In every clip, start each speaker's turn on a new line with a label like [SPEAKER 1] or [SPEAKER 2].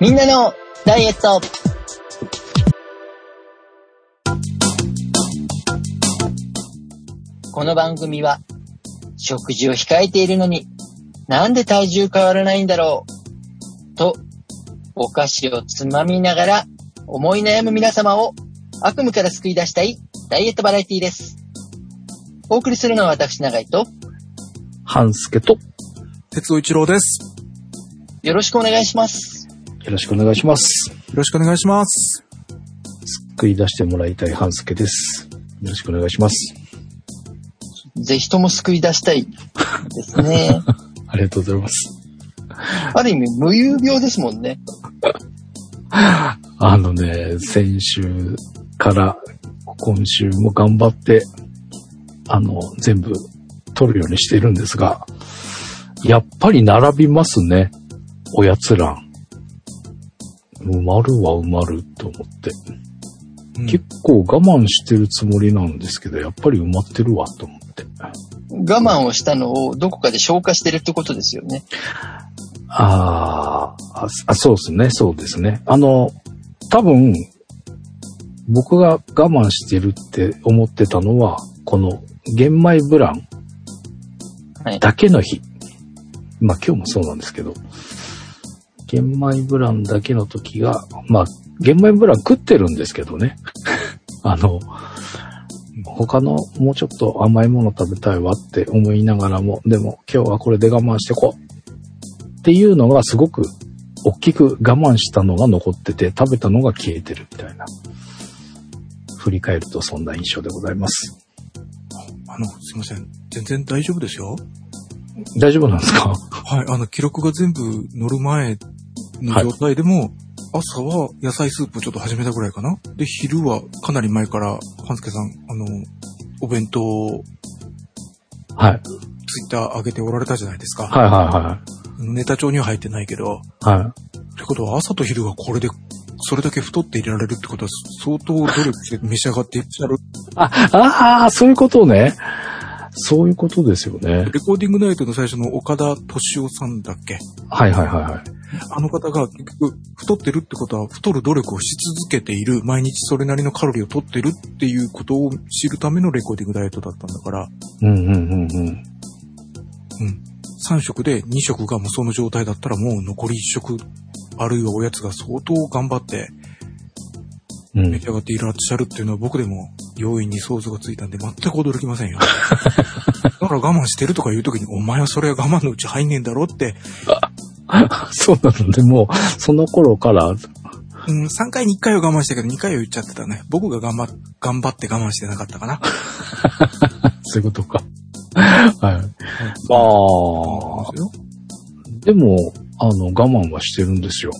[SPEAKER 1] みんなのダイエットこの番組は食事を控えているのになんで体重変わらないんだろうとお菓子をつまみながら思い悩む皆様を悪夢から救い出したいダイエットバラエティです。お送りするのは私永井と
[SPEAKER 2] 半助と、
[SPEAKER 3] 鉄尾一郎です。
[SPEAKER 1] よろしくお願いします。
[SPEAKER 2] よろしくお願いします。
[SPEAKER 3] よろしくお願いします。
[SPEAKER 2] 食い出してもらいたい半助です。よろしくお願いします。
[SPEAKER 1] ぜひとも救い出したいですね。
[SPEAKER 2] ありがとうございます。
[SPEAKER 1] ある意味無遊病ですもんね。
[SPEAKER 2] あのね、先週から今週も頑張って、あの、全部取るようにしてるんですが、やっぱり並びますね。おやつ欄。埋まるは埋まると思って。結構我慢してるつもりなんですけど、やっぱり埋まってるわと思って。
[SPEAKER 1] 我慢をしたのをどこかで消化してるってことですよね。
[SPEAKER 2] あーあ、あそうですね、そうですね。あの、多分、僕が我慢してるって思ってたのは、この玄米ブラン
[SPEAKER 1] はい。
[SPEAKER 2] だけの日。まあ今日もそうなんですけど、玄米ブランだけの時が、まあ玄米ブラン食ってるんですけどね。 あの、他のもうちょっと甘いもの食べたいわって思いながらも、でも今日はこれで我慢してこうっていうのがすごく大きく我慢したのが残ってて食べたのが消えてるみたいな。振り返るとそんな印象でございます。
[SPEAKER 3] あの、すいません。全然大丈夫ですよ。
[SPEAKER 2] 大丈夫なんですか
[SPEAKER 3] はい。あの、記録が全部乗る前の
[SPEAKER 2] はい
[SPEAKER 3] 状態でも、朝は野菜スープをちょっと始めたぐらいかな。で、昼はかなり前から、半助さん、あの、お弁当を
[SPEAKER 2] はい。
[SPEAKER 3] ツイッター上げておられたじゃないですか。
[SPEAKER 2] はいは
[SPEAKER 3] ネタ帳には入ってないけど、
[SPEAKER 2] いはい。はい。
[SPEAKER 3] ってことは朝と昼がこれで、それだけ太っていられるってことは、相当努力して召し上がっていらっしゃる。
[SPEAKER 2] あ、ああ、そういうことね。そういうことですよね。
[SPEAKER 3] レコーディングナイトの最初の岡田敏夫さんだっけ
[SPEAKER 2] はいはいはいはい。
[SPEAKER 3] あの方が結局太ってるってことは太る努力をし続けている、毎日それなりのカロリーを取ってるっていうことを知るためのレコーディングダイエットだったんだから、
[SPEAKER 2] うんうんうんうん。
[SPEAKER 3] 3食で2食が無双の状態だったらもう残り1食、あるいはおやつが相当頑張って
[SPEAKER 2] う
[SPEAKER 3] 召
[SPEAKER 2] ん
[SPEAKER 3] し、上がっていらっしゃるっていうのは僕でも容易に想像がついたんで全く驚きませんよ。だから我慢してるとか言うときにお前はそれは我慢のうち入んねえんだろって、
[SPEAKER 2] そうなので、もう、その頃から、
[SPEAKER 3] うん、3回に1回は我慢したけど2回は言っちゃってたね。僕が頑張っ頑張って我慢してなかったかな。
[SPEAKER 2] そういうことか。はい。まあ、でも、あの、我慢はしてるんですよ。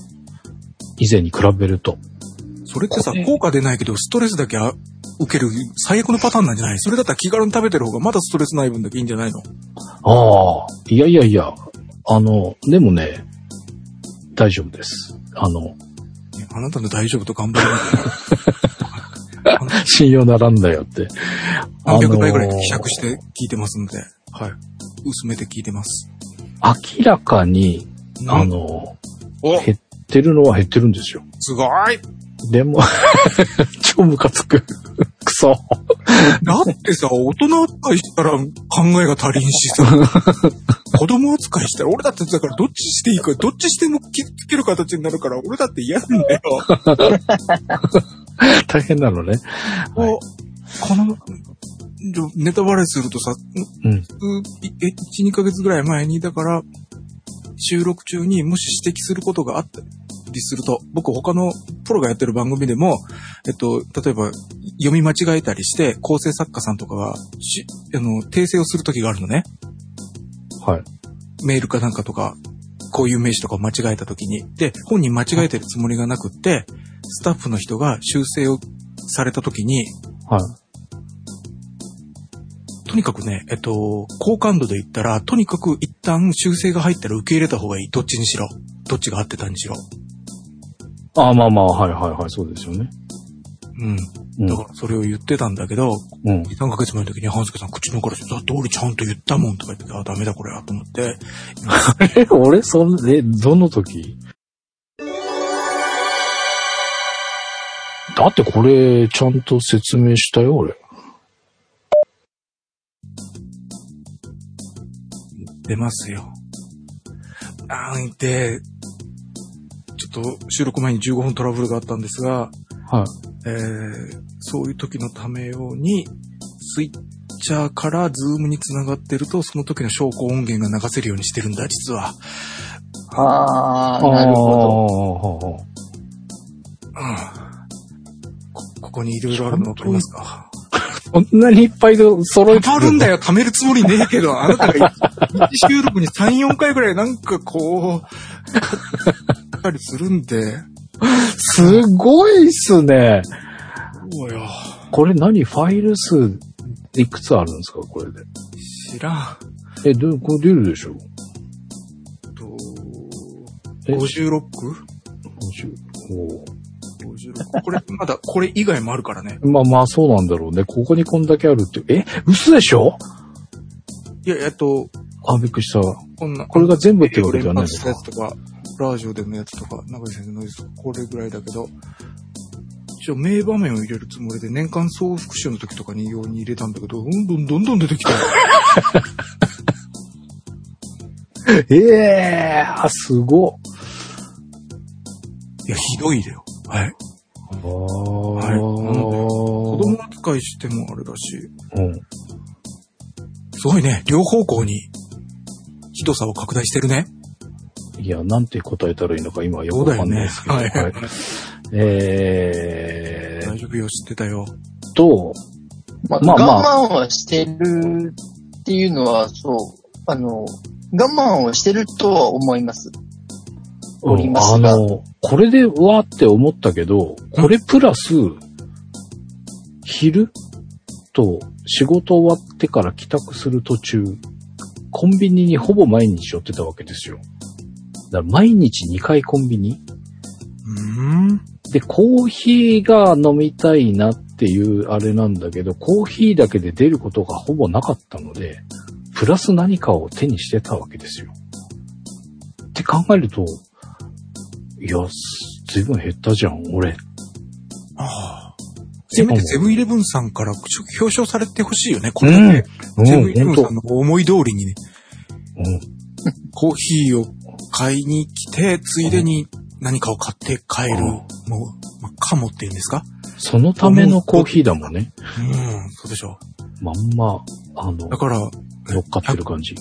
[SPEAKER 2] 以前に比べると。
[SPEAKER 3] それってさ
[SPEAKER 1] これ、
[SPEAKER 3] 効果出ないけど、ストレスだけあ受ける最悪のパターンなんじゃないそれだったら気軽に食べてる方がまだストレスない分だけいいんじゃないの
[SPEAKER 2] ああ、いやいやいや、あの、でもね、大丈夫です。あの、
[SPEAKER 3] いやあなたの大丈夫と頑張ります。
[SPEAKER 2] 信用ならんだよって。
[SPEAKER 3] 何百倍ぐらい
[SPEAKER 2] あのー
[SPEAKER 3] 希釈して聞いてますんで、はい。薄めて聞いてます。
[SPEAKER 2] 明らかに、あ
[SPEAKER 3] うん
[SPEAKER 2] の、
[SPEAKER 3] お
[SPEAKER 2] 減ってるのは減ってるんですよ。
[SPEAKER 3] すごい
[SPEAKER 2] でも、 超ムカつく。 くそ。
[SPEAKER 3] だってさ、大人扱いしたら考えが足りんし さ、子供扱いしたら、俺だってだからどっちしていいか、どっちしても気つける形になるから、俺だって嫌なんだよ。
[SPEAKER 2] 大変なのね。はい
[SPEAKER 3] この、じゃネタバレするとさ、
[SPEAKER 2] うん。
[SPEAKER 3] 1、2ヶ月ぐらい前に、だから、収録中にもし指摘することがあったりすると、僕他のプロがやってる番組でも、えっと、例えば読み間違えたりして、構成作家さんとかがし、あの、訂正をする時があるのね。
[SPEAKER 2] はい。
[SPEAKER 3] メールかなんかとか、こういう名詞とかを間違えた時に。で、本人間違えてるつもりがなくって、スタッフの人が修正をされた時に、
[SPEAKER 2] は
[SPEAKER 3] とにかくね、えっと、好感度で言ったら、とにかく一旦修正が入ったら受け入れた方がいい。どっちにしろ。どっちが合ってたにしろ。
[SPEAKER 2] い。ああ、まあまあ、はいはいはい、そうですよね。
[SPEAKER 3] うん。
[SPEAKER 2] うん
[SPEAKER 3] だからそれを言ってたんだけど、
[SPEAKER 2] うん。
[SPEAKER 3] 2、3ヶ月前の時に、半助さん口のからだって俺ちゃんと言ったもんとか言って、あ、ダメだこれはと思って、
[SPEAKER 2] え、俺、そんえ、どの時だってこれ、ちゃんと説明したよ、俺。
[SPEAKER 3] 出ますよ。なんで、ちょっと収録前に15分トラブルがあったんですが、
[SPEAKER 2] はい。
[SPEAKER 3] えーそういう時のためように、スイッチャーからズームにつながってると、その時の証拠音源が流せるようにしてるんだ、実は。
[SPEAKER 1] ああ、なるほど。
[SPEAKER 2] ど。
[SPEAKER 3] うんこ、ここにいろいろあるの分かりますか
[SPEAKER 2] こんなにいっぱいで揃えて
[SPEAKER 3] たまるんだ
[SPEAKER 2] よ。
[SPEAKER 3] よ、貯めるつもりねえけ ど、あなたが一収録に3、4回ぐらいなんかこう、やったりするんで、
[SPEAKER 2] すごいっすね。
[SPEAKER 3] そうよ。
[SPEAKER 2] これ何ファイル数いくつあるんですかこれで。
[SPEAKER 3] 知らん。
[SPEAKER 2] え、どう、これ出るでしょ
[SPEAKER 3] と、
[SPEAKER 2] え
[SPEAKER 3] 56?56?
[SPEAKER 2] おー
[SPEAKER 3] これ、まだ、これ以外もあるからね。
[SPEAKER 2] まあまあそうなんだろうね。ここにこんだけあるって。え、嘘でしょ
[SPEAKER 3] いや、えっと、
[SPEAKER 2] あ、びっくりした。
[SPEAKER 3] こんな。
[SPEAKER 2] これが全部ってわ
[SPEAKER 3] ブ
[SPEAKER 2] け
[SPEAKER 3] レ
[SPEAKER 2] じゃ
[SPEAKER 3] ン
[SPEAKER 2] ないの
[SPEAKER 3] パスしたやつ
[SPEAKER 2] か。
[SPEAKER 3] とか、ラージオでのやつとか、中井先生のやつとか、これぐらいだけど、一応名場面を入れるつもりで年間総復習の時とかに用に入れたんだけど、どんどんどんどん出てきたよ。
[SPEAKER 2] ええー、あ、すごっ。
[SPEAKER 3] いや、ひどいだよ。はい。
[SPEAKER 2] あー
[SPEAKER 3] いな子供扱いしてもあれだし、
[SPEAKER 2] うん。
[SPEAKER 3] すごいね、両方向に、ひどさを拡大してるね。
[SPEAKER 2] いや、なんて答えたらいいのか今はよくわかんないですけど。
[SPEAKER 3] そうだよ
[SPEAKER 2] は
[SPEAKER 3] ね
[SPEAKER 2] いえー
[SPEAKER 3] 大丈夫よ、知ってたよ。
[SPEAKER 2] っと、
[SPEAKER 1] まあ、
[SPEAKER 2] まあまあ
[SPEAKER 1] 我慢はしてるっていうのは、そう、あの、我慢をしてるとは思います。おります
[SPEAKER 2] あ
[SPEAKER 1] が
[SPEAKER 2] の、これでわーって思ったけど、これプラス、昼と仕事終わってから帰宅する途中、コンビニにほぼ毎日寄ってたわけですよ。だから毎日2回コンビニ
[SPEAKER 3] うーん。
[SPEAKER 2] で、コーヒーが飲みたいなっていうあれなんだけど、コーヒーだけで出ることがほぼなかったので、プラス何かを手にしてたわけですよ。って考えると、いや、すずいぶん減ったじゃん、俺。
[SPEAKER 3] ああ。せめてセブンイレブンさんから表彰されてほしいよね、こ
[SPEAKER 2] う
[SPEAKER 3] れだ
[SPEAKER 2] ん
[SPEAKER 3] け。、セブンイレ
[SPEAKER 2] う
[SPEAKER 3] ブ
[SPEAKER 2] ん、
[SPEAKER 3] ン
[SPEAKER 2] ほ
[SPEAKER 3] さ
[SPEAKER 2] ん
[SPEAKER 3] んの思い通りにね、
[SPEAKER 2] うん、
[SPEAKER 3] コーヒーを買いに来て、ついでに何かを買って帰る、
[SPEAKER 2] うん
[SPEAKER 3] もう、まあ、かもっていうんですか
[SPEAKER 2] そのためのコーヒーだもんね。
[SPEAKER 3] うん、そうでしょ
[SPEAKER 2] まんま、あの
[SPEAKER 3] う。だ、から、
[SPEAKER 2] 乗っかってる感じ。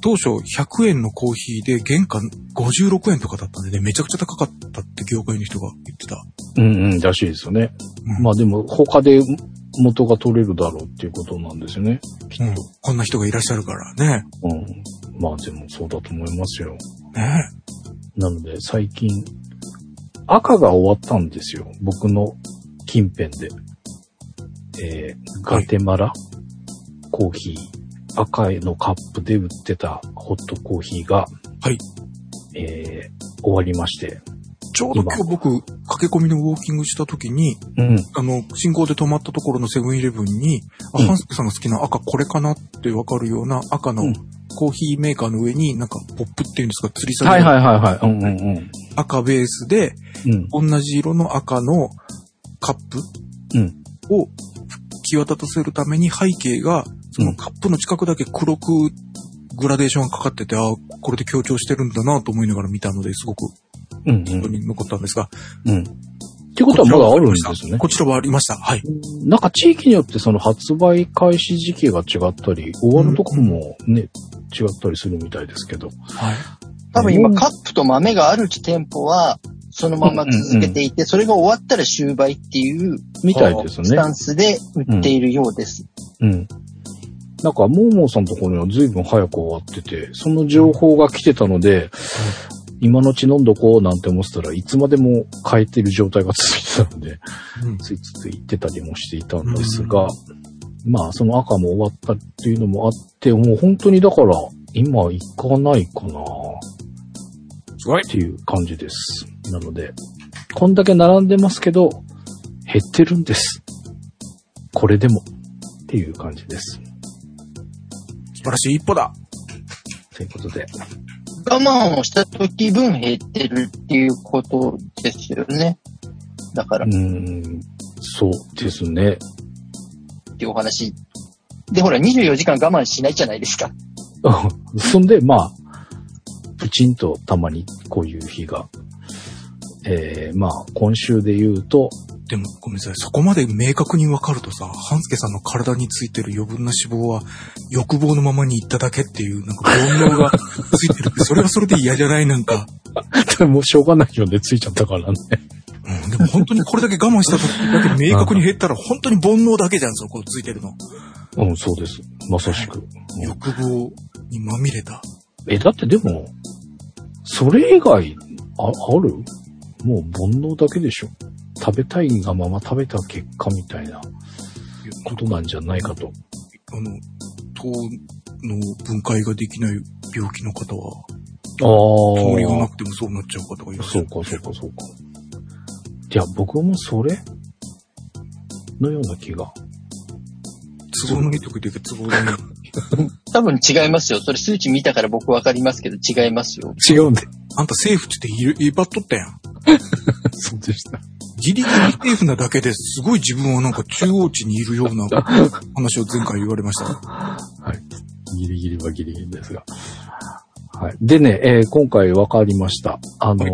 [SPEAKER 3] 当初100円のコーヒーで原価56円とかだったんでね、めちゃくちゃ高かったって業界の人が言ってた。
[SPEAKER 2] うんうん、らしいですよね。
[SPEAKER 3] うん
[SPEAKER 2] まあでも、他で元が取れるだろうっていうことなんですよね。きっ
[SPEAKER 3] うん
[SPEAKER 2] と。
[SPEAKER 3] こんな人がいらっしゃるからね。
[SPEAKER 2] うん。まあでもそうだと思いますよ。
[SPEAKER 3] ね
[SPEAKER 2] なので最近、赤が終わったんですよ。僕の近辺で。えー、ガテマラコーヒー、赤のカップで売ってたホットコーヒーが、
[SPEAKER 3] はい。
[SPEAKER 2] えー、終わりまして。
[SPEAKER 3] ちょうど今日僕、駆け込みのウォーキングした時に、
[SPEAKER 2] うん。
[SPEAKER 3] あの、信号で止まったところのセブンイレブンに、あ、
[SPEAKER 2] うん
[SPEAKER 3] ハンスケさんが好きな赤これかなってわかるような赤
[SPEAKER 2] う
[SPEAKER 3] の
[SPEAKER 2] ん
[SPEAKER 3] コーヒーメーカーの上になんかポップっていうんですか、吊り下
[SPEAKER 2] は
[SPEAKER 3] げ
[SPEAKER 2] い
[SPEAKER 3] る
[SPEAKER 2] はいはいはい。うんうんうん。
[SPEAKER 3] 赤ベースで、
[SPEAKER 2] うん。
[SPEAKER 3] 同じ色の赤のカップ
[SPEAKER 2] うん
[SPEAKER 3] を際立たせるために背景が、そのカップの近くだけ黒くグラデーションがかかってて、あこれで強調してるんだなと思いながら見たのですごく
[SPEAKER 2] うんう
[SPEAKER 3] 本当
[SPEAKER 2] ん。
[SPEAKER 3] に残ったんですが、
[SPEAKER 2] うん。ってことはまだあるんですね。
[SPEAKER 3] こちらはありました。はい。
[SPEAKER 2] なんか地域によってその発売開始時期が違ったり、終わるとこもね、違ったりするみたいですけど。
[SPEAKER 3] はい。
[SPEAKER 1] 多分今、カップと豆がある店舗は、そのまま続けていて、それが終わったら終売っていう、
[SPEAKER 2] みたいです
[SPEAKER 1] ス
[SPEAKER 2] ね
[SPEAKER 1] タ。ンスで売っているようです。
[SPEAKER 2] うん。なんか、モーモーさんのところには随分早く終わってて、その情報が来てたので、今のうち飲んどこうなんて思ってたらいつまでも変えてる状態が続いてたので、
[SPEAKER 3] うん
[SPEAKER 2] ついつい言ってたりもしていたんですが、まあ、その赤も終わったっていうのもあって、もう本当にだから、今行かないかな
[SPEAKER 3] すごい
[SPEAKER 2] っていう感じです。なので、こんだけ並んでますけど、減ってるんです。これでも。っていう感じです。
[SPEAKER 3] 素晴らしい一歩だ。
[SPEAKER 2] ということで。
[SPEAKER 1] 我慢をした時分減ってるっていうことですよね。だから、っ
[SPEAKER 2] うん、そうですね。
[SPEAKER 1] ていうお話。で、ほら、24時間我慢しないじゃないですか。
[SPEAKER 2] うんそんで、まあ、プチンとたまにこういう日が。えー、まあ、今週で言うと、
[SPEAKER 3] でも、ごめんなさい。そこまで明確にわかるとさ、半助さんの体についてる余分な脂肪は欲望のままにいっただけっていう、なんか煩悩がついて るって、それはそれで嫌じゃないなんか。
[SPEAKER 2] もうしょうがないよね、ついちゃったからね。
[SPEAKER 3] うん、でも本当にこれだけ我慢した時だけ明確に減ったら、本当に煩悩だけじゃん、そこついてるの。
[SPEAKER 2] うん、そうです。まさしく。うん
[SPEAKER 3] 欲望にまみれた。
[SPEAKER 2] え、だってでも、それ以外、あ、あるもう煩悩だけでしょ。食べたいがまま食べた結果みたいなことなんじゃないかと。
[SPEAKER 3] あの、糖の分解ができない病気の方は、
[SPEAKER 2] あ
[SPEAKER 3] 糖量
[SPEAKER 2] あ
[SPEAKER 3] な。くてもそうなっちゃう方がいらっし
[SPEAKER 2] そ
[SPEAKER 3] ゃ
[SPEAKER 2] う
[SPEAKER 3] る。
[SPEAKER 2] か、そうか、そうか。じゃあ僕もそれのような気が。
[SPEAKER 3] 都合のいい時だけ都合のいい。
[SPEAKER 1] 多分違いますよ。それ数値見たから僕わかりますけど、違いますよ。
[SPEAKER 2] 違うんで。
[SPEAKER 3] あんたセーフって言って威張っとったやん。
[SPEAKER 2] そうでした。
[SPEAKER 3] ギリギリセーフなだけですごい自分はなんか中央値にいるよ うな話を前回言われました。
[SPEAKER 2] ギリギリはギリギリですが。はい。でね、えー今回分かりました。あのー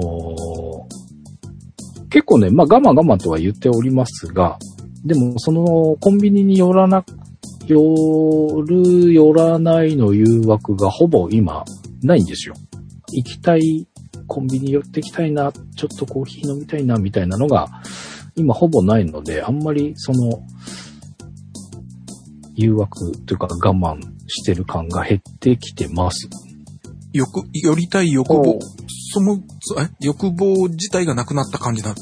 [SPEAKER 2] 結構ね、まあ我慢我慢とは言っておりますが、でもそのコンビニに寄らな、寄る、寄らないの誘惑がほぼ今ないんですよ。行きたい、コンビニ寄ってきたいな、ちょっとコーヒー飲みたいな、みたいなのが今ほぼないので、あんまりその誘惑というか我慢してる感が減ってきてます。
[SPEAKER 3] 欲、寄りたい欲望、その、そえ、欲望自体がなくなった感じだ、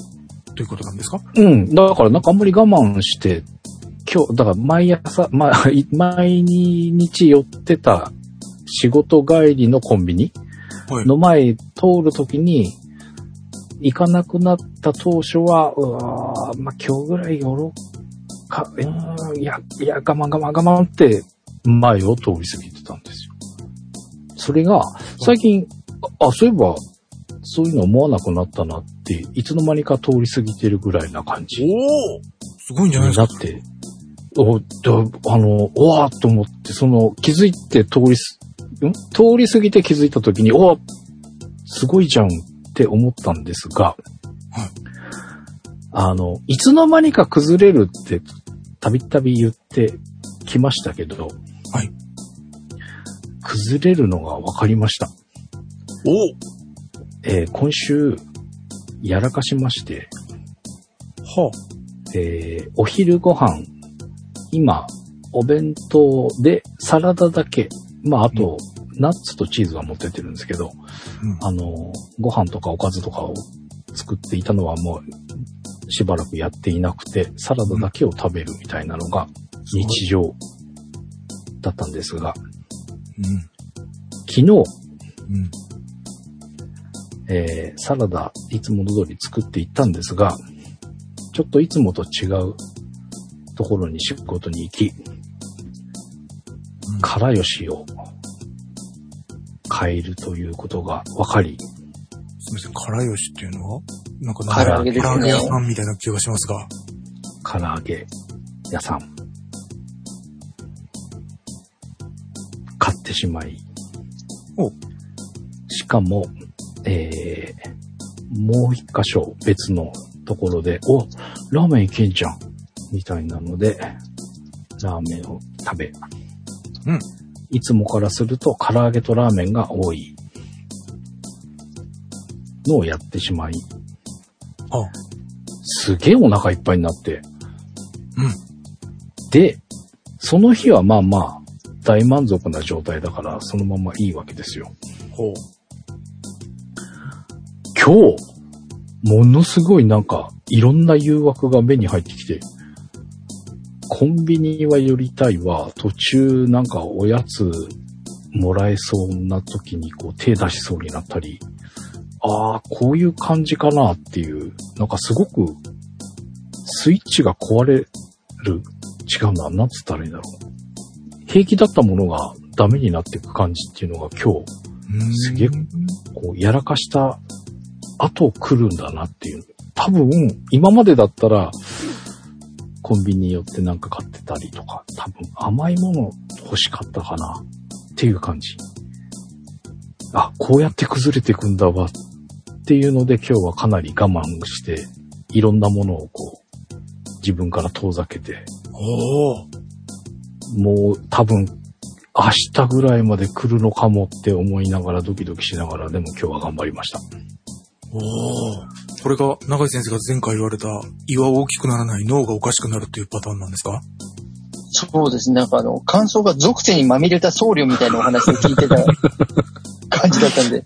[SPEAKER 3] ということなんですか
[SPEAKER 2] うん。だからなんかあんまり我慢して、今日、だから毎朝、まあ、 い毎日寄ってた仕事帰りのコンビニ
[SPEAKER 3] はい。
[SPEAKER 2] の前通るときに、行かなくなった当初は、うわーまあ今日ぐらい寄ろうか、うーん、いや、いや、我慢我慢我慢って前を通り過ぎてたんですよ。それが、最近、あ、そういえば、そういうの思わなくなったなって、いつの間にか通り過ぎてるぐらいな感じ。
[SPEAKER 3] おおすごいんじゃないです
[SPEAKER 2] だ
[SPEAKER 3] か
[SPEAKER 2] って、お、どあの、おわーっと思って、その、気づいて通りす、ん通り過ぎて気づいた時に、おわすごいじゃんって思ったんですが、
[SPEAKER 3] はい
[SPEAKER 2] あの、いつの間にか崩れるって、たびたび言ってきましたけど、
[SPEAKER 3] はい
[SPEAKER 2] 崩れるのが分かりました。
[SPEAKER 3] お
[SPEAKER 2] えー今週、やらかしまして、
[SPEAKER 3] おは
[SPEAKER 2] えーお昼ご飯、今、お弁当でサラダだけ、まあ、あと、ナッツとチーズは持ってってるんですけど、
[SPEAKER 3] うん
[SPEAKER 2] あの、ご飯とかおかずとかを作っていたのはもう、しばらくやっていなくて、サラダだけを食べるみたいなのが日常だったんですが、昨日、
[SPEAKER 3] うん。うん。
[SPEAKER 2] えーサラダ、いつもの通り作っていったんですが、ちょっといつもと違うところに仕事に行き、からよしを変えるということが分かり、
[SPEAKER 3] すみません、からよしっていうのはなんか、
[SPEAKER 1] 唐揚げです
[SPEAKER 3] 唐
[SPEAKER 1] ね
[SPEAKER 3] 揚げ屋さんみたいな気がしますが。
[SPEAKER 2] 唐揚げ屋さん、買ってしまい
[SPEAKER 3] お、
[SPEAKER 2] しかも、えー、もう一箇所別のところで、お、ラーメンいけんじゃん、みたいなので、ラーメンを食べ、
[SPEAKER 3] うん
[SPEAKER 2] いつもからすると唐揚げとラーメンが多いのをやってしまい、
[SPEAKER 3] あ
[SPEAKER 2] すげえお腹いっぱいになって。
[SPEAKER 3] うん
[SPEAKER 2] で、その日はまあまあ、大満足な状態だから、そのままいいわけですよ。
[SPEAKER 3] ほう。
[SPEAKER 2] 今日、ものすごいなんか、いろんな誘惑が目に入ってきて、コンビニは寄りたいわ、途中なんかおやつもらえそうな時にこう手出しそうになったり、ああ、こういう感じかなっていう、なんかすごく、スイッチが壊れる、違うな、なんつったらいいんだろう。平気だったものがダメになっていく感じっていうのが今日、
[SPEAKER 3] うん
[SPEAKER 2] すげえこう、やらかした後来るんだなっていう多分、今までだったら、コンビニ寄ってなんか買ってたりとか、多分甘いもの欲しかったかなっていう感じ。あ、こうやって崩れていくんだわっていうので今日はかなり我慢して、いろんなものをこう、自分から遠ざけて、
[SPEAKER 3] おお。
[SPEAKER 2] もう多分明日ぐらいまで来るのかもって思いながらドキドキしながらでも今日は頑張りました。
[SPEAKER 3] おお。これが、長井先生が前回言われた、胃は大きくならない、脳がおかしくなるというパターンなんですか
[SPEAKER 1] そうですね。なんかあの、感想が属性にまみれた僧侶みたいなお話を聞いてた 感じだったんで。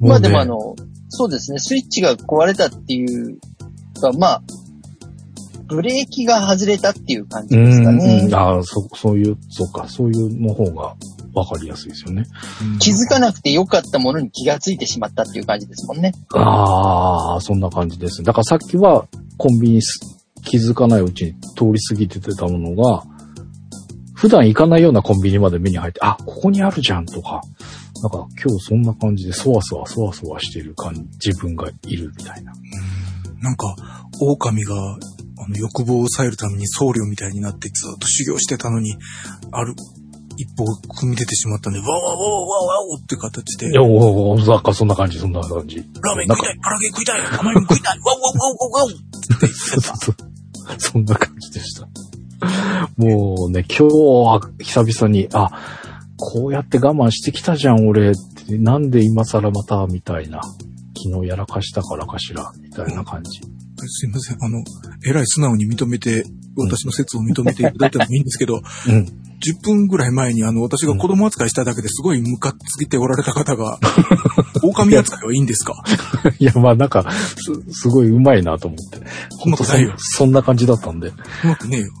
[SPEAKER 1] まあでもあ
[SPEAKER 2] ね
[SPEAKER 1] の、そうですね。スイッチが壊れたっていうか、まあ、ブレーキが外れたっていう感じ
[SPEAKER 2] う
[SPEAKER 1] です
[SPEAKER 2] ん
[SPEAKER 1] か
[SPEAKER 2] う
[SPEAKER 1] ね
[SPEAKER 2] ん、。ああ、そ、そういう、そうか、そういうの方がわかりやすいですよね。
[SPEAKER 1] 気づかなくて良かったものに気がついてしまったっていう感じですもんね。
[SPEAKER 2] ああ、そんな感じです。だからさっきはコンビニす気づかないうちに通り過ぎててたものが、普段行かないようなコンビニまで目に入って、あ、ここにあるじゃんとか、なんか今日そんな感じでそわそわそわそわしてる感じ、自分がいるみたいな。
[SPEAKER 3] なんか、狼が、あの、欲望を抑えるために僧侶みたいになってずっと修行してたのに、ある、一歩を組み出てしまったんで、わーわーわーわーわーって形で
[SPEAKER 2] い、や、おお、なんかそんな感じ、そんな感じ。
[SPEAKER 3] ラーメン食いたい、唐揚げ食いたい、甘いもん食いたい、わーわーわーわーわー
[SPEAKER 2] そうそうそう そんな感じでした。もうね、今日は久々に、あ、こうやって我慢してきたじゃん、俺。ってなんで今更また、みたいな。昨日やらかしたからかしら、みたいな感じ。
[SPEAKER 3] すいません、あの、えらい素直に認めて、私の説を認めていただいたのもいいんですけど、
[SPEAKER 2] うん。
[SPEAKER 3] 10分ぐらい前にあの、私が子供扱いしただけですごいムカつけておられた方が、狼扱いはいいんですか
[SPEAKER 2] いや、まあなんか、す、すごい上手いなと思って。
[SPEAKER 3] うまくないよ
[SPEAKER 2] そんそんな感じだったんで。
[SPEAKER 3] うまくねえよ。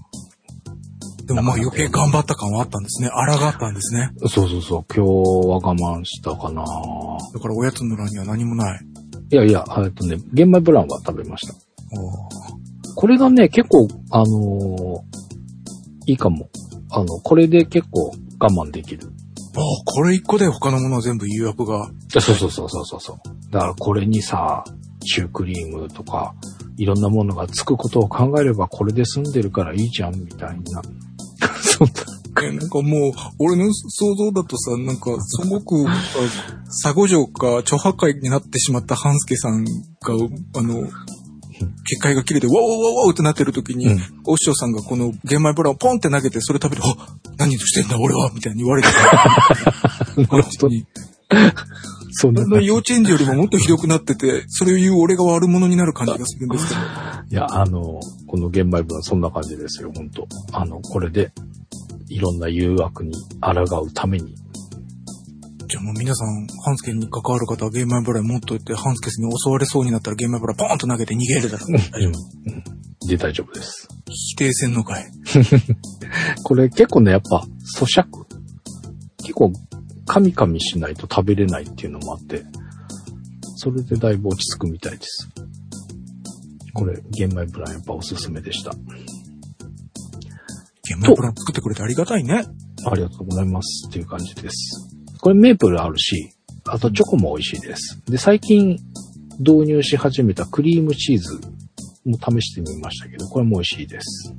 [SPEAKER 3] でもまあ余計頑張った感はあったんですね。抗ったんですね。
[SPEAKER 2] そうそうそう、今日は我慢したかな
[SPEAKER 3] だからおやつの欄には何もない。
[SPEAKER 2] いやいや、えっとね、玄米ブランは食べました。
[SPEAKER 3] おー
[SPEAKER 2] これがね、結構、あのーいいかも。あの、これで結構我慢できる。
[SPEAKER 3] あーこれ一個で他のものは全部誘惑が。
[SPEAKER 2] そうそうそうそうそうそう。だからこれにさ、シュークリームとか、いろんなものがつくことを考えれば、これで済んでるからいいじゃん、みたいな。 そんな。
[SPEAKER 3] え、なんかもう、俺の想像だとさ、なんか、すごく、あ佐護城か、著破壊になってしまった半助さんが、あの、結界が切れて、わおわおわおってなってる時に、
[SPEAKER 2] うん
[SPEAKER 3] お師匠さんがこの玄米ブラをポンって投げて、それ食べて、あ何してんだ俺はみたいに言わ れてた。
[SPEAKER 2] なるほど
[SPEAKER 3] に
[SPEAKER 2] そんな
[SPEAKER 3] だんだん幼稚園児よりももっとひどくなってて、それを言う俺が悪者になる感じがするんですけど。
[SPEAKER 2] いや、あの、この玄米分はそんな感じですよ、本当あの、これで、いろんな誘惑に抗うために。
[SPEAKER 3] じゃあもう皆さん、ハンスケに関わる方はゲームイブライ持っといて、ハンスケに襲われそうになったらゲームイブライポーンと投げて逃げるだろう。大丈夫。
[SPEAKER 2] うんで、大丈夫です。
[SPEAKER 3] 否定せんのかい。
[SPEAKER 2] これ結構ね、やっぱ、咀嚼結構、噛み噛みしないと食べれないっていうのもあって、それでだいぶ落ち着くみたいです。これ、玄米ブランやっぱおすすめでした。
[SPEAKER 3] ゲームイブライ作ってくれてありがたいね。
[SPEAKER 2] ありがとうございますっていう感じです。これメープルあるし、あとチョコも美味しいです。で、最近導入し始めたクリームチーズも試してみましたけど、これも美味しいです。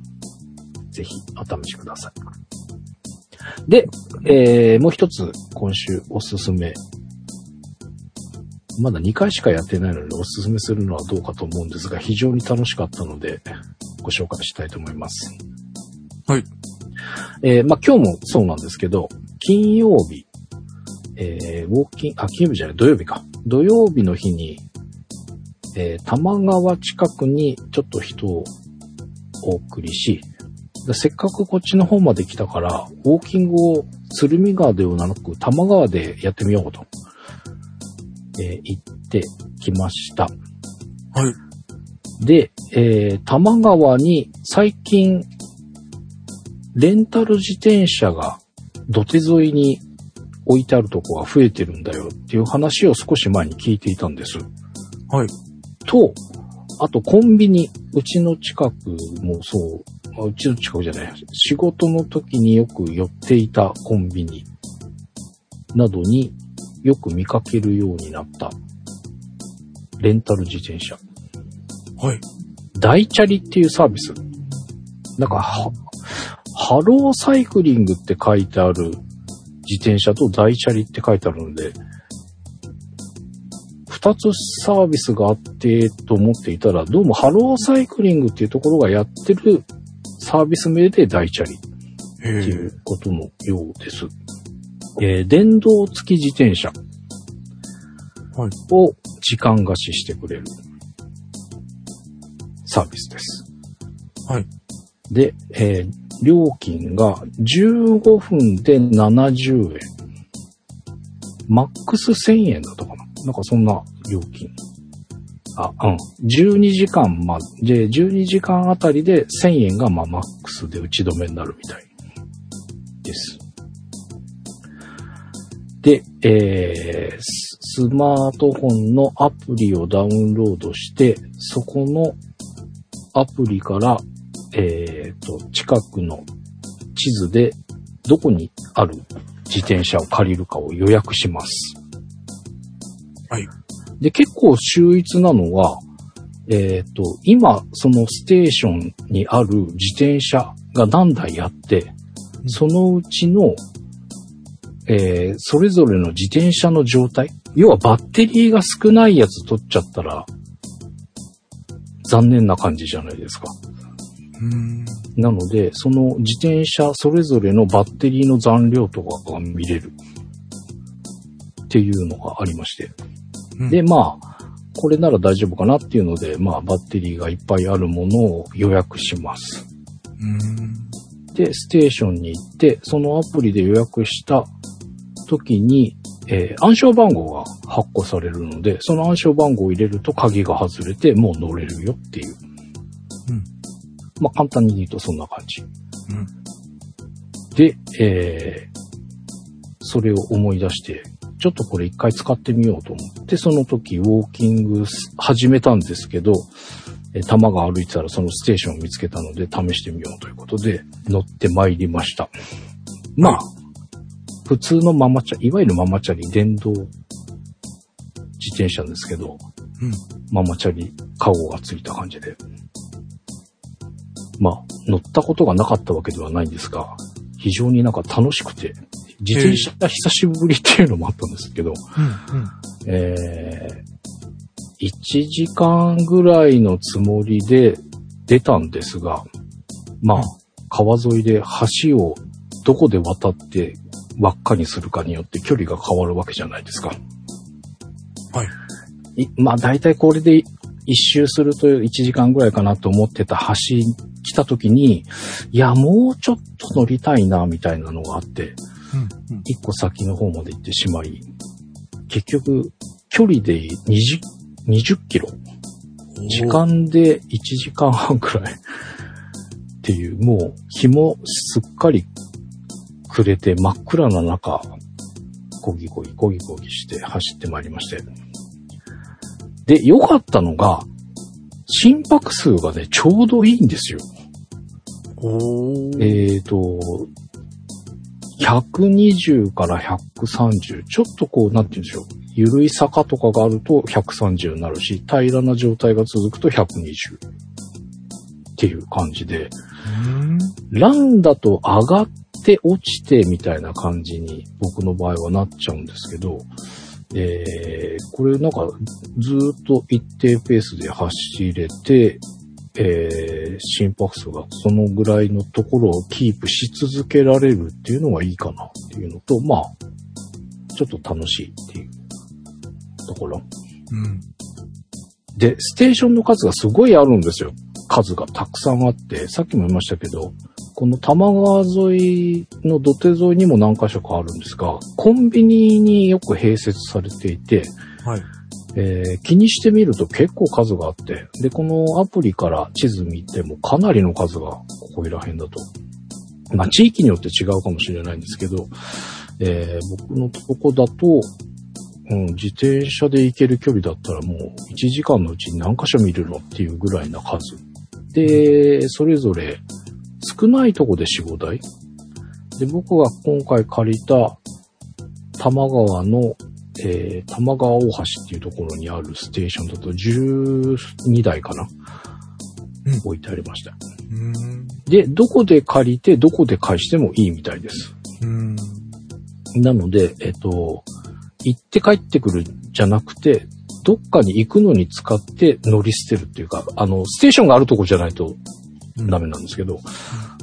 [SPEAKER 2] ぜひお試しください。で、えー、もう一つ今週おすすめ。まだ2回しかやってないのでおすすめするのはどうかと思うんですが、非常に楽しかったのでご紹介したいと思います。
[SPEAKER 3] はい。
[SPEAKER 2] えーまあ、今日もそうなんですけど、金曜日、えーウォーキング、あ、金曜日じゃない、土曜日か。土曜日の日に、えー多摩川近くにちょっと人をお送りし、でせっかくこっちの方まで来たから、ウォーキングを鶴見川ではなく、多摩川でやってみようと、えー行ってきました。
[SPEAKER 3] はい。
[SPEAKER 2] で、えー、多摩川に最近、レンタル自転車が土手沿いに置いてあるとこが増えてるんだよっていう話を少し前に聞いていたんです。
[SPEAKER 3] はい。
[SPEAKER 2] と、あとコンビニ、うちの近くもそう、あうちの近くじゃない、仕事の時によく寄っていたコンビニなどによく見かけるようになったレンタル自転車。
[SPEAKER 3] はい。
[SPEAKER 2] 大チャリっていうサービス。なんか、はハローサイクリングって書いてある自転車と大チャリって書いてあるんで、二つサービスがあってと思っていたら、どうもハローサイクリングっていうところがやってるサービス名で大チャリ
[SPEAKER 3] へ
[SPEAKER 2] ってい
[SPEAKER 3] え。
[SPEAKER 2] うことのようです。えー電動付き自転車
[SPEAKER 3] はい
[SPEAKER 2] を時間貸ししてくれるサービスです。
[SPEAKER 3] はい。
[SPEAKER 2] で、えー料金が15分で70円。マックス1000円だったかななんかそんな料金。あ、うん。12時間まで、12時間あたりで1000円がまあマックスで打ち止めになるみたいです。で、えーススマートフォンのアプリをダウンロードして、そこのアプリから、えーと、近くの地図でどこにある自転車を借りるかを予約します。
[SPEAKER 3] はい。
[SPEAKER 2] で、結構秀逸なのは、えっ、と、今、そのステーションにある自転車が何台あって、
[SPEAKER 3] うん
[SPEAKER 2] そのうちの、えーそれぞれの自転車の状態、要はバッテリーが少ないやつ取っちゃったら、残念な感じじゃないですか。
[SPEAKER 3] うーん。
[SPEAKER 2] なので、その自転車それぞれのバッテリーの残量とかが見れるっていうのがありまして。
[SPEAKER 3] うん
[SPEAKER 2] で、、まあ、これなら大丈夫かなっていうので、まあ、バッテリーがいっぱいあるものを予約します。
[SPEAKER 3] うーん。
[SPEAKER 2] で、ステーションに行って、そのアプリで予約した時に、えー暗証番号が発行されるので、その暗証番号を入れると鍵が外れて、もう乗れるよっていう。
[SPEAKER 3] うん
[SPEAKER 2] まあ、簡単に言うとそんな感じ。
[SPEAKER 3] うん
[SPEAKER 2] で、えーそれを思い出して、ちょっとこれ一回使ってみようと思って、その時ウォーキングす始めたんですけど、えー、玉が歩いてたらそのステーションを見つけたので試してみようということで乗って参りました。まあ、普通のママチャリ、いわゆるママチャリ、電動自転車ですけど、
[SPEAKER 3] うん
[SPEAKER 2] ママチャリ、カゴがついた感じで。まあ、乗ったことがなかったわけではないんですが、非常になんか楽しくて、自転車が久しぶりっていうのもあったんですけど、
[SPEAKER 3] うん。
[SPEAKER 2] えー、1時間ぐらいのつもりで出たんですが、まあ、川沿いで橋をどこで渡って輪っかにするかによって距離が変わるわけじゃないですか。。
[SPEAKER 3] はい
[SPEAKER 2] まあ、大体これで一周すると1時間ぐらいかなと思ってた橋来た時に、いや、もうちょっと乗りたいな、みたいなのがあって、
[SPEAKER 3] うん。うん。
[SPEAKER 2] 一個先の方まで行ってしまい、結局、距離で20、20キロ。時間で1時間半くらい。っていう、もう日もすっかり暮れて真っ暗な中、こぎこぎこぎこぎして走ってまいりまして。で、良かったのが、心拍数がね、ちょうどいいんですよ。
[SPEAKER 3] おー。
[SPEAKER 2] えっ、と、120から130。ちょっとこう、なんて言うんでしょう。緩い坂とかがあると130になるし、平らな状態が続くと120。っていう感じで、
[SPEAKER 3] うん
[SPEAKER 2] ランだと上がって落ちてみたいな感じに僕の場合はなっちゃうんですけど、えー、これなんかずーっと一定ペースで走れて、えー、心拍数がそのぐらいのところをキープし続けられるっていうのがいいかなっていうのと、まあ、ちょっと楽しいっていうところ。
[SPEAKER 3] うん。
[SPEAKER 2] で、ステーションの数がすごいあるんですよ。数がたくさんあって、さっきも言いましたけど、この多摩川沿いの土手沿いにも何箇所かあるんですが、コンビニによく併設されていて、
[SPEAKER 3] はい。
[SPEAKER 2] えー気にしてみると結構数があって、で、このアプリから地図見てもかなりの数がここいら辺だと。まあ、地域によって違うかもしれないんですけど、えー僕のとこだと、うん、自転車で行ける距離だったらもう1時間のうちに何箇所見るのっていうぐらいな数。で、それぞれ少ないとこで4、5台。で、僕が今回借りた多摩川のえー、玉川大橋っていうところにあるステーションだと12台かな、
[SPEAKER 3] うん
[SPEAKER 2] 置いてありました。
[SPEAKER 3] うん。
[SPEAKER 2] で、どこで借りて、どこで返してもいいみたいです。
[SPEAKER 3] うん。
[SPEAKER 2] なので、えっと、行って帰ってくるじゃなくて、どっかに行くのに使って乗り捨てるっていうか、あの、ステーションがあるとこじゃないとダメなんですけど、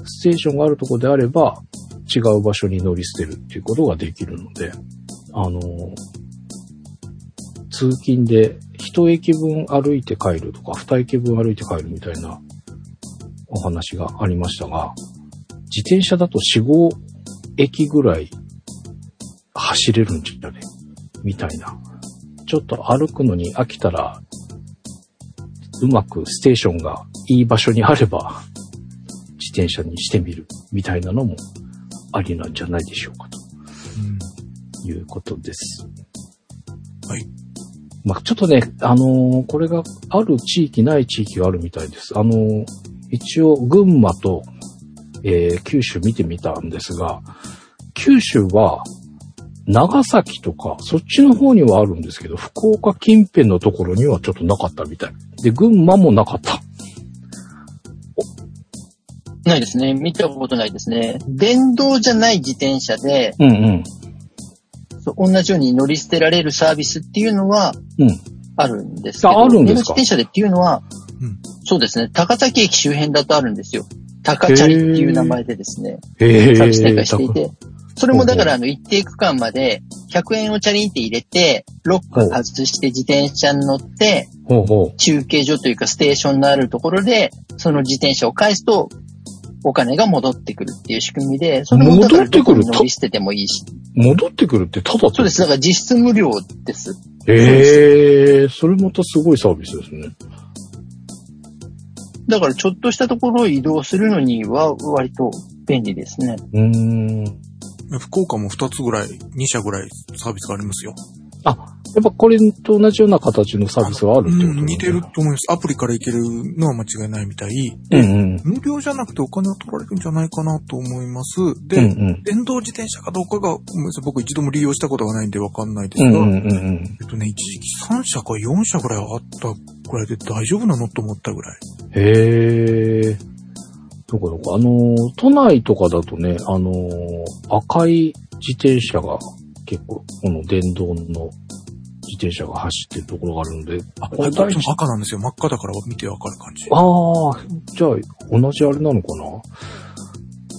[SPEAKER 2] ステーションがあるとこであれば、違う場所に乗り捨てるっていうことができるので、あの、通勤で一駅分歩いて帰るとか、二駅分歩いて帰るみたいなお話がありましたが、自転車だと4、5駅ぐらい走れるんじゃねみたいな。ちょっと歩くのに飽きたら、うまくステーションがいい場所にあれば、自転車にしてみるみたいなのもありなんじゃないでしょうかと
[SPEAKER 3] うん
[SPEAKER 2] いうことです。
[SPEAKER 3] はい。
[SPEAKER 2] まあ、ちょっとね、あのーこれがある地域ない地域があるみたいです。あのー一応群馬と、えー九州見てみたんですが、九州は長崎とかそっちの方にはあるんですけど、福岡近辺のところにはちょっとなかったみたい。で、群馬もなかった。
[SPEAKER 1] ないですね。見たことないですね。電動じゃない自転車で、
[SPEAKER 2] うんうん。
[SPEAKER 1] そう同じように乗り捨てられるサービスっていうのは、
[SPEAKER 2] うん
[SPEAKER 1] あるんですけど。
[SPEAKER 2] ああるんです
[SPEAKER 1] 電動自
[SPEAKER 2] か
[SPEAKER 1] 転車でっていうのは、
[SPEAKER 3] うん
[SPEAKER 1] そうですね。高崎駅周辺だとあるんですよ。高チャリっていう名前でですね、
[SPEAKER 2] へ
[SPEAKER 1] サービス展開していて。それもだか
[SPEAKER 2] ほうほう
[SPEAKER 1] ら、あの、一定区間まで、100円をチャリンって入れて、ロック外して自転車に乗って、
[SPEAKER 2] ほうほ
[SPEAKER 1] 中継所というかステーションのあるところで、その自転車を返すと、お金が戻ってくるっていう仕組みで、それもだから
[SPEAKER 2] 戻って
[SPEAKER 1] ど
[SPEAKER 2] く
[SPEAKER 1] こ
[SPEAKER 2] る
[SPEAKER 1] に乗り捨ててもいいし。
[SPEAKER 2] う。戻ってくるってただ
[SPEAKER 1] そうです。だから実質無料です。
[SPEAKER 2] ええー、それまたすごいサービスですね。
[SPEAKER 1] だからちょっとしたところを移動するのには割と便利ですね。
[SPEAKER 2] うーん。や
[SPEAKER 3] 福岡も2つぐらい、2社ぐらいサービスがありますよ。
[SPEAKER 2] っぱこれと同じような形のサービスはあるってこと
[SPEAKER 3] うん似てる
[SPEAKER 2] ね
[SPEAKER 3] と思います。アプリからいけるのは間違いないみたい。
[SPEAKER 2] うんうん。
[SPEAKER 3] 無料じゃなくてお金を取られるんじゃないかなと思います。
[SPEAKER 2] う
[SPEAKER 3] で、
[SPEAKER 2] んうん。
[SPEAKER 3] 電動自転車かどうかが、ごめんなさい僕一度も利用したことがないんでわかんないで
[SPEAKER 2] う
[SPEAKER 3] す
[SPEAKER 2] ん
[SPEAKER 3] が、
[SPEAKER 2] うんうんうん。
[SPEAKER 3] えっとね、一時期3社か4社ぐらいあったぐらいで大丈夫なのと思ったぐらい。
[SPEAKER 2] へえ。どこどこあのー、都内とかだとね、あのー、赤い自転車が結構、この電動の自転車が走ってるところがあるので、あ、
[SPEAKER 3] こっちも赤なんですよ。真っ赤だから見てわかる感じ。
[SPEAKER 2] ああ、じゃあ、同じあれなのかな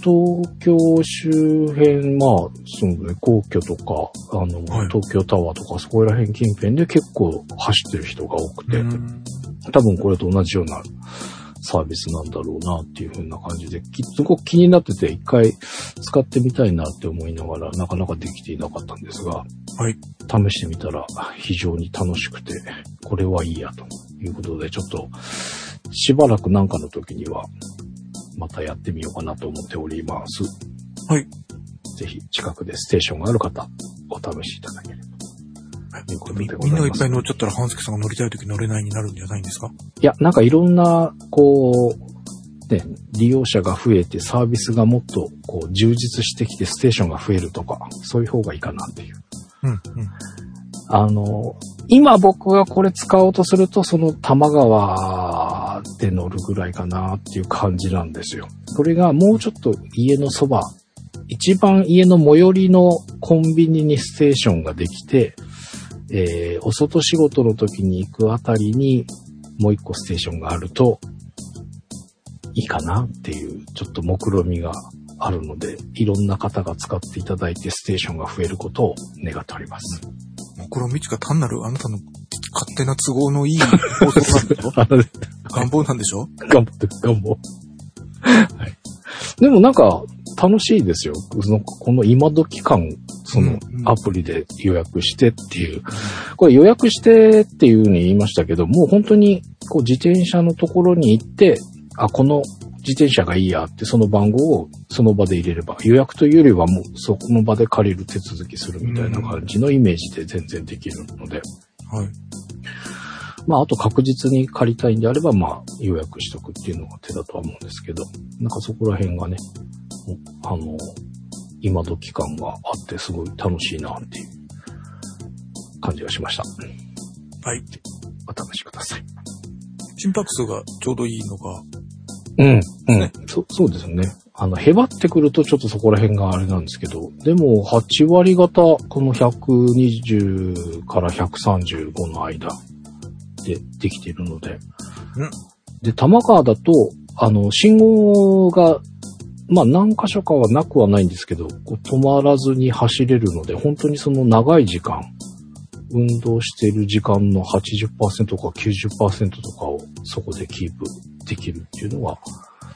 [SPEAKER 2] 東京周辺、まあ、そのね、皇居とか、あの、
[SPEAKER 3] はい
[SPEAKER 2] 東京タワーとか、そこら辺近辺で結構走ってる人が多くて、
[SPEAKER 3] うん
[SPEAKER 2] 多分これと同じようなサービスなんだろうなっていう風な感じで、きすごく気になってて、一回使ってみたいなって思いながら、なかなかできていなかったんですが、
[SPEAKER 3] はい
[SPEAKER 2] 試してみたら非常に楽しくて、これはいいやということで、ちょっとしばらくなんかの時には、またやってみようかなと思っております。
[SPEAKER 3] はい。
[SPEAKER 2] ぜひ近くでステーションがある方、お試しいただければ。ということで
[SPEAKER 3] み
[SPEAKER 2] ござ
[SPEAKER 3] みんながい
[SPEAKER 2] い
[SPEAKER 3] っ
[SPEAKER 2] ます
[SPEAKER 3] ぱい乗っちゃったら、半助さんが乗りたい時乗れないになるんじゃないんですか
[SPEAKER 2] いや、なんかいろんな、こう、ね、利用者が増えてサービスがもっとこう充実してきてステーションが増えるとか、そういう方がいいかなっていう。
[SPEAKER 3] うん、うん。
[SPEAKER 2] あの、今僕がこれ使おうとすると、その多摩川で乗るぐらいかなっていう感じなんですよ。これがもうちょっと家のそば、一番家の最寄りのコンビニにステーションができて、えーお外仕事の時に行くあたりにもう一個ステーションがあるといいかなっていう、ちょっと目論みがあるので、いろんな方が使っていただいてステーションが増えることを願っております。
[SPEAKER 3] 目論見ちが単なるあなたの勝手な都合の いい放送なんでしょ願望なんでしょ
[SPEAKER 2] 頑張って、願望。はい。でもなんか、楽しいですよ。そのこの今時間、その
[SPEAKER 3] うんうん
[SPEAKER 2] アプリで予約してっていう。これ予約してっていうふうに言いましたけど、もう本当にこう自転車のところに行って、あ、この自転車がいいやって、その番号をその場で入れれば、予約というよりはもうそこの場で借りる手続きするみたいな感じのイメージで全然できるので、
[SPEAKER 3] はい。
[SPEAKER 2] まあ、あと確実に借りたいんであれば、まあ、予約しとくっていうのが手だとは思うんですけど、なんかそこら辺がね、おあの、今時感があってすごい楽しいなっていう感じがしました。
[SPEAKER 3] はい。
[SPEAKER 2] お試しください。
[SPEAKER 3] 心拍数がちょうどいいのが、
[SPEAKER 2] うん、
[SPEAKER 3] うん
[SPEAKER 2] そ。そうですね。あの、へばってくるとちょっとそこら辺があれなんですけど、でも8割方、この120から135の間でできているので。
[SPEAKER 3] うん
[SPEAKER 2] で、玉川だと、あの、信号が、まあ何箇所かはなくはないんですけど、こう止まらずに走れるので、本当にその長い時間、運動している時間の80%か90%とかをそこでキープできるっていうのは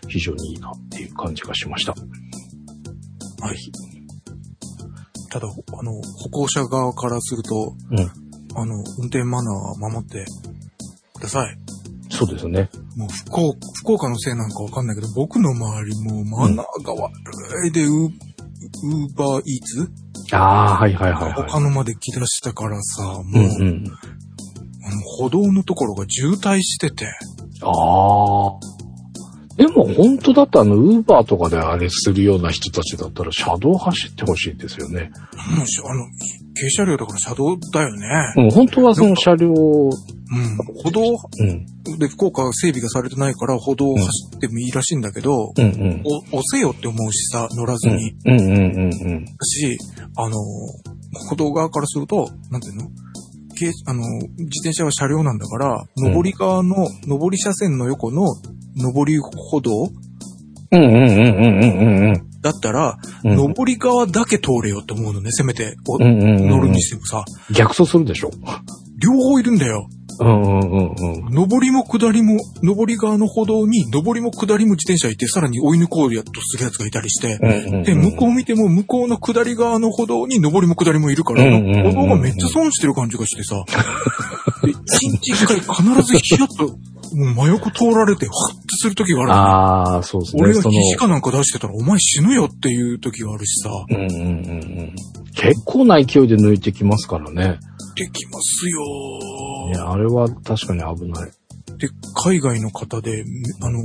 [SPEAKER 2] 非常にいいなっていう感じがしました。
[SPEAKER 3] はい。ただ、あの、歩行者側からすると、
[SPEAKER 2] うん
[SPEAKER 3] あの、運転マナーは守ってください。
[SPEAKER 2] そうですね。
[SPEAKER 3] もう福岡、福岡のせいなんかわかんないけど、僕の周りもマナーが悪いで、ウーウーバーイーツ
[SPEAKER 2] ああ、はいはいはいは
[SPEAKER 3] 他のまで来だしたからさ、もう、
[SPEAKER 2] い。うんうん。
[SPEAKER 3] あの歩道のところが渋滞してて、
[SPEAKER 2] ああ。でも本当だったらあの、ウーバーとかであれするような人たちだったら車道走ってほしいですよね。
[SPEAKER 3] もうしあの、軽車両だから車道だよね。
[SPEAKER 2] うん、本当はその車両、う
[SPEAKER 3] うん。歩道
[SPEAKER 2] ん、
[SPEAKER 3] で福岡は整備がされてないから歩道を走ってもいいらしいんだけど、
[SPEAKER 2] うん、うん。
[SPEAKER 3] お、押せよって思うしさ、乗らず
[SPEAKER 2] う
[SPEAKER 3] に。
[SPEAKER 2] ん、うん、うん、うん。
[SPEAKER 3] し、あの、歩道側からすると、なんていうのけあの、自転車は車両なんだから、
[SPEAKER 2] うん
[SPEAKER 3] 上り側の、上り車線の横の上り歩道
[SPEAKER 2] うん、うん、うん、うん、うん、うん。
[SPEAKER 3] だったら、
[SPEAKER 2] うん
[SPEAKER 3] 上り側だけ通れよって思うのね、せめて。お
[SPEAKER 2] うんうんうん
[SPEAKER 3] 乗
[SPEAKER 2] う
[SPEAKER 3] る
[SPEAKER 2] ん
[SPEAKER 3] に、してもさ、
[SPEAKER 2] 逆走するでしょ。
[SPEAKER 3] 両方いるんだよ。
[SPEAKER 2] うんうんうんうん。
[SPEAKER 3] 上りも下りも、上り側の歩道に、上りも下りも自転車いて、さらに追い抜こうやとするやつがいたりして、で、向こう見ても、向こうの下り側の歩道に上りも下りもいるから、
[SPEAKER 2] うんうんうんうん
[SPEAKER 3] 歩道がめっちゃ損してる感じがしてさ、で一日一回必ずヒヤッと、もう真横通られて、ハッとする時があるの。
[SPEAKER 2] ああ、そうですね。
[SPEAKER 3] 俺が
[SPEAKER 2] その
[SPEAKER 3] 皮かなんか出してたら、お前死ぬよっていう時があるしさ、
[SPEAKER 2] うんうんうんうん。結構な勢いで抜いてきますからね。
[SPEAKER 3] できますよ
[SPEAKER 2] いや、あれは確かに危ない。
[SPEAKER 3] で、海外の方で、あの、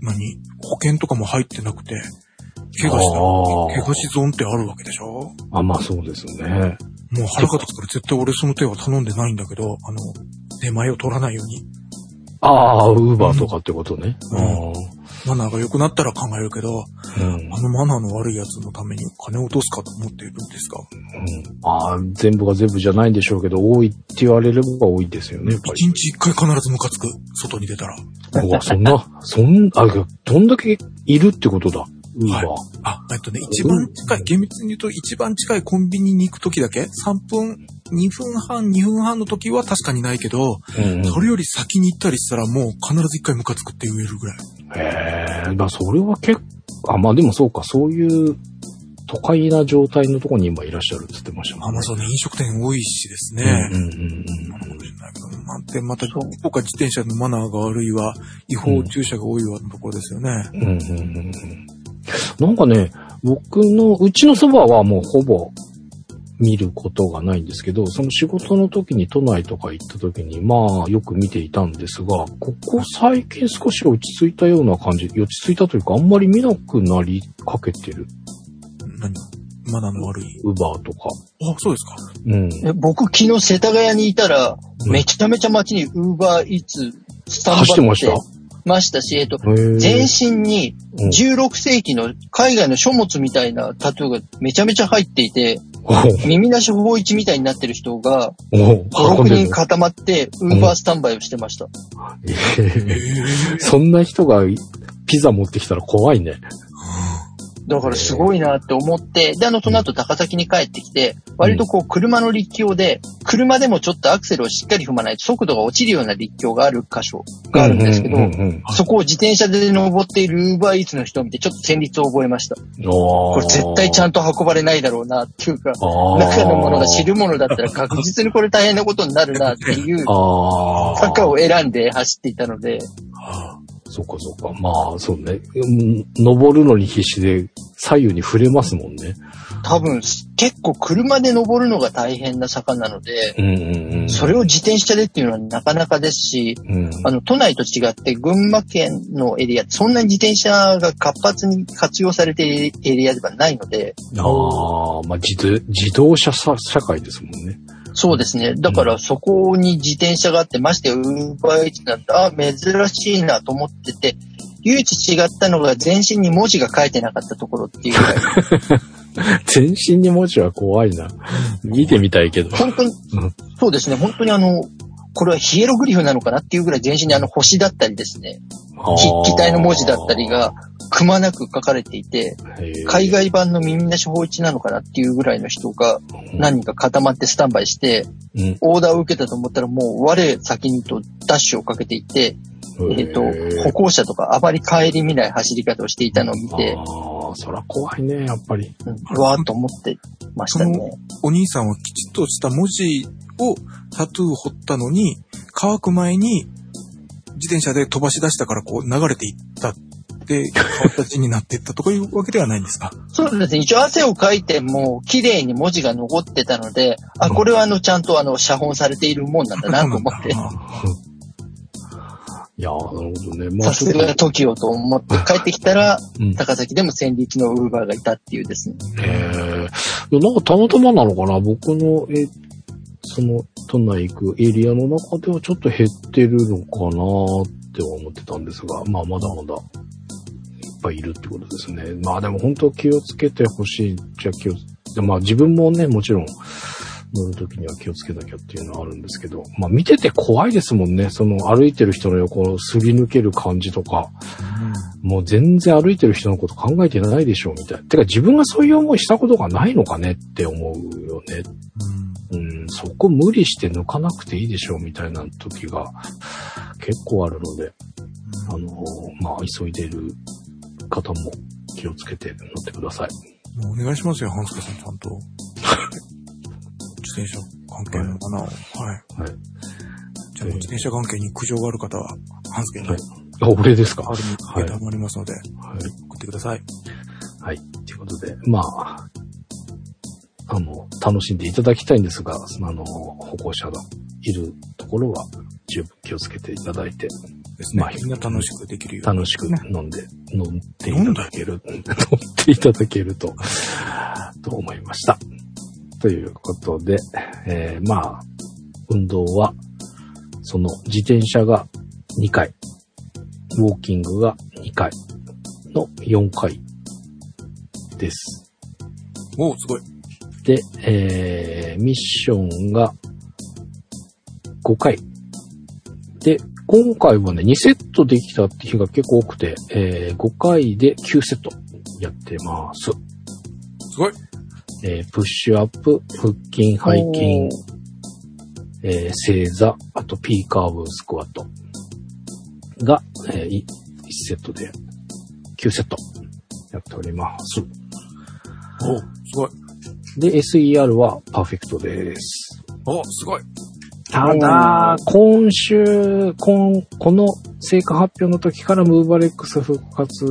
[SPEAKER 3] 何保険とかも入ってなくて、怪我した、
[SPEAKER 2] あー
[SPEAKER 3] 怪我し損ってあるわけでしょ
[SPEAKER 2] あ、まあそうですね。
[SPEAKER 3] もう腹が立つから絶対俺その手は頼んでないんだけど、あの、出前を取らないように、
[SPEAKER 2] ああ、ウーバーとかってことね。
[SPEAKER 3] うんマナーが良くなったら考えるけど、
[SPEAKER 2] うん。うん
[SPEAKER 3] あのマナーの悪い奴のために金を落とすかと思っているんですが、
[SPEAKER 2] ああ、全部が全部じゃないんでしょうけど、多いって言われる方が多いですよね、やっぱ
[SPEAKER 3] 一日一回必ずムカつく、外に出たら。
[SPEAKER 2] り。うわ、そんな、そん、あ、どんだけいるってことだ。ウーバー。
[SPEAKER 3] あ、えっとね、一番近い、厳密に言うと一番近いコンビニに行く時だけ、3分、2分半、2分半の時は確かにないけど、
[SPEAKER 2] うんうん
[SPEAKER 3] それより先に行ったりしたらもう必ず一回ムカつくって言えるぐらい。
[SPEAKER 2] へえ、まあそれは結構、あ、まあでもそうか、そういう都会な状態のところに今いらっしゃるって言ってましたも
[SPEAKER 3] あ、
[SPEAKER 2] ん
[SPEAKER 3] まあそうね、飲食店多いしですね。
[SPEAKER 2] うんうんうん
[SPEAKER 3] な
[SPEAKER 2] う
[SPEAKER 3] のか
[SPEAKER 2] ん
[SPEAKER 3] もしれないけど、なんて、また、
[SPEAKER 1] そう
[SPEAKER 3] 僕は自転車のマナーが悪いわ、違法駐車が多いわのところですよね。
[SPEAKER 2] うんうんうんうんなんかね、僕の、うちのそばはもうほぼ見ることがないんですけど、その仕事の時に都内とか行った時に、まあよく見ていたんですが、ここ最近少し落ち着いたような感じ、落ち着いたというかあんまり見なくなりかけてる。
[SPEAKER 3] 何マナーの悪い。
[SPEAKER 2] ウバーとか。
[SPEAKER 3] あ、そうですか。
[SPEAKER 2] うん。
[SPEAKER 1] え僕、昨日世田谷にいたら、
[SPEAKER 2] うん
[SPEAKER 1] めちゃめちゃ街にウーバーイーツ、スタンバ
[SPEAKER 2] 走ってま
[SPEAKER 1] っ
[SPEAKER 2] した
[SPEAKER 1] てましたし、えっと、
[SPEAKER 2] へー
[SPEAKER 1] 全身に
[SPEAKER 2] うん
[SPEAKER 1] 16世紀の海外の書物みたいなタトゥーがめちゃめちゃ入っていて、耳なし法一みたいになってる人が、
[SPEAKER 2] おお、
[SPEAKER 1] 5、6
[SPEAKER 2] 運んで
[SPEAKER 1] 人
[SPEAKER 2] る。
[SPEAKER 1] 固まって、ウーバースタンバイをしてました。
[SPEAKER 3] ええ
[SPEAKER 2] そんな人がピザ持ってきたら怖いね。
[SPEAKER 1] だからすごいなって思って、で、あの、その後高崎に帰ってきて、割とこう、車の立教で、車でもちょっとアクセルをしっかり踏まないと速度が落ちるような立教がある箇所があるんですけど
[SPEAKER 2] う、んうん
[SPEAKER 1] そこを自転車で登っているウーバーイーツの人を見て、ちょっと戦慄を覚えました。こ
[SPEAKER 2] こ
[SPEAKER 1] れ絶対ちゃ
[SPEAKER 2] ん
[SPEAKER 1] んと運ばれないだろうなっていうか、
[SPEAKER 2] と
[SPEAKER 1] 中のものが汁物だったら確実にこれ大変なことになるなっていう
[SPEAKER 2] あー
[SPEAKER 1] 坂を選んで走っていたので、
[SPEAKER 3] あ
[SPEAKER 2] そっかそっか。まあ、そうね。うん登るのに必死で左右に触れますもんね。
[SPEAKER 1] 多分結構車で登るのが大変な坂なので、
[SPEAKER 2] うんうんうん。
[SPEAKER 1] それを自転車でっていうのはなかなかですし、
[SPEAKER 2] うん、
[SPEAKER 1] あの、都内と違って群馬県のエリア、そんなに自転車が活発に活用されているエリアではないので、
[SPEAKER 2] ああ、まあ自動、自動車さ社会ですもんね。
[SPEAKER 1] そうですね。だからそこに自転車があって、ましてウーバーイーツなんて、あ、珍しいなと思ってて、唯一違ったのが全身に文字が書いてなかったところっていうぐらい、
[SPEAKER 2] 全身に文字は怖いな。見てみたいけど。
[SPEAKER 1] 本当に
[SPEAKER 2] うん、
[SPEAKER 1] そうですね、本当にあの、これはヒエログリフなのかなっていうぐらい全身にあの星だったりですね、筆記体の文字だったりが、くまなく書かれていて、
[SPEAKER 2] あー、へー
[SPEAKER 1] 海外版のみんな処方一なのかなっていうぐらいの人が何人か固まってスタンバイして、
[SPEAKER 2] うん
[SPEAKER 1] オーダーを受けたと思ったらもう我先にとダッシュをかけていって、えっと
[SPEAKER 2] へー、
[SPEAKER 1] 歩行者とかあまり帰り見ない走り方をしていたのを見て、
[SPEAKER 2] ああ、そら怖いね、やっぱり。
[SPEAKER 1] うんうわーっと思ってましたね。
[SPEAKER 3] お兄さんはきちっとした文字をタトゥー彫ったのに、乾く前に自転車で飛ばし出したからこう流れていったって、変わった字になっていったとかいうわけではないんですか
[SPEAKER 1] そうですね。一応汗をかいても、綺麗に文字が残ってたので、あ、これはあの、ちゃんとあの、写本されているもんなんだ なと思って、
[SPEAKER 3] あ
[SPEAKER 2] いやー、なるほどね。ま
[SPEAKER 1] さ
[SPEAKER 2] あ、ち
[SPEAKER 1] す
[SPEAKER 2] ょっ
[SPEAKER 1] が
[SPEAKER 2] と、
[SPEAKER 1] t o と思って帰ってきたら、
[SPEAKER 2] うん、
[SPEAKER 1] 高崎でも戦慄のウーバーがいたっていうですね。
[SPEAKER 2] ええなんかたまたまなのかな僕の、え、その、都内行くエリアの中ではちょっと減ってるのかなっては思ってたんですが、まあまだまだいっぱいいるってことですね。まあでも本当気をつけてほしいっちゃ気をつでまあ自分もね、もちろん乗るときには気をつけなきゃっていうのはあるんですけど、まあ見てて怖いですもんね。その歩いてる人の横をすり抜ける感じとか。もう全然歩いてる人のこと考えてないでしょうみたいな。てか自分がそういう思いしたことがないのかねって思うよね。うん、そこ無理して抜かなくていいでしょうみたいな時が結構あるので、あの、まあ、急いでる方も気をつけて乗ってください。
[SPEAKER 3] もうお願いしますよ、半助さん、ちゃんと。自転車関係のかな、はい、
[SPEAKER 2] はい
[SPEAKER 3] じゃあ、自転車関係に苦情がある方は、半助に、
[SPEAKER 2] はいあ、俺ですかは
[SPEAKER 3] 代わりに書いてもりますので、
[SPEAKER 2] い。
[SPEAKER 3] 送ってください。
[SPEAKER 2] はい。ということで、まあ、あの、楽しんでいただきたいんですが、あの、歩行者がいるところは十分気をつけていただいて、
[SPEAKER 3] ですね
[SPEAKER 2] まあ。
[SPEAKER 3] みんな楽しくできるように。
[SPEAKER 2] 楽しく飲んで、飲んでいただける、飲んでいただけると、と思いました。ということで、えーまあ、運動は、その自転車が2回、ウォーキングが2回の4回です。
[SPEAKER 3] おお、すごい。
[SPEAKER 2] で、えーミッションが5回。で、今回はね、2セットできたって日が結構多くて、え5回で9セットやってます。
[SPEAKER 3] すごい。
[SPEAKER 2] えープッシュアップ、腹筋、背筋、えー正座、あと P カーブスクワットが、え1セットで9セットやっております。
[SPEAKER 3] おお、すごい。
[SPEAKER 2] で、SER はパーフェクトです。
[SPEAKER 3] おお、すごい。
[SPEAKER 2] ただ、今週、こんこの成果発表の時からムーバレックス復活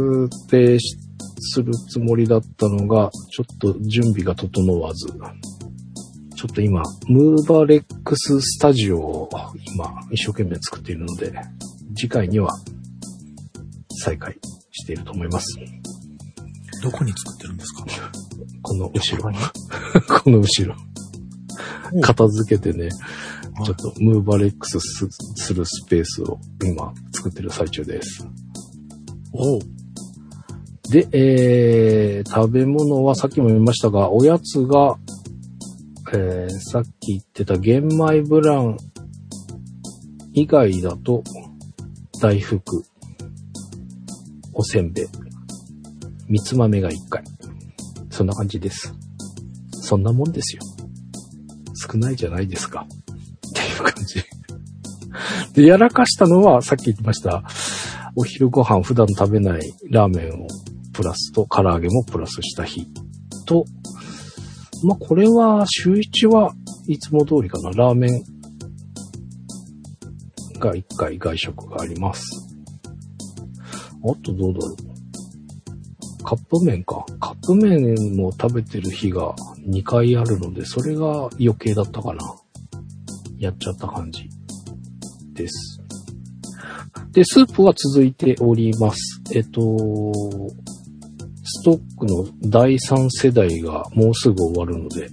[SPEAKER 2] ってしするつもりだったのが、ちょっと準備が整わず、ちょっと今、ムーバレックススタジオを今、一生懸命作っているので、次回には再開していると思います。
[SPEAKER 3] どこに作ってるんですか
[SPEAKER 2] この後ろ、 この後ろ。片付けてね、ちょっとムーバレックスすするスペースを今作ってる最中です。
[SPEAKER 3] おお、
[SPEAKER 2] で、えー、食べ物はさっきも言いましたが、おやつが、えー、さっき言ってた玄米ブラン以外だと、大福、おせんべい、みつ豆が1回。そんな感じです。そんなもんですよ。少ないじゃないですか。っていう感じ。で、やらかしたのは、さっき言いました、お昼ご飯普段食べないラーメンをプラスと、唐揚げもプラスした日と、まあ、これは、週1はいつも通りかな、ラーメンが1回外食があります。あとどうだろう。カップ麺か。カップ麺も食べてる日が2回あるので、それが余計だったかな。やっちゃった感じです。で、スープは続いております。えっと、ストックの第3世代がもうすぐ終わるので、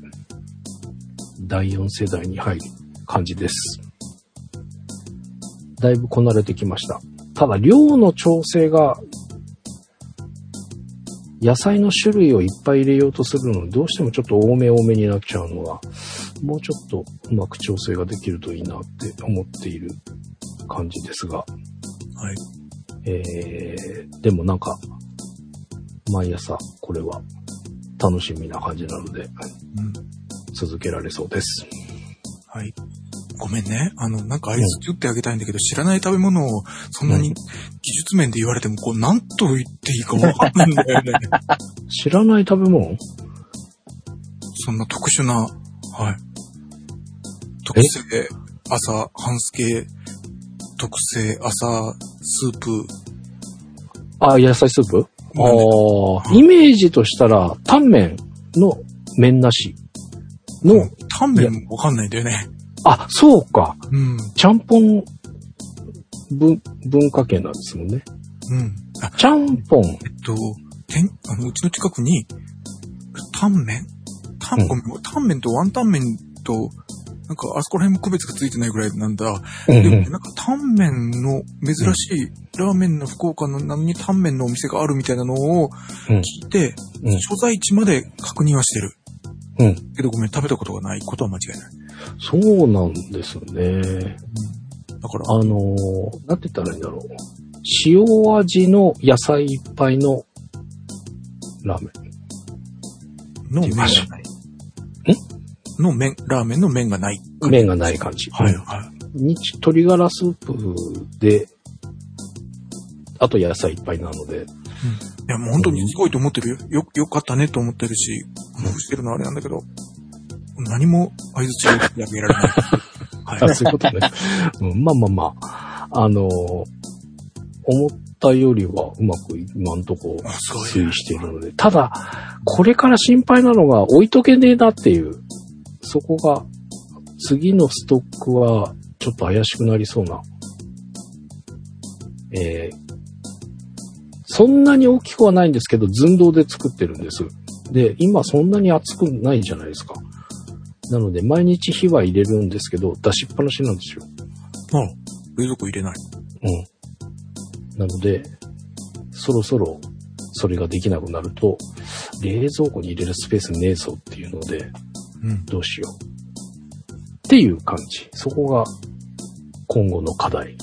[SPEAKER 2] 第4世代に入る感じです。だいぶこなれてきました。ただ、量の調整が、野菜の種類をいっぱい入れようとするので、どうしてもちょっと多め多めになっちゃうのは、もうちょっとうまく調整ができるといいなって思っている感じですが。
[SPEAKER 3] はい。
[SPEAKER 2] えー、でもなんか、毎朝これは楽しみな感じなので、
[SPEAKER 3] うん。
[SPEAKER 2] 続けられそうです。
[SPEAKER 3] はい。ごめんね。あの、なんか合図打ってあげたいんだけど、知らない食べ物をそんなに技術面で言われても、こう、なんと言っていいかわかんないんだよね。
[SPEAKER 2] 知らない食べ物
[SPEAKER 3] そんな特殊な、はい。特製朝、半助、特製朝、スープ。
[SPEAKER 2] あ、野菜スープあ
[SPEAKER 3] なんで
[SPEAKER 2] ーイメージとしたら、タンメンの麺なしの、
[SPEAKER 3] タンメンもわかんないんだよね。
[SPEAKER 2] あ、そうか、
[SPEAKER 3] うん。
[SPEAKER 2] ちゃんぽん文文化圏なんですもんね。
[SPEAKER 3] うん。あ、
[SPEAKER 2] ちゃんぽん、
[SPEAKER 3] えっと、てん、あの、うちの近くに、タンメンタン、ごめんタンメンとワンタンメンと、なんか、あそこら辺も区別がついてないぐらいなんだ。
[SPEAKER 2] う
[SPEAKER 3] でも、
[SPEAKER 2] ん
[SPEAKER 3] なんか、タンメンの珍しい、ラーメンの福岡のなのにタンメンのお店があるみたいなのを
[SPEAKER 2] うん
[SPEAKER 3] 聞いて、
[SPEAKER 2] うん
[SPEAKER 3] 所在地まで確認はしてる。
[SPEAKER 2] うん
[SPEAKER 3] けど、ごめん、食べたことがないことは間違いない。
[SPEAKER 2] そうなんですね。
[SPEAKER 3] だから、
[SPEAKER 2] あのーなんて言ったらいいんだろう。塩味の野菜いっぱいのラーメン。
[SPEAKER 3] の麺がない。の麺、ラーメンの麺がない。
[SPEAKER 2] 麺がない感じ。
[SPEAKER 3] はい、はい。
[SPEAKER 2] に鶏ガラスープで、あと野菜いっぱいなの で、
[SPEAKER 3] いや、もう本当にすごいと思ってるよ。よ、よかったねと思ってるし、工夫してるのはあれなんだけど、何も合図中にやげられない。 は
[SPEAKER 2] あ
[SPEAKER 3] い。
[SPEAKER 2] そういうことね。うん、まあまあまあ、あのー思ったよりはうまく今んとこ
[SPEAKER 3] あすごい
[SPEAKER 2] 推移しているので、ただ、これから心配なのが置いとけねえなっていう、そこが、次のストックはちょっと怪しくなりそうな。えーそんなに大きくはないんですけど、寸胴で作ってるんです。で、今そんなに熱くないじゃないですか。なので、毎日火は入れるんですけど、出しっぱなしなんですよ。
[SPEAKER 3] もう、冷蔵庫入れない。
[SPEAKER 2] うん。なので、そろそろ、それができなくなると、冷蔵庫に入れるスペースねえぞっていうので、
[SPEAKER 3] うん。
[SPEAKER 2] どうしよう。っていう感じ。そこが、今後の課題。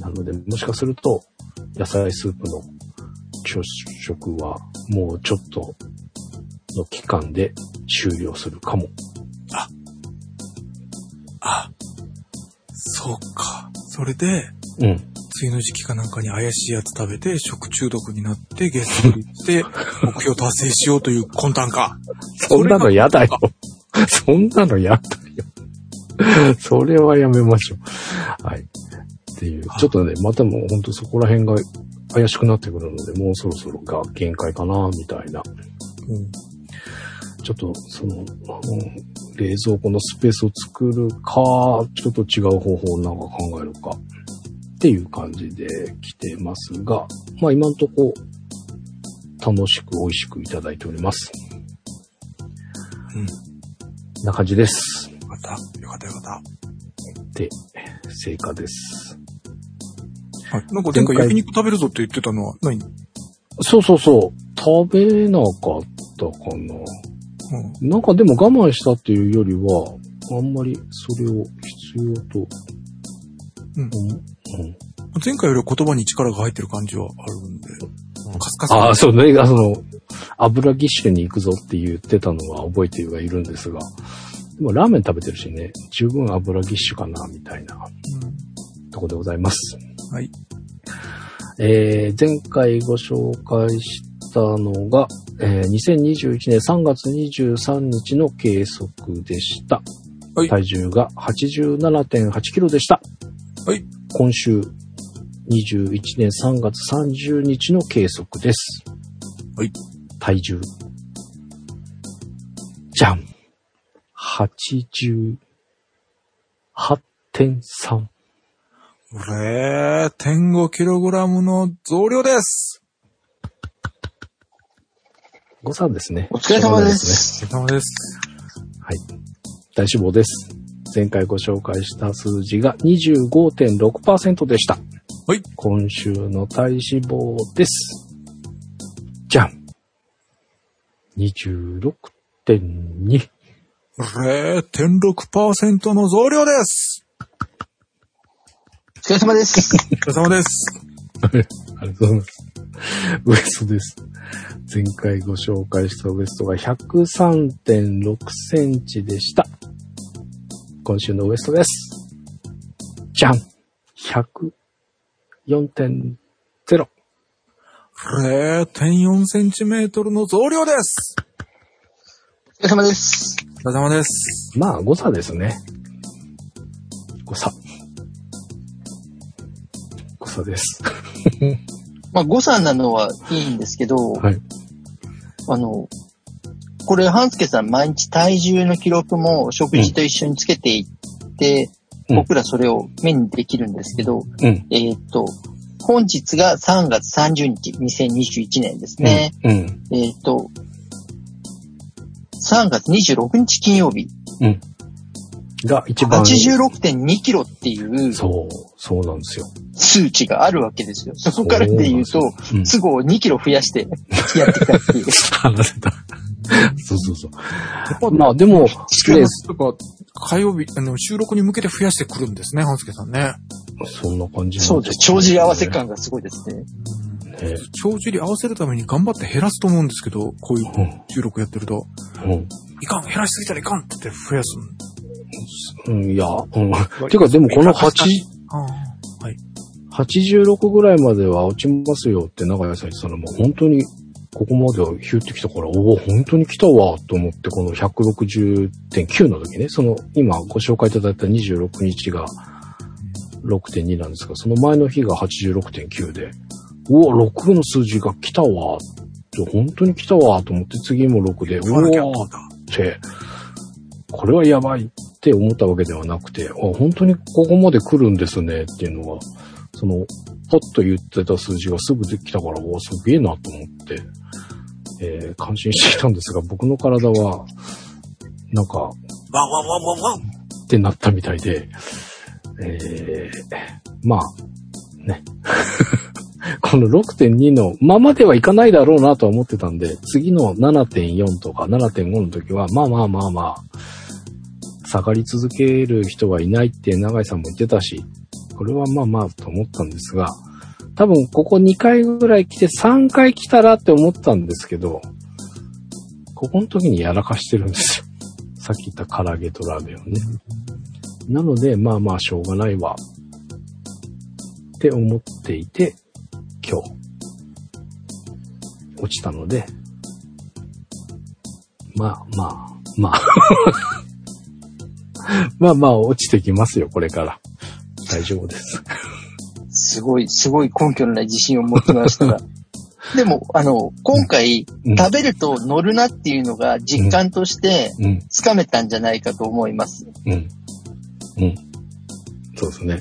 [SPEAKER 2] なので、もしかすると、野菜スープの朝食は、もうちょっとの期間で終了するかも。
[SPEAKER 3] あ、そうか。それで、
[SPEAKER 2] うん。
[SPEAKER 3] 梅雨の時期かなんかに怪しいやつ食べて、食中毒になって、ゲストに行 って、目標達成しようという魂胆か。
[SPEAKER 2] そんなの嫌だよ。 そんなの嫌だよ。それはやめましょう。はい。っていう。ちょっとね、またもうほんとそこら辺が怪しくなってくるので、もうそろそろが限界かな、みたいな。
[SPEAKER 3] うん
[SPEAKER 2] ちょっと、その、うん冷蔵庫のスペースを作るか、ちょっと違う方法をなんか考えるか、っていう感じで来てますが、まあ今んとこ、楽しく美味しくいただいております。
[SPEAKER 3] うん。
[SPEAKER 2] こんな感じです。
[SPEAKER 3] よかった。よかったよかった。
[SPEAKER 2] 成果です。
[SPEAKER 3] はい。なんか前回焼肉食べるぞって言ってたのは何、
[SPEAKER 2] そうそうそう。食べなかったかな。
[SPEAKER 3] うん、
[SPEAKER 2] なんかでも我慢したっていうよりは、あんまりそれを必要と。
[SPEAKER 3] うん
[SPEAKER 2] うん
[SPEAKER 3] 前回よりは言葉に力が入ってる感じはあるんで、カスカス
[SPEAKER 2] ああ、そうね。あその、油ぎっしゅに行くぞって言ってたのは覚えてはいるんですが、でもラーメン食べてるしね、十分油ぎっしゅかな、みたいな
[SPEAKER 3] うん
[SPEAKER 2] とこでございます。
[SPEAKER 3] はい。
[SPEAKER 2] えー前回ご紹介したのが、えー2021年3月23日の計測でした。
[SPEAKER 3] はい
[SPEAKER 2] 体重が87.8キロでした。
[SPEAKER 3] はい
[SPEAKER 2] 今週21年3月30日の計測です。
[SPEAKER 3] はい。
[SPEAKER 2] 体重。じゃん。88.3。
[SPEAKER 3] 0 5キログラムの増量です
[SPEAKER 2] 誤差ですね。
[SPEAKER 1] お疲れ様です。
[SPEAKER 3] お疲れ様です。
[SPEAKER 2] はい。体脂肪です。前回ご紹介した数字が25.6%でした。
[SPEAKER 3] はい。
[SPEAKER 2] 今週の体脂肪です。じゃん。26.2。
[SPEAKER 3] 0.6%の増量です。
[SPEAKER 1] お疲れ様です。
[SPEAKER 3] お疲れ様です。
[SPEAKER 2] ありがとうございます。ウエストです。前回ご紹介したウエストが103.6センチでした。今週のウエストです。じゃん !104.0。
[SPEAKER 3] 0.4センチメートルの増量です。
[SPEAKER 1] お疲れ様です。
[SPEAKER 3] お疲れ様です。
[SPEAKER 2] まあ、誤差ですね。誤差。誤差です。
[SPEAKER 1] まあ誤差なのはいいんですけど、
[SPEAKER 2] はい。
[SPEAKER 1] あの、これ、半助さん毎日体重の記録も食事と一緒につけていって、
[SPEAKER 2] うん
[SPEAKER 1] 僕らそれを目にできるんですけど、
[SPEAKER 2] うん。
[SPEAKER 1] えーっと、本日が3月30日、2021年ですね。
[SPEAKER 2] うん。
[SPEAKER 1] えーっと、3月26日金曜日、
[SPEAKER 2] が一番。
[SPEAKER 1] 86.2キロっていう
[SPEAKER 2] そう、そうなんですよ。
[SPEAKER 1] 数値があるわけですよ。そこからで言うと、
[SPEAKER 2] うん。
[SPEAKER 1] 都合2キロ増やしてやってきた っていう。
[SPEAKER 2] 話せた。そうそうそう。まあでも、ね、
[SPEAKER 3] とか、火曜日、あの、収録に向けて増やしてくるんですね、半助さんね。
[SPEAKER 2] そんな感じなん
[SPEAKER 1] そうです。長寿合わせ感がすごいですね。
[SPEAKER 2] ね。
[SPEAKER 3] 長寿に合わせるために頑張って減らすと思うんですけど、こういう
[SPEAKER 2] うん
[SPEAKER 3] 収録やってると、
[SPEAKER 2] うん
[SPEAKER 3] いかん、減らしすぎたらいかんって言って増やす
[SPEAKER 2] う
[SPEAKER 3] ん。
[SPEAKER 2] ん。いや、うん。てかでもこの8、
[SPEAKER 3] あ
[SPEAKER 2] 86ぐらいまでは落ちますよって長屋さん言ってたのも、本当にここまではヒュってきたから、おお、本当に来たわ、と思って、この160.9の時ね、その、今ご紹介いただいた26日が6.2なんですが、その前の日が86.9で、おお、6の数字が来たわ、と本当に来たわ、と思って、次も6で、
[SPEAKER 3] あ、言わなきゃ
[SPEAKER 2] お
[SPEAKER 3] あ
[SPEAKER 2] お
[SPEAKER 3] かんだ。
[SPEAKER 2] って、これはやばいって思ったわけではなくて、あ、本当にここまで来るんですねっていうのは、その、パッと言ってた数字がすぐできたから、おすげえなと思って、えー感心してきたんですが、僕の体は、なんか、
[SPEAKER 3] わんわんわんわんわ
[SPEAKER 2] っ
[SPEAKER 3] ん。
[SPEAKER 2] てなったみたいで、えー、まあ、ね。 この6.2のままではいかないだろうなとは思ってたんで、次の7.4とか7.5の時は、まあまあまあまあ、下がり続ける人はいないって永井さんも言ってたし、これはまあまあと思ったんですが、多分ここ2回ぐらい来て3回来たらって思ったんですけど、ここの時にやらかしてるんですよ。さっき言った唐揚げとラーメンをね。なので、まあまあ、しょうがないわ。って思っていて、今日、落ちたので、まあまあ、まあ。 まあまあ、落ちてきますよ、これから。大丈夫です。
[SPEAKER 1] すごい、すごい根拠のない自信を持ってま したが。でも、あの、今回、
[SPEAKER 2] うん
[SPEAKER 1] 食べると乗るなっていうのが実感として、
[SPEAKER 2] うん、
[SPEAKER 1] つかめたんじゃないかと思います。
[SPEAKER 2] うん。うん。そうですね。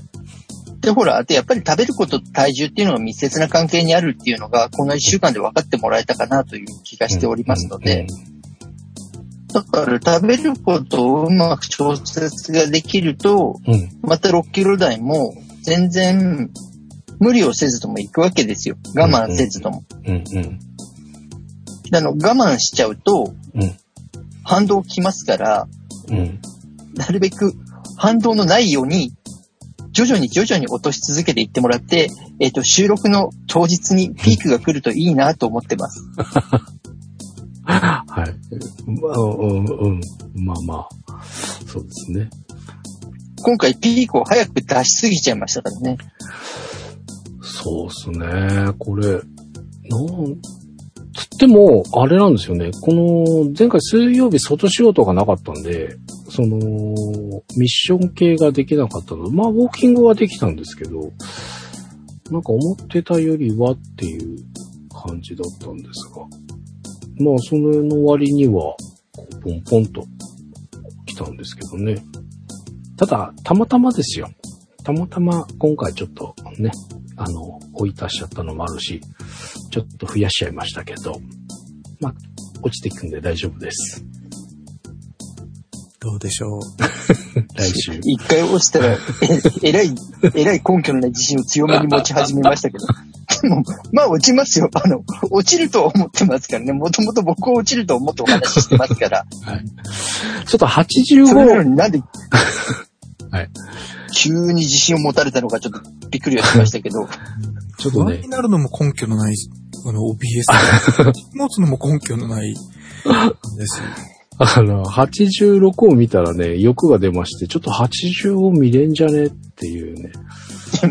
[SPEAKER 1] で、ほら、あとやっぱり食べることと体重っていうのが密接な関係にあるっていうのが、この一週間で分かってもらえたかなという気がしておりますので、だから食べることをうまく調節ができると、
[SPEAKER 2] うん。うん。
[SPEAKER 1] また6キロ台も全然無理をせずとも行くわけですよ。我慢せずとも。
[SPEAKER 2] うん。うん。
[SPEAKER 1] あの、我慢しちゃうと、
[SPEAKER 2] うん
[SPEAKER 1] 反動きますから、
[SPEAKER 2] うん。うん。
[SPEAKER 1] なるべく反動のないように、徐々に徐々に落とし続けていってもらって、えっ、と、収録の当日にピークが来るといいなと思ってます。
[SPEAKER 2] はい。まあ、うん、うん。まあまあ。そうですね。
[SPEAKER 1] 今回ピークを早く出しすぎちゃいましたからね。
[SPEAKER 2] そうっすね。これ、なん、つっても、あれなんですよね。この、前回水曜日外仕事がなかったんで、その、ミッション系ができなかったの。まあ、ウォーキングはできたんですけど、なんか思ってたよりはっていう感じだったんですが。まあ、それの割には、こうポンポンと来たんですけどね。ただ、たまたまですよ。たまたま今回ちょっとね、あの、追い足しちゃったのもあるし、ちょっと増やしちゃいましたけど、まあ、落ちていくんで大丈夫です。
[SPEAKER 3] どうでしょう。
[SPEAKER 2] 来週。
[SPEAKER 1] 一回落ちたら、ええらい、えらい根拠のない自信を強めに持ち始めましたけど。でも、まあ落ちますよ。あの、落ちるとは思ってますからね。もともと僕は落ちると思ってお話ししてますから。
[SPEAKER 2] ちょっと
[SPEAKER 1] それなの
[SPEAKER 2] 85、
[SPEAKER 1] になんで、
[SPEAKER 2] はい
[SPEAKER 1] 急に自信を持たれたのかちょっとびっくりはしましたけど。
[SPEAKER 2] ちょっ
[SPEAKER 3] 不
[SPEAKER 2] と
[SPEAKER 3] 安
[SPEAKER 2] ね
[SPEAKER 3] に、なるのも根拠のない、あの、OBS。持つのも根拠のない。ですよ。
[SPEAKER 2] あの、86を見たらね、欲が出まして、ちょっと80を見れんじゃねっていうね。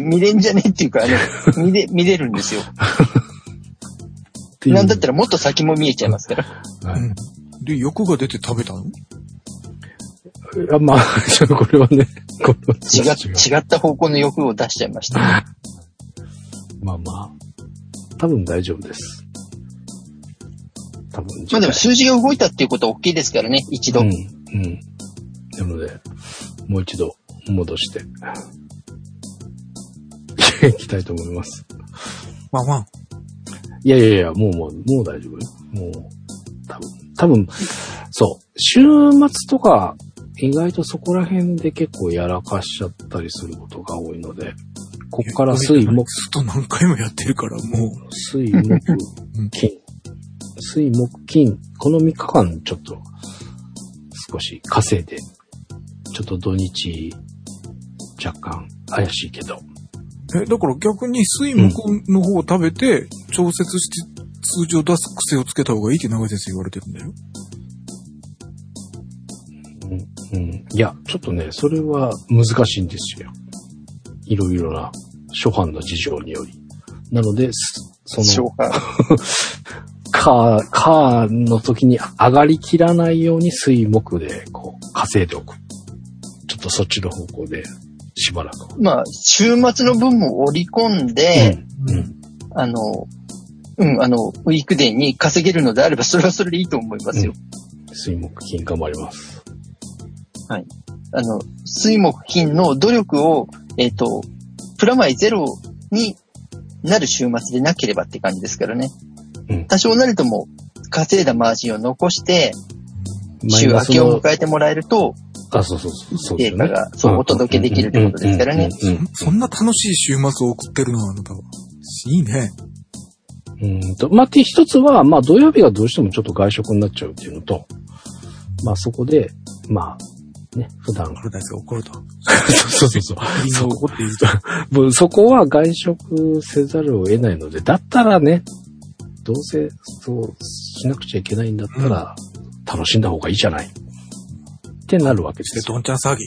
[SPEAKER 1] 見れんじゃねえっていうか、あ の、見れ、見れるんですよ。
[SPEAKER 2] っていう
[SPEAKER 1] なんだったらもっと先も見えちゃいますから。
[SPEAKER 2] は
[SPEAKER 3] うんで、欲が出て食べたの
[SPEAKER 2] い、あまあ、 ちょっとこれはね、これは
[SPEAKER 1] 違っ、違った方向の欲を出しちゃいま した。
[SPEAKER 2] まあまあ、多分大丈夫です。多分、
[SPEAKER 1] まあでも数字が動いたっていうことは大きいですからね、一度。
[SPEAKER 2] うん、うん。なので、もう一度戻して、 いきたいと思います。
[SPEAKER 3] まあまあ。
[SPEAKER 2] いやいやいや、もうもう、もう大丈夫よ。もう、多分、多分、そう、週末とか、意外とそこら辺で結構やらかしちゃったりすることが多いので、こっから水木、
[SPEAKER 3] ずっと何回もやってるから、も
[SPEAKER 2] 水木
[SPEAKER 3] うん、
[SPEAKER 2] 金。水木、金。この3日間、ちょっと、少し稼いで、ちょっと土日、若干怪しいけど。
[SPEAKER 3] う。え、だから逆に水木の方を食べて、調節して数字を出す癖をつけた方がいいって長井先生言われてるんだよ。
[SPEAKER 2] うん。うん。いや、ちょっとね、それは難しいんですよ。いろいろな、諸般の事情により。なので、すそ
[SPEAKER 1] 消
[SPEAKER 2] の、
[SPEAKER 1] 化。
[SPEAKER 2] カー、カーの時に上がりきらないように水木で、こう、稼いでおく。ちょっとそっちの方向で、しばらく。
[SPEAKER 1] まあ、週末の分も織り込んで、
[SPEAKER 2] うん。うん
[SPEAKER 1] あの、うん、あの、ウィークデーに稼げるのであれば、それはそれでいいと思いますよ。
[SPEAKER 2] 水木金頑張ります。
[SPEAKER 1] あの、水木金の努力を、えっ、と、プラマイゼロになる週末でなければって感じですからね。
[SPEAKER 2] うん
[SPEAKER 1] 多少なりとも稼いだマージンを残して、週
[SPEAKER 2] マイ
[SPEAKER 1] 明
[SPEAKER 2] ナスの
[SPEAKER 1] けを迎えてもらえると、
[SPEAKER 2] あ、そうそうそう。そうで
[SPEAKER 1] デー
[SPEAKER 2] すよ
[SPEAKER 1] タ
[SPEAKER 2] ね。
[SPEAKER 1] がそうお届けできるってことですからね。
[SPEAKER 2] うん。うん
[SPEAKER 3] そんな楽しい週末を送ってるの、あなたは。いいね。
[SPEAKER 2] うんうんと、まあ、て一つは、まあ、土曜日がどうしてもちょっと外食になっちゃうっていうのと、まあ、そこで、まあ、ね、普段。
[SPEAKER 3] これですよ、怒 ると。
[SPEAKER 2] そうそうそう。
[SPEAKER 3] みんな怒っていると。
[SPEAKER 2] もうそこは外食せざるを得ないので、だったらね、どうせそうしなくちゃいけないんだったら、楽しんだ方がいいじゃない。ってなるわけで
[SPEAKER 3] して、
[SPEAKER 2] すよ。
[SPEAKER 3] どんちゃん騒ぎ。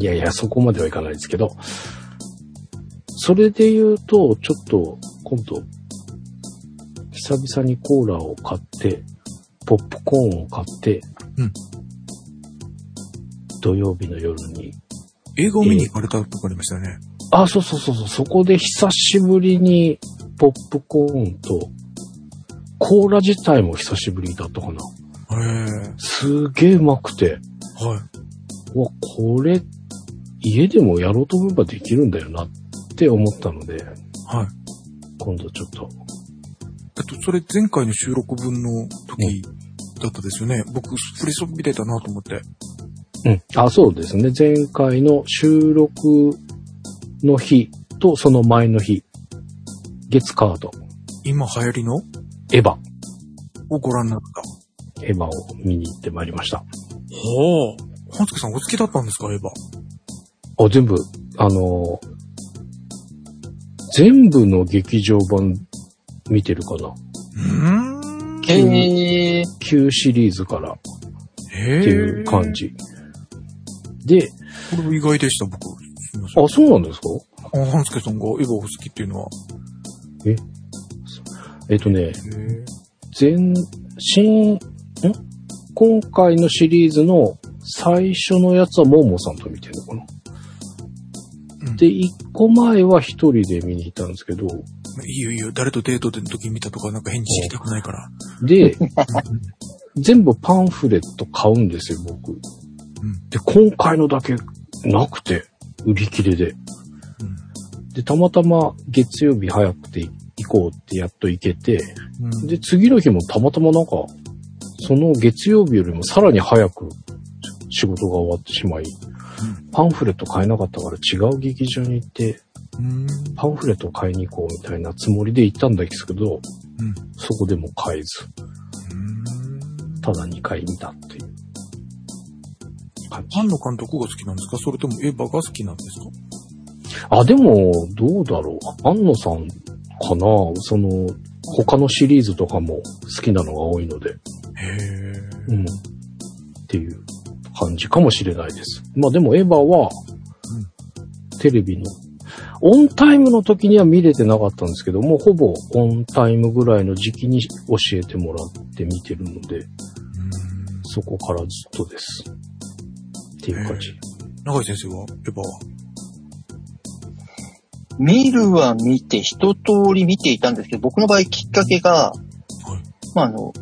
[SPEAKER 2] いやいや、そこまではいかないですけど、それで言うと、ちょっと、今度、久々にコーラを買って、ポップコーンを買って、
[SPEAKER 3] うん
[SPEAKER 2] 土曜日の夜に、
[SPEAKER 3] 映画を見に行かれたとかありましたね。
[SPEAKER 2] あ、そうそうそうそう、そこで久しぶりに、ポップコーンと、コーラ自体も久しぶりだったかな。
[SPEAKER 3] へえ。
[SPEAKER 2] すげえうまくて、
[SPEAKER 3] はい。
[SPEAKER 2] うわ、これ、家でもやろうと思えばできるんだよなって思ったので、
[SPEAKER 3] はい。
[SPEAKER 2] 今度ちょっと。
[SPEAKER 3] えっと、それ前回の収録分の時だったですよね。僕、スプレッソビデだなと思って。
[SPEAKER 2] うん。あ、そうですね。前回の収録の日とその前の日、月カード、
[SPEAKER 3] 今流行りの
[SPEAKER 2] エヴァ、
[SPEAKER 3] をご覧になった。
[SPEAKER 2] エヴァを見に行ってまいりました。
[SPEAKER 3] ほう。半助さんお好きだったんですか、エヴァ。
[SPEAKER 2] あ、全部、あのー全部の劇場版見てるかな。
[SPEAKER 3] うーん。
[SPEAKER 1] へー。
[SPEAKER 2] 旧シリーズからっ
[SPEAKER 3] へ
[SPEAKER 2] ていう感。じ。で、
[SPEAKER 3] これも意外でした、僕。すいません。
[SPEAKER 2] あ、そうなんですか
[SPEAKER 3] あ、半助さんがエヴァを好きっていうのは。
[SPEAKER 2] えっとね、
[SPEAKER 3] へえ。
[SPEAKER 2] 全、新、ん今回のシリーズの最初のやつはモーモーさんと見てるのかな、
[SPEAKER 3] うん
[SPEAKER 2] で、一個前は一人で見に行ったんですけど、
[SPEAKER 3] いいよいいよ、誰とデートの時見たとかなんか返事聞きたくないから。
[SPEAKER 2] で、全部パンフレット買うんですよ、僕。
[SPEAKER 3] うん。
[SPEAKER 2] で、今回のだけなくて、売り切れで。で、たまたま月曜日早くて行こうってやっと行けて、
[SPEAKER 3] うん。うん、
[SPEAKER 2] で、次の日もたまたまなんか、その月曜日よりもさらに早く仕事が終わってしまい、パンフレット買えなかったから違う劇場に行って、
[SPEAKER 3] うん。
[SPEAKER 2] パンフレットを買いに行こうみたいなつもりで行ったんですけど、
[SPEAKER 3] うん
[SPEAKER 2] そこでも買えず、ただ2回見たっていう。
[SPEAKER 3] パンの監督が好きなんですかそれともエヴァが好きなんですか
[SPEAKER 2] あ、でも、どうだろう。安野さんかなその、他のシリーズとかも好きなのが多いので、
[SPEAKER 3] へえ。
[SPEAKER 2] うん。っていう感じかもしれないです。まあでも、エヴァは、テレビの、オンタイムの時には見れてなかったんですけども、ほぼオンタイムぐらいの時期に教えてもらって見てるので、そこからずっとです。っていう感じ。
[SPEAKER 3] 長井先生はエヴァは
[SPEAKER 1] 見るは見て、一通り見ていたんですけど、僕の場合きっかけが、まああの、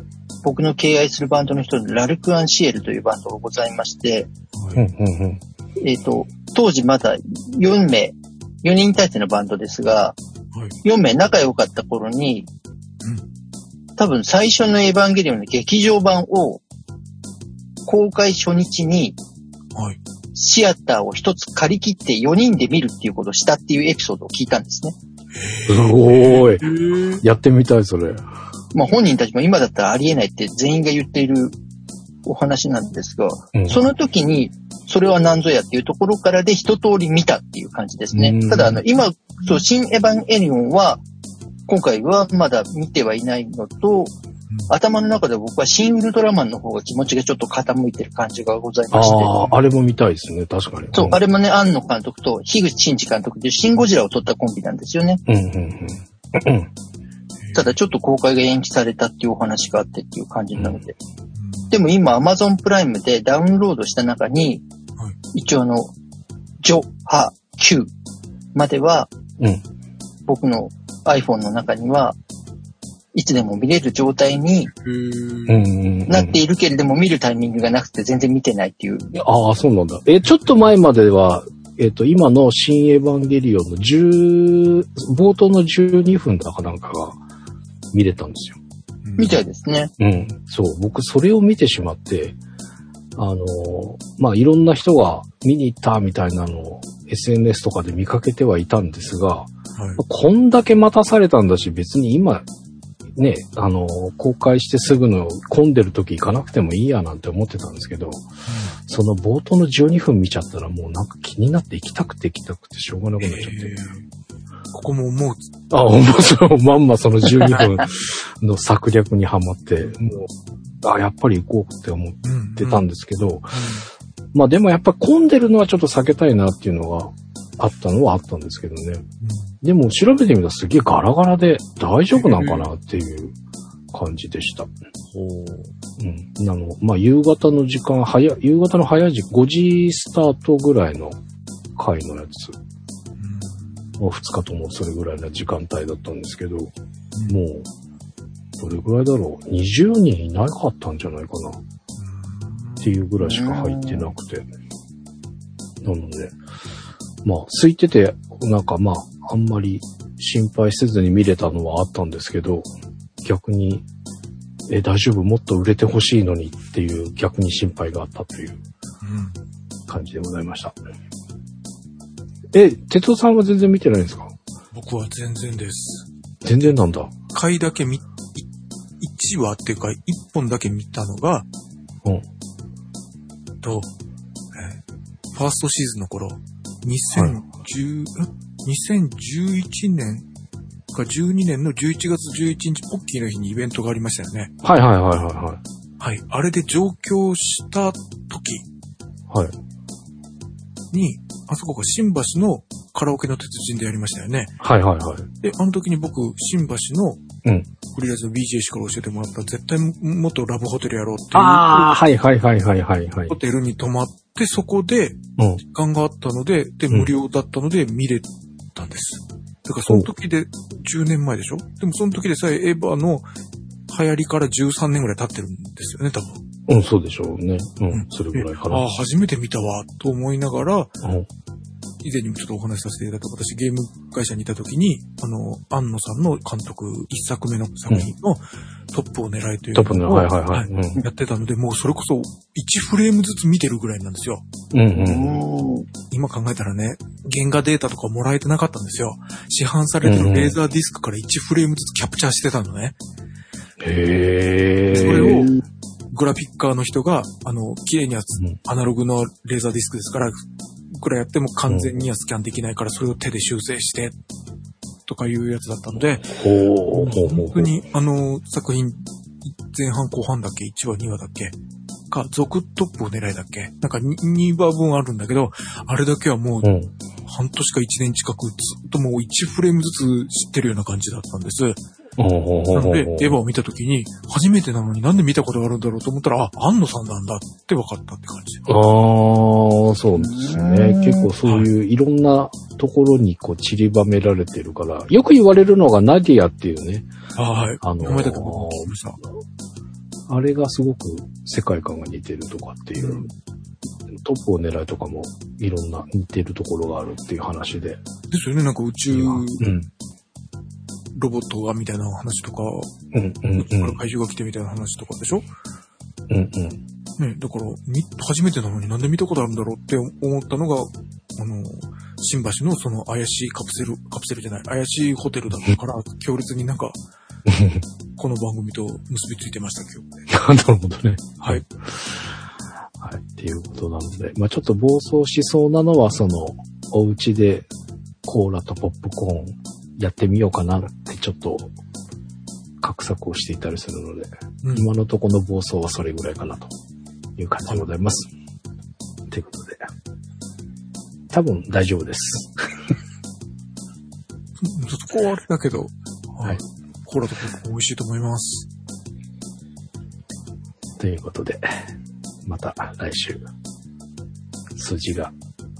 [SPEAKER 1] 僕の敬愛するバンドの一つ、ラルク・アンシエルというバンドがございまして、
[SPEAKER 2] うん
[SPEAKER 3] はい。
[SPEAKER 2] うんうん。
[SPEAKER 1] えっ、と、当時まだ4名、4人体制のバンドですが、
[SPEAKER 3] はい。
[SPEAKER 1] 4名仲良かった頃に、多分最初のエヴァンゲリオンの劇場版を公開初日に
[SPEAKER 3] はい。
[SPEAKER 1] シアターを一つ借り切って4人で見るっていうことをしたっていうエピソードを聞いたんですね。
[SPEAKER 2] すごい。
[SPEAKER 3] へえ。
[SPEAKER 2] やってみたい、それ。
[SPEAKER 1] まあ本人たちも今だったらありえないって全員が言っているお話なんですが、
[SPEAKER 2] うん
[SPEAKER 1] その時にそれは何ぞやっていうところからで一通り見たっていう感じですね
[SPEAKER 2] う。ん
[SPEAKER 1] ただあの今、そう、新エヴァンエリオンは今回はまだ見てはいないのと、頭の中で僕は新ウルトラマンの方が気持ちがちょっと傾いてる感じがございまして。
[SPEAKER 2] ああ、あれも見たいですね、確かに。
[SPEAKER 1] そう、
[SPEAKER 2] あ
[SPEAKER 1] あれもね、庵野監督と樋口真嗣監督でシン・ゴジラを撮ったコンビなんですよね。
[SPEAKER 2] うんうんうん。
[SPEAKER 1] ただちょっと公開が延期されたっていうお話があってっていう感じなので。でも今 Amazon プライムでダウンロードした中に
[SPEAKER 3] は、
[SPEAKER 1] 一応あの、ジョ、ハ、キューまでは、
[SPEAKER 2] うん
[SPEAKER 1] 僕の iPhone の中には、いつでも見れる状態に
[SPEAKER 3] うん。
[SPEAKER 2] う
[SPEAKER 3] へえ。
[SPEAKER 2] んうんうん。
[SPEAKER 1] なっているけれども、見るタイミングがなくて全然見てないっていう。
[SPEAKER 2] ああ、そうなんだ。え、ちょっと前までは、えっ、と、今の新エヴァンゲリオンの10、冒頭の12分だかなんかが見れたんですよ。
[SPEAKER 1] みたいですね。
[SPEAKER 2] うん。そう。僕、それを見てしまって、あのー、まあ、いろんな人が見に行ったみたいなのを SNS とかで見かけてはいたんですが、
[SPEAKER 3] はい。
[SPEAKER 2] こんだけ待たされたんだし、別に今、ね、あの、公開してすぐの混んでる時行かなくてもいいやなんて思ってたんですけど、その冒頭の12分見ちゃったらもうなんか気になって行きたくて行きたくてしょうがなくなっちゃっ
[SPEAKER 3] へ
[SPEAKER 2] て
[SPEAKER 3] え。ここも思う。
[SPEAKER 2] あ、ほんまそう、まんまその12分の策略にはまって、もう、あ、やっぱり行こうって思っ
[SPEAKER 3] うん。
[SPEAKER 2] てたんですけど、まあでもやっぱ混んでるのはちょっと避けたいなっていうのがあったのはあったんですけどね。でも調べてみたらすげえガラガラで大丈夫なんかなっていう感じでした。うん。あの、まあ、夕方の時間、早い、夕方の早い時、5時スタートぐらいの回のやつ、まあ、2日ともそれぐらいの時間帯だったんですけど、もう、どれぐらいだろう ?20 人いなかったんじゃないかなっていうぐらいしか入ってなくて。なので、まあ、空いてて、なんかまあ、あんまり心配せずに見れたのはあったんですけど、逆に、え、大丈夫もっと売れてほしいのにっていう逆に心配があったという感じでございました。え、哲夫さんは全然見てないんですか
[SPEAKER 3] 僕は全然です。
[SPEAKER 2] 全然なんだ。
[SPEAKER 3] 一回だけ見、い一話っていうか、一本だけ見たのが、
[SPEAKER 2] うん。
[SPEAKER 3] と、えーファーストシーズンの頃、2010、ん2011年か12年の11月11日、ポッキーの日にイベントがありましたよね。
[SPEAKER 2] はいはいはいはいは
[SPEAKER 3] はい。あれで上京した時
[SPEAKER 2] い。はい。
[SPEAKER 3] に、あそこが新橋のカラオケの鉄人でやりましたよね。
[SPEAKER 2] はいはいはい。
[SPEAKER 3] で、あの時に僕、新橋の、
[SPEAKER 2] うん
[SPEAKER 3] フリーランスの BJ 氏から教えてもらった、絶対もっとラブホテルやろうっていう
[SPEAKER 2] ああ、はいはいはいはいはいはい
[SPEAKER 3] ホ。テルに泊まって、そこで、
[SPEAKER 2] うん。
[SPEAKER 3] 時間があったので、で、
[SPEAKER 2] うん
[SPEAKER 3] 無料だったので見れたんです。だからその時で、10年前でしょでもその時でさえエヴァの流行りから13年ぐらい経ってるんですよね、多
[SPEAKER 2] う
[SPEAKER 3] 分。
[SPEAKER 2] ん、そうでしょうね。う、
[SPEAKER 3] うん
[SPEAKER 2] それぐらいか
[SPEAKER 3] あ
[SPEAKER 2] な
[SPEAKER 3] あ、。初めて見たわ、と思いながら、
[SPEAKER 2] うん
[SPEAKER 3] 以前にもちょっとお話しさせていただく、私ゲーム会社にいた時に、あの、安野さんの監督、一作目の作品のトップを狙いという
[SPEAKER 2] トップの、
[SPEAKER 3] を
[SPEAKER 2] はいはいはい。
[SPEAKER 3] はやってたので、もうそれこそ1フレームずつ見てるぐらいなんですよ。
[SPEAKER 2] うん。うんうん。
[SPEAKER 1] おー
[SPEAKER 3] 今考えたらね、原画データとかもらえてなかったんですよ。市販されてるレーザーディスクから1フレームずつキャプチャーしてたのね。
[SPEAKER 2] へえ。
[SPEAKER 3] それを
[SPEAKER 1] う
[SPEAKER 3] グラフィッカーの人が、あの、綺麗には
[SPEAKER 2] うん
[SPEAKER 3] アナログのレーザーディスクですから、くらいやっても完全にはスキャンできないから、それを手で修正して、とかいうやつだったので、
[SPEAKER 2] ほう、ほう、ほう
[SPEAKER 3] 本。当に、あの、作品、前半後半だっけ ?1 話、2話だっけか、続トップを狙いだっけなんか 2, 話分あるんだけど、あれだけはもう
[SPEAKER 2] うん。
[SPEAKER 3] 半年か1年近くずっともう1フレームずつ知ってるような感じだったんです。
[SPEAKER 2] ほうほうほう
[SPEAKER 3] な
[SPEAKER 2] ほ
[SPEAKER 3] の
[SPEAKER 2] う。
[SPEAKER 3] で、エヴァを見た時に、初めてなのになんで見たことがあるんだろうと思ったら、あ、安野さんなんだって分かったって感じ。
[SPEAKER 2] ああ、そうですね
[SPEAKER 1] うん。
[SPEAKER 2] 結構そういういろんなところにこう散りばめられてるから、よく言われるのがナディアっていうね、
[SPEAKER 3] はい。
[SPEAKER 2] あのー
[SPEAKER 3] 名前だけ僕も聞きました。
[SPEAKER 2] あれがすごく世界観が似てるとかっていう、
[SPEAKER 3] うん
[SPEAKER 2] トップを狙いとかもいろんな似てるところがあるっていう話で。
[SPEAKER 3] ですよね、なんか宇宙
[SPEAKER 2] うん。
[SPEAKER 3] ロボットがみたいな話とか、
[SPEAKER 2] うんうん
[SPEAKER 3] 宇宙から怪獣が来てみたいな話とかでしょ
[SPEAKER 2] うん うんうん。
[SPEAKER 3] ね、だから、み、初めてなのになんで見たことあるんだろうって思ったのが、あの、新橋のその怪しいカプセル、カプセルじゃない、怪しいホテルだったから、強烈になん か、この番組と結びついてました、今日。
[SPEAKER 2] なるほどね。
[SPEAKER 3] はい。
[SPEAKER 2] はい。っていうことなので、まあちょっと暴走しそうなのは、その、お家でコーラとポップコーンやってみようかなってちょっと、画策をしていたりするので、
[SPEAKER 3] うん。
[SPEAKER 2] 今のところの暴走はそれぐらいかなという感じでございます。ということで、多分大丈夫です。
[SPEAKER 3] ちょっとこうあれだけど、
[SPEAKER 2] い
[SPEAKER 3] はい。コーラとか美味しいと思います。
[SPEAKER 2] ということで、また来週、数字が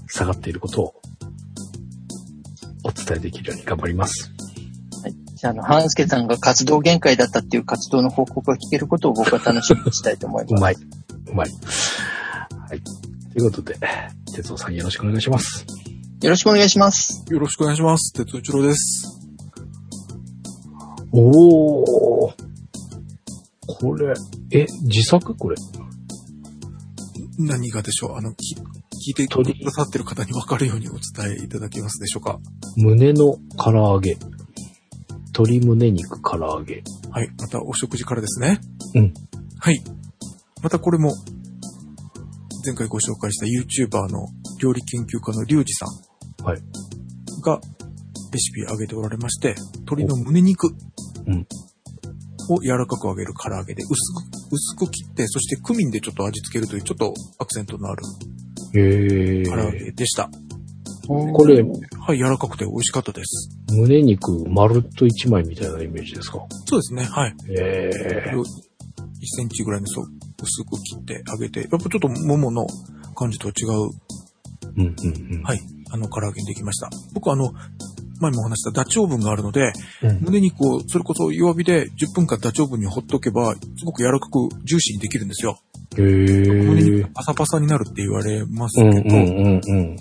[SPEAKER 2] 下がっていることをお伝えできるように頑張ります。
[SPEAKER 1] あの、半助さんが活動限界だったっていう活動の報告が聞けることを僕は楽しみにしたいと思います
[SPEAKER 2] う。まい。うまい。はい。ということで、哲夫さんよろしくお願いします。
[SPEAKER 1] よろしくお願いします。
[SPEAKER 3] よろしくお願いします。鉄道一郎です。
[SPEAKER 2] おー。これ、え、自作これ。
[SPEAKER 3] 何がでしょうあの、き聞いてくださってる方に分かるようにお伝えいただけますでしょうか
[SPEAKER 2] 胸の唐揚げ。鶏胸肉唐揚げ。
[SPEAKER 3] はい。またお食事からですね。
[SPEAKER 2] うん。
[SPEAKER 3] はい。またこれも、前回ご紹介した YouTuber の料理研究家のリュウジさん。
[SPEAKER 2] はい
[SPEAKER 3] が、レシピ上げておられまして、鶏の胸肉。
[SPEAKER 2] うん
[SPEAKER 3] を柔らかく揚げる唐揚げで、薄く、薄く切って、そしてクミンでちょっと味付けるという、ちょっとアクセントのある
[SPEAKER 2] へ
[SPEAKER 3] 唐揚げ
[SPEAKER 2] ー。
[SPEAKER 3] でした。
[SPEAKER 1] こ
[SPEAKER 2] これ、
[SPEAKER 3] はい、柔らかくて美味しかったです。
[SPEAKER 2] 胸肉丸っと一枚みたいなイメージですか
[SPEAKER 3] そうですね、はい。
[SPEAKER 2] へ
[SPEAKER 3] こ
[SPEAKER 2] ー
[SPEAKER 3] れ。を1センチぐらいのそう薄く切ってあげて、やっぱちょっとももの感じとは違う、
[SPEAKER 2] うんうんうん。
[SPEAKER 3] はい、あの、唐揚げにできました。僕はあの、前もお話ししたダチオーブンがあるので、
[SPEAKER 2] うん
[SPEAKER 3] 胸肉をそれこそ弱火で10分間ダチオーブンにほっとけば、すごく柔らかくジューシーにできるんですよ。
[SPEAKER 2] へー
[SPEAKER 3] 胸肉がパサパサになるって言われます
[SPEAKER 2] う
[SPEAKER 3] け
[SPEAKER 2] ん
[SPEAKER 3] ど、
[SPEAKER 2] うんうんうん。
[SPEAKER 3] うん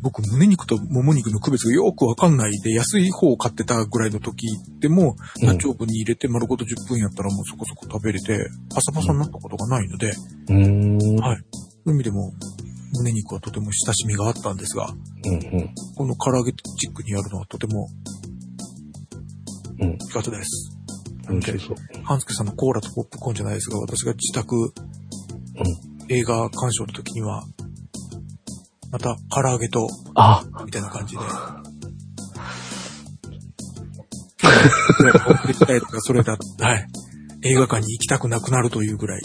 [SPEAKER 3] 僕、胸肉ともも肉の区別がよくわかんないで、安い方を買ってたぐらいの時でも、
[SPEAKER 2] うん
[SPEAKER 3] ダチョウブに入れて丸ごと10分やったらもうそこそこ食べれて、パサパサになったことがないので、
[SPEAKER 2] うーん。
[SPEAKER 3] はいそういう意味でも、胸肉はとても親しみがあったんですが、
[SPEAKER 2] うん
[SPEAKER 3] この唐揚げチックにやるのはとても、
[SPEAKER 2] うん
[SPEAKER 3] 良かったです。
[SPEAKER 2] うん。面白そう。
[SPEAKER 3] ハンスケさんのコーラとポップコーンじゃないですが、私が自宅、映画鑑賞の時には、また唐揚げと
[SPEAKER 2] あ、
[SPEAKER 3] みたいな 感じで。ぐらい送りたいとか、それだ、はい。映画館に行きたくなくなるというぐらい。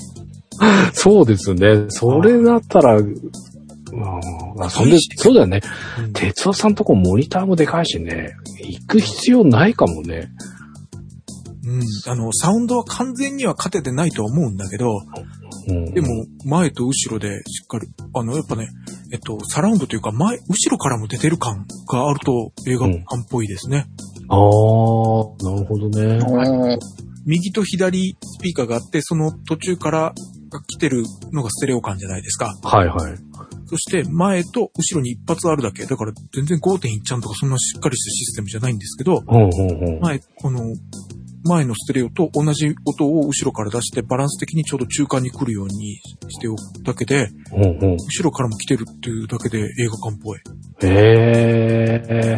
[SPEAKER 2] そうですね。それだったら、うん、あそんで、そうだよね。哲夫さんとこモニターもでかいしね、行く必要ないかもね。
[SPEAKER 3] うん。あの、サウンドは完全には勝ててないとは思うんだけど、
[SPEAKER 2] うん、
[SPEAKER 3] でも、前と後ろでしっかり、あの、やっぱね、えっと、サラウンドというか、前、後ろからも出てる感があると映画館っぽいですね。
[SPEAKER 2] ああ、なるほどね。
[SPEAKER 1] うん
[SPEAKER 3] 右と左スピーカーがあって、その途中から来てるのがステレオ感じゃないですか。
[SPEAKER 2] はいはい。
[SPEAKER 3] そして前と後ろに一発あるだけ。だから全然5.1ちゃんとかそんなしっかりしたシステムじゃないんですけど、
[SPEAKER 2] ほうほうほう。
[SPEAKER 3] 前、この、前のステレオと同じ音を後ろから出してバランス的にちょうど中間に来るようにしておくだけで、
[SPEAKER 2] ほうほう。
[SPEAKER 3] 後ろからも来てるっていうだけで映画館っぽい。
[SPEAKER 2] へえ。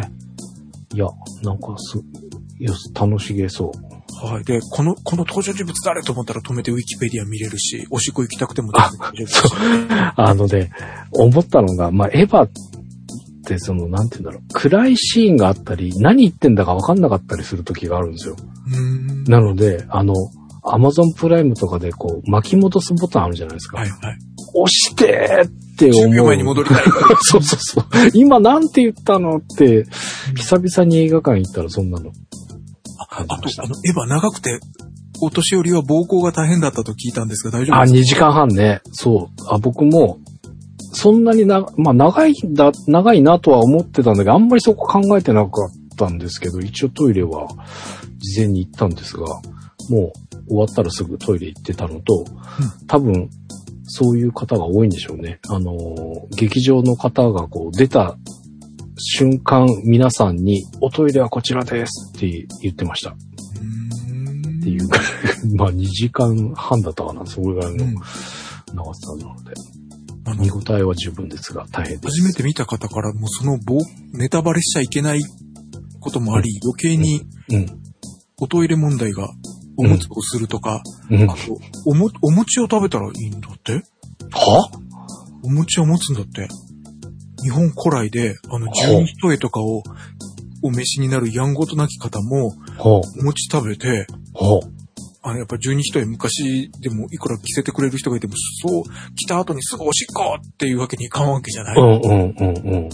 [SPEAKER 2] いや、なんかす、よし、楽しげそう。
[SPEAKER 3] はい。で、この、この登場人物誰と思ったら止めてウィキペディア見れるし、おしっこ行きたくても全然見れるし。
[SPEAKER 2] あのね、思ったのが、まあ、エヴァってその、なんて言うんだろう、暗いシーンがあったり、何言ってんだか分かんなかったりする時があるんですよ。
[SPEAKER 3] うーん。
[SPEAKER 2] なので、あの、アマゾンプライムとかでこう、巻き戻すボタンあるじゃないですか。
[SPEAKER 3] はいはい。
[SPEAKER 2] 押してーって思う。
[SPEAKER 3] 10秒前に戻りたい。
[SPEAKER 2] そうそうそう。今なんて言ったのって、久々に映画館行ったらそんなの。
[SPEAKER 3] ああと、あの、エヴァ長くて、お年寄りは暴行が大変だったと聞いたんですが、大丈
[SPEAKER 2] あ、
[SPEAKER 3] 夫
[SPEAKER 2] 2
[SPEAKER 3] です
[SPEAKER 2] 時間半ね。そう。あ、僕も、そんなにな、まあ、長いんだ、長いなとは思ってたんだけど、あんまりそこ考えてなかったんですけど、一応トイレは事前に行ったんですが、もう終わったらすぐトイレ行ってたのと、多分、そういう方が多いんでしょうね。あのー、劇場の方がこう出た瞬間、皆さんに、おトイレはこちらですって言ってました。 っ
[SPEAKER 3] うーん
[SPEAKER 2] ていうか、まあ2時間半だったかな、それぐらいの
[SPEAKER 3] うん
[SPEAKER 2] 長さなので。
[SPEAKER 3] あの
[SPEAKER 2] 見応えは十分ですが、大変です。
[SPEAKER 3] 初めて見た方からもうその棒、ネタバレしちゃいけないこともあり、余計に
[SPEAKER 2] うん。
[SPEAKER 3] おトイレ問題がおむつをするとか、
[SPEAKER 2] うん。
[SPEAKER 3] あと、おも、お餅を食べたらいいんだって
[SPEAKER 2] は
[SPEAKER 3] お餅を持つんだって。日本古来で、あの、十二人とかを、お召しになるやんごとなき方も、
[SPEAKER 2] は
[SPEAKER 3] お餅食べて、
[SPEAKER 2] あ、は
[SPEAKER 3] あの、やっぱ十二人昔でもいくら着せてくれる人がいても、そう、着た後にすぐおしっこっていうわけにいかんわけじゃな
[SPEAKER 2] あ、うん
[SPEAKER 3] い。
[SPEAKER 2] うんうんうん。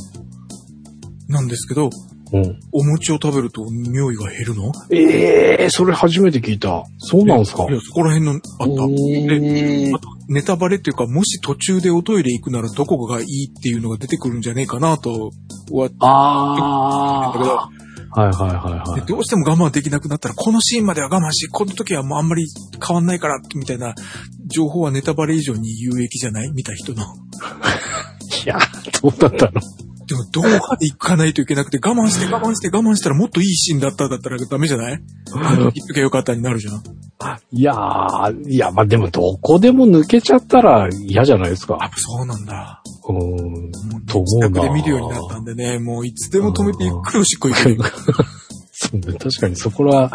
[SPEAKER 3] なんですけど、
[SPEAKER 2] うん、
[SPEAKER 3] お餅を食べると匂いが減るの
[SPEAKER 2] ええそれ初めて聞いた。そうなんすか
[SPEAKER 3] いや、そこら辺のあった。
[SPEAKER 1] えー
[SPEAKER 3] ネタバレっていうか、もし途中でおトイレ行くならどこがいいっていうのが出てくるんじゃねえかなと、は、
[SPEAKER 2] あ
[SPEAKER 3] だけど
[SPEAKER 2] あ。はいはいはいは
[SPEAKER 3] で
[SPEAKER 2] い。
[SPEAKER 3] どうしても我慢できなくなったら、このシーンまでは我慢し、この時はもうあんまり変わんないから、みたいな情報はネタバレ以上に有益じゃない見た人の。
[SPEAKER 2] いや、どうだったの
[SPEAKER 3] でも、どこかで行かないといけなくて、我慢して我慢して我慢したらもっといいシーンだっただったらダメじゃない言っときゃよかったになるじゃん。
[SPEAKER 2] いやー、いや、まあ、でもどこでも抜けちゃったら嫌じゃないです
[SPEAKER 3] あ
[SPEAKER 2] か。、
[SPEAKER 3] そうなんだ。
[SPEAKER 2] うーん。
[SPEAKER 3] もう
[SPEAKER 2] と思うな
[SPEAKER 3] 自宅で見るようになったんでね、もういつでも止めてゆっくりおしっこ行く。
[SPEAKER 2] そうね、確かにそこは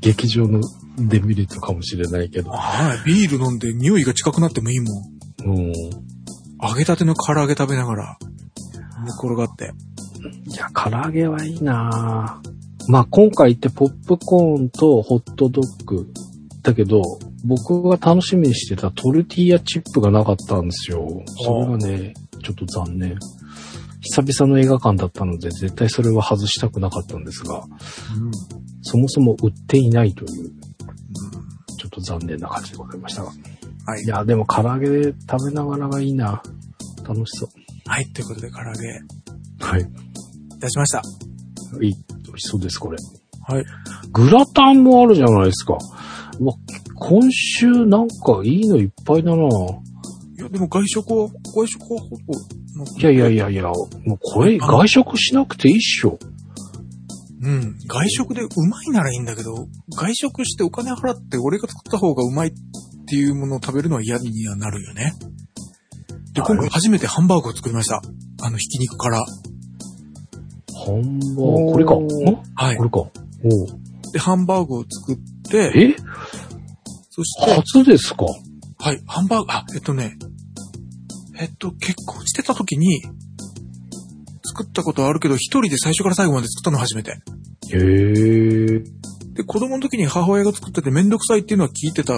[SPEAKER 2] 劇場のデメリットかもしれないけど。
[SPEAKER 3] はい、ビール飲んで匂いが近くなってもいいもん。
[SPEAKER 2] うん。
[SPEAKER 3] 揚げたての唐揚げ食べながら、寝転がって。
[SPEAKER 2] いや、唐揚げはいいなぁまあ今回ってポップコーンとホットドッグだけど、僕が楽しみにしてたトルティーヤチップがなかったんですよ。それがね、ちょっと残念。久々の映画館だったので、絶対それは外したくなかったんですが、
[SPEAKER 3] うん
[SPEAKER 2] そもそも売っていないという、ちょっと残念な感じでございましたが。
[SPEAKER 3] はい
[SPEAKER 2] い。や、でも唐揚げで食べながらがいいな楽しそ
[SPEAKER 3] はい、ということで唐揚げ
[SPEAKER 2] う。はい。
[SPEAKER 3] 出しました。
[SPEAKER 2] いい、美味しそうです、これ。
[SPEAKER 3] はい。
[SPEAKER 2] グラタンもあるじゃないですか。うわ、今週なんかいいのいっぱいだなぁ
[SPEAKER 3] いや、でも外食は、外食はほぼ、
[SPEAKER 2] いやいやいやいや、もうこれ外食しなくていいっしょ。
[SPEAKER 3] うん。外食でうまいならいいんだけど、外食してお金払って俺が作った方がうまいっていうものを食べるのは嫌にはなるよね。で、今
[SPEAKER 2] は
[SPEAKER 3] 回初めてハンバーグを作りました。あの、ひき肉から。
[SPEAKER 2] ハンバー
[SPEAKER 1] おー
[SPEAKER 2] グ。これか。ん
[SPEAKER 3] はい
[SPEAKER 2] こ。れか。おう
[SPEAKER 3] で、ハンバーグを作って、
[SPEAKER 2] え
[SPEAKER 3] そして、
[SPEAKER 2] 初ですか
[SPEAKER 3] はい、ハンバーグ、あ、えっとね、えっと、結婚してた時に、作ったことはあるけど、一人で最初から最後まで作ったの初めて。
[SPEAKER 2] へえ。
[SPEAKER 3] で、子供の時に母親が作っててめんどくさいっていうのは聞いてた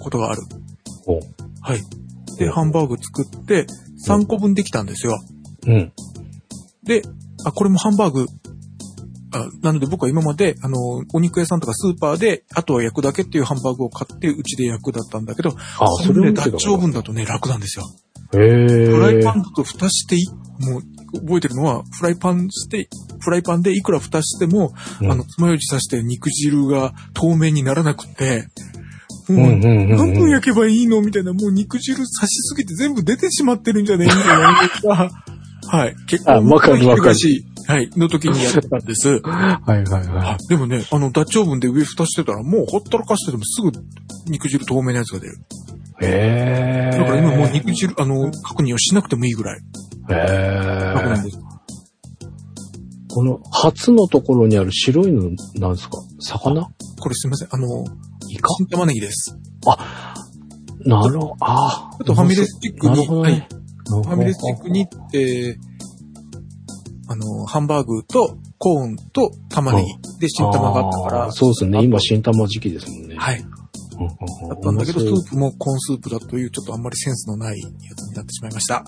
[SPEAKER 3] ことがある。
[SPEAKER 2] お
[SPEAKER 3] はい。で、ハンバーグ作って、3個分できたんですよ。
[SPEAKER 2] うん。
[SPEAKER 3] で、あ、これもハンバーグ。あなので僕は今まで、あの、お肉屋さんとかスーパーで、あとは焼くだけっていうハンバーグを買って、うちで焼くだったんだけど、
[SPEAKER 2] あ、それを
[SPEAKER 3] で
[SPEAKER 2] 見てた
[SPEAKER 3] ダ
[SPEAKER 2] か
[SPEAKER 3] ッチオー
[SPEAKER 2] ら
[SPEAKER 3] ブンだとね、楽なんですよ。
[SPEAKER 2] へえ。
[SPEAKER 3] フライパンだと蓋してい、もう、覚えてるのは、フライパンして、フライパンでいくら蓋しても、
[SPEAKER 2] うん
[SPEAKER 3] あの、爪楊枝刺して肉汁が透明にならなくて、うん
[SPEAKER 2] うんうんうん
[SPEAKER 3] 何分焼けばいいのみたいな、もう肉汁差しすぎて全部出てしまってるんじゃねえみたいなのが。 はい。結構、
[SPEAKER 2] あわかるわかる
[SPEAKER 3] はい。の時にやってたんです。
[SPEAKER 2] はいはいは
[SPEAKER 3] あでもね、あの、ダチョウ分で上蓋してたら、もうほったらかしててもすぐ肉汁透明なやつが出る。
[SPEAKER 2] い。へえ。
[SPEAKER 3] だから今もう肉汁、あの、確認をしなくてもいいぐらい
[SPEAKER 2] へ
[SPEAKER 3] 楽なん
[SPEAKER 2] え。
[SPEAKER 3] です。
[SPEAKER 2] この、初のところにある白いの、なんですか魚
[SPEAKER 3] これすいません。あの、
[SPEAKER 2] イカ
[SPEAKER 3] 新玉ねぎです。
[SPEAKER 2] なるほど。ああ。
[SPEAKER 3] あとファミレスチック
[SPEAKER 2] なる
[SPEAKER 3] に、
[SPEAKER 2] ほど
[SPEAKER 3] はい。
[SPEAKER 2] ね。フ
[SPEAKER 3] ファミレスチックに、えー、あの、ハンバーグと、コーンと玉ねぎで新玉があったか
[SPEAKER 2] あー
[SPEAKER 3] ら、
[SPEAKER 2] そうですね。今、新玉時期ですもんね。
[SPEAKER 3] はい。
[SPEAKER 2] うんうんうん。
[SPEAKER 3] だったんだけど、
[SPEAKER 2] う
[SPEAKER 3] ス
[SPEAKER 2] まそ
[SPEAKER 3] ープもコーンスープだという、ちょっとあんまりセンスのないやつになってしまいました。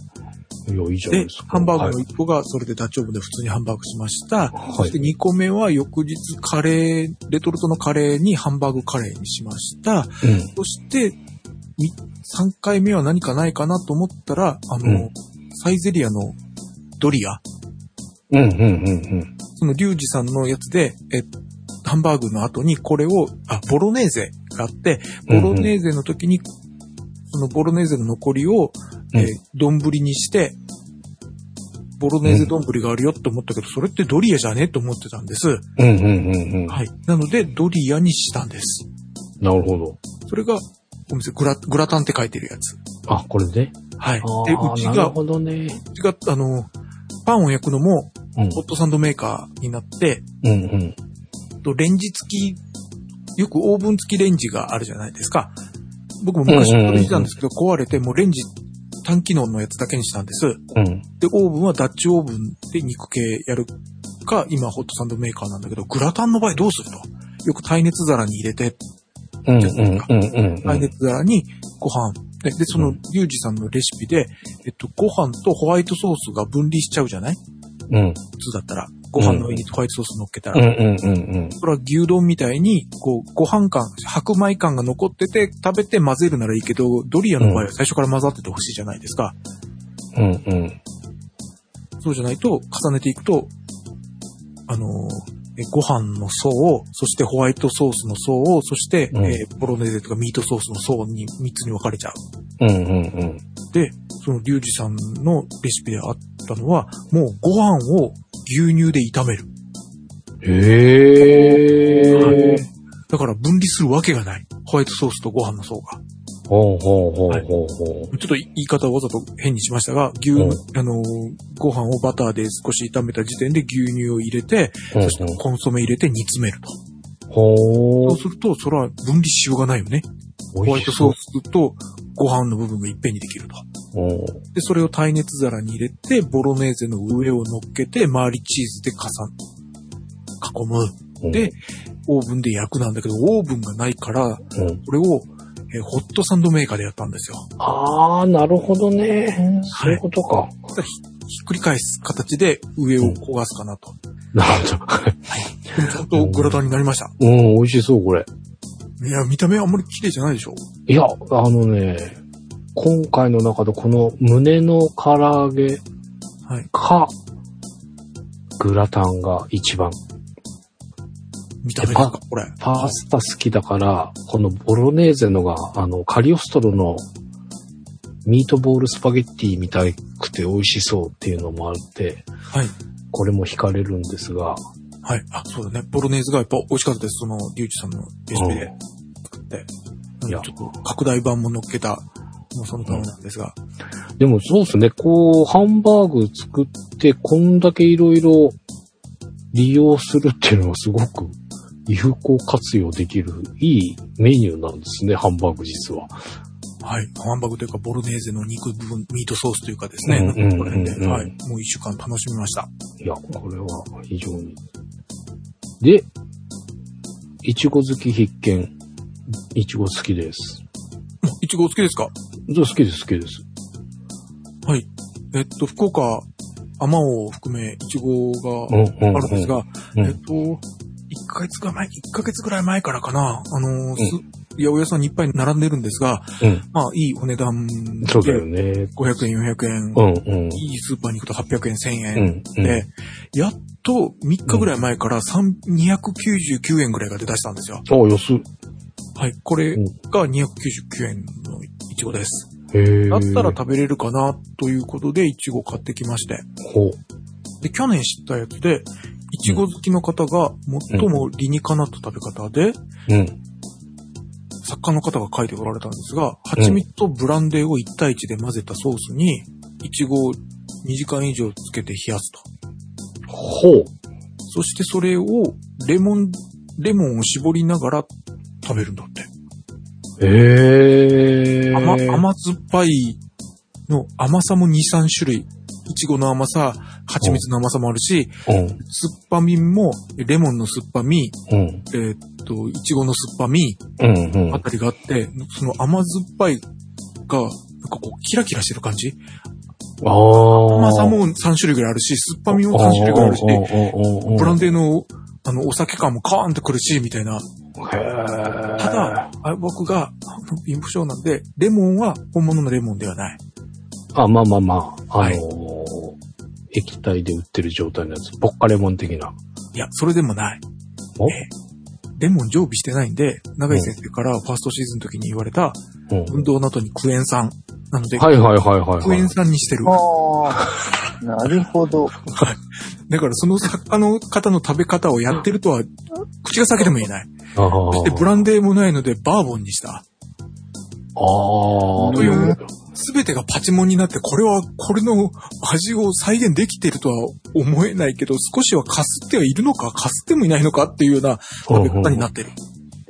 [SPEAKER 2] ういや、いいじゃない
[SPEAKER 3] で
[SPEAKER 2] ですか。、
[SPEAKER 3] ハンバーグ
[SPEAKER 2] は
[SPEAKER 3] の
[SPEAKER 2] い
[SPEAKER 3] 1個が、それでダチョウで普通にハンバーグしました。そ
[SPEAKER 2] はい
[SPEAKER 3] して2個目は、翌日カレー、レトルトのカレーにハンバーグカレーにしまし
[SPEAKER 2] う
[SPEAKER 3] た。
[SPEAKER 2] ん。
[SPEAKER 3] そして、3回目は何かないかなと思ったら、あの、
[SPEAKER 2] うん
[SPEAKER 3] サイゼリアのドリア。
[SPEAKER 2] うんうんうん
[SPEAKER 3] そのリュウジさんのやつで、え、ハンバーグの後にこれを、あ、ボロネーゼがあって、ボロネーゼの時に、そのボロネーゼの残りを、
[SPEAKER 2] うん
[SPEAKER 3] えー、丼にして、ボロネーゼ丼があるよって思ったけど、それってドリアじゃねえと思ってたんです。
[SPEAKER 2] うん。うんうんうんうん。
[SPEAKER 3] はい。なので、ドリアにしたんです。
[SPEAKER 2] なるほど。
[SPEAKER 3] それが、お店、グラ、グラタンって書いてるやつ。
[SPEAKER 2] あ、これで
[SPEAKER 3] はい。で、
[SPEAKER 2] あ
[SPEAKER 3] うち
[SPEAKER 2] あ、なる
[SPEAKER 3] が、う
[SPEAKER 2] ほどね。
[SPEAKER 3] ちが、あの、パンを焼くのも、
[SPEAKER 2] うん
[SPEAKER 3] ホットサンドメーカーになって、
[SPEAKER 2] うんうん。
[SPEAKER 3] と、レンジ付き、よくオーブン付きレンジがあるじゃないですか。僕も昔これしてたんですけど、壊れて、もうレンジ単機能のやつだけにしたんです。
[SPEAKER 2] うん。
[SPEAKER 3] で、オーブンはダッチオーブンで肉系やるか、今ホットサンドメーカーなんだけど、グラタンの場合どうするとよく耐熱皿に入れて、
[SPEAKER 2] うんうんうんうん。
[SPEAKER 3] 耐熱皿にご飯、で、でその、リュウジさんのレシピで、えっと、ご飯とホワイトソースが分離しちゃうじゃない
[SPEAKER 2] うん
[SPEAKER 3] 普通だったら。ご飯の上にホワイトソース乗っけたら
[SPEAKER 2] う。んうんうん
[SPEAKER 3] それは牛丼みたいに、こう、ご飯感、白米感が残ってて、食べて混ぜるならいいけど、ドリアの場合は最初から混ざっててほしいじゃないですか。
[SPEAKER 2] うん。うんうん。
[SPEAKER 3] そうじゃないと、重ねていくと、あのーえご飯の層を、そしてホワイトソースの層を、そして、
[SPEAKER 2] うん
[SPEAKER 3] えーボロネーゼとかミートソースの層に3つに分かれちゃう。
[SPEAKER 2] うんうんうん。
[SPEAKER 3] で、そのリュウジさんのレシピであったのは、もうご飯を牛乳で炒める。
[SPEAKER 2] へえ。
[SPEAKER 3] だから分離するわけがない。ホワイトソースとご飯の層が。
[SPEAKER 2] ほうほうほうほうほう。
[SPEAKER 3] ちょっと言い方をわざと変にしましたが、牛、
[SPEAKER 2] うん
[SPEAKER 3] あのー、ご飯をバターで少し炒めた時点で牛乳を入れて、
[SPEAKER 2] うんう
[SPEAKER 3] そして
[SPEAKER 2] ん
[SPEAKER 3] コンソメ入れて煮詰めると。
[SPEAKER 2] ほ
[SPEAKER 3] そううすると、それは分離しようがないよね。
[SPEAKER 2] ホ
[SPEAKER 3] ホワイトソースとご飯の部分がいっぺんにできると。
[SPEAKER 2] うん
[SPEAKER 3] で、それを耐熱皿に入れて、ボロネーゼの上を乗っけて、周りチーズで重ね、囲む。
[SPEAKER 2] うん
[SPEAKER 3] で、オーブンで焼くなんだけど、オーブンがないから、
[SPEAKER 2] うん
[SPEAKER 3] これを、えーホットサンドメーカーでやったんですよ。
[SPEAKER 2] ああ、なるほどね。そういうことか。
[SPEAKER 3] ひひっくり返す形で上を焦がすかなと。
[SPEAKER 2] なるほど。
[SPEAKER 3] でもちゃんとグラタンになりました。
[SPEAKER 2] うん、美味しそう、これ。
[SPEAKER 3] いや、見た目はあんまり綺麗じゃないでしょ
[SPEAKER 2] いや、あのね、今回の中でこの胸の唐揚げ
[SPEAKER 3] はい。
[SPEAKER 2] か、グラタンが一番。
[SPEAKER 3] 見た目なんか、これ。
[SPEAKER 2] パスタ好きだから、このボロネーゼのが、あの、カリオストロのミートボールスパゲッティみたくて美味しそうっていうのもあって、
[SPEAKER 3] はい。
[SPEAKER 2] これも惹かれるんですが、
[SPEAKER 3] はい。あ、そうだね。ボロネーズがやっぱ美味しかったです。その、リュウジさんのレシピで作って。
[SPEAKER 2] いや
[SPEAKER 3] ちょっと拡大版も乗っけた、もうそのためなんですが。
[SPEAKER 2] でもそうですね、こう、ハンバーグ作って、こんだけいろいろ利用するっていうのはすごく有効活用できるいいメニューなんですね、ハンバーグ実は。
[SPEAKER 3] はい。ハンバーグというか、ボロネーゼの肉部分、ミートソースというかですね。
[SPEAKER 2] うんうんうんうん
[SPEAKER 3] この辺ではい。もう一週間楽しみました。
[SPEAKER 2] いや、これは非常に。で、いちご好き必見。いちご好きです。
[SPEAKER 3] いちごお好きですか
[SPEAKER 2] そう好きです、好きです。
[SPEAKER 3] はい。えっと、福岡、アマオを含め、イチゴ
[SPEAKER 2] う
[SPEAKER 3] が
[SPEAKER 2] ん、うん、
[SPEAKER 3] あるんですが、
[SPEAKER 2] うん
[SPEAKER 3] えっと、一ヶ月ぐらい前、一ヶ月ぐらい前からかな、あのー、
[SPEAKER 2] ん
[SPEAKER 3] す八百屋さんにいっぱい並んでるんですが、
[SPEAKER 2] うん
[SPEAKER 3] まあ、いいお値段
[SPEAKER 2] うん。
[SPEAKER 3] で、
[SPEAKER 2] そうだよね。
[SPEAKER 3] 500円、400円、
[SPEAKER 2] うん、うん。
[SPEAKER 3] いいスーパーに行くと800円、1000
[SPEAKER 2] う
[SPEAKER 3] 円
[SPEAKER 2] ん、うん。
[SPEAKER 3] で、やっと3日ぐらい前から3 299円ぐらいが出だしたんですよ。
[SPEAKER 2] あ、安い。
[SPEAKER 3] はい。これ
[SPEAKER 2] うん
[SPEAKER 3] が299円のいちごです。
[SPEAKER 2] へ
[SPEAKER 3] だったら
[SPEAKER 2] た、
[SPEAKER 3] 食べれるかなということで、いちご買ってきまして。
[SPEAKER 2] ほう。
[SPEAKER 3] で、去年知ったやつで、いちご好きの方が最も理にかなった食べ方で、
[SPEAKER 2] うん。
[SPEAKER 3] 作家の方が書いておられたんですが、蜂蜜とブランデーを1対1で混ぜたソースに、いちごを2時間以上つけて冷やすと。
[SPEAKER 2] ほう。
[SPEAKER 3] そしてそれをレモン、レモンを絞りながら食べるんだって。
[SPEAKER 2] へえ。
[SPEAKER 3] 甘、甘酸っぱいの甘さも2、3種類。いちごの甘さ、蜂蜜の甘さもあるし、
[SPEAKER 2] うん。
[SPEAKER 3] 酸っぱみも、レモンの酸っぱみ、
[SPEAKER 2] うん。
[SPEAKER 3] えーっと、いちごの酸っぱみ
[SPEAKER 2] うん。うん
[SPEAKER 3] あ。たりがあって、その甘酸っぱいが、なんかこう、キラキラしてる感じ
[SPEAKER 2] ああ。
[SPEAKER 3] 甘さも3種類ぐらいあるし、酸っぱみも3種類ぐらいあるし、ブ
[SPEAKER 2] ブ
[SPEAKER 3] ラン
[SPEAKER 2] デ
[SPEAKER 3] デーの、あの、お酒感もカーンってくるし、みたいな。
[SPEAKER 2] ー
[SPEAKER 3] ただ、あ僕が、あの貧乏症なんで、レモンは本物のレモンではない。
[SPEAKER 2] あ、まあまあまあ、あ
[SPEAKER 3] は
[SPEAKER 2] の
[SPEAKER 3] い
[SPEAKER 2] ー液体で売ってる状態のやつ、ポッカレモン的な。
[SPEAKER 3] いや、それでもない。
[SPEAKER 2] お
[SPEAKER 3] えーレモン常備してないんで、長井先生からファーストシーズンの時に言われた、
[SPEAKER 2] うん
[SPEAKER 3] 運動の後にクエン酸。なので、
[SPEAKER 2] はいはいはいはい、
[SPEAKER 3] クエ
[SPEAKER 2] は
[SPEAKER 3] ン酸にしてる。
[SPEAKER 1] ああ、なるほど。
[SPEAKER 3] だからその作家の方の食べ方をやってるとは、口が裂けても言えない。
[SPEAKER 2] い。あ
[SPEAKER 3] そしてブランデーもないので、バーボンにした。
[SPEAKER 2] あー。
[SPEAKER 1] という
[SPEAKER 3] すべてがパチモンになって、これは、これの味を再現できているとは思えないけど、少しはかすってはいるのか、かすってもいないのかっていうような食べ方になってる。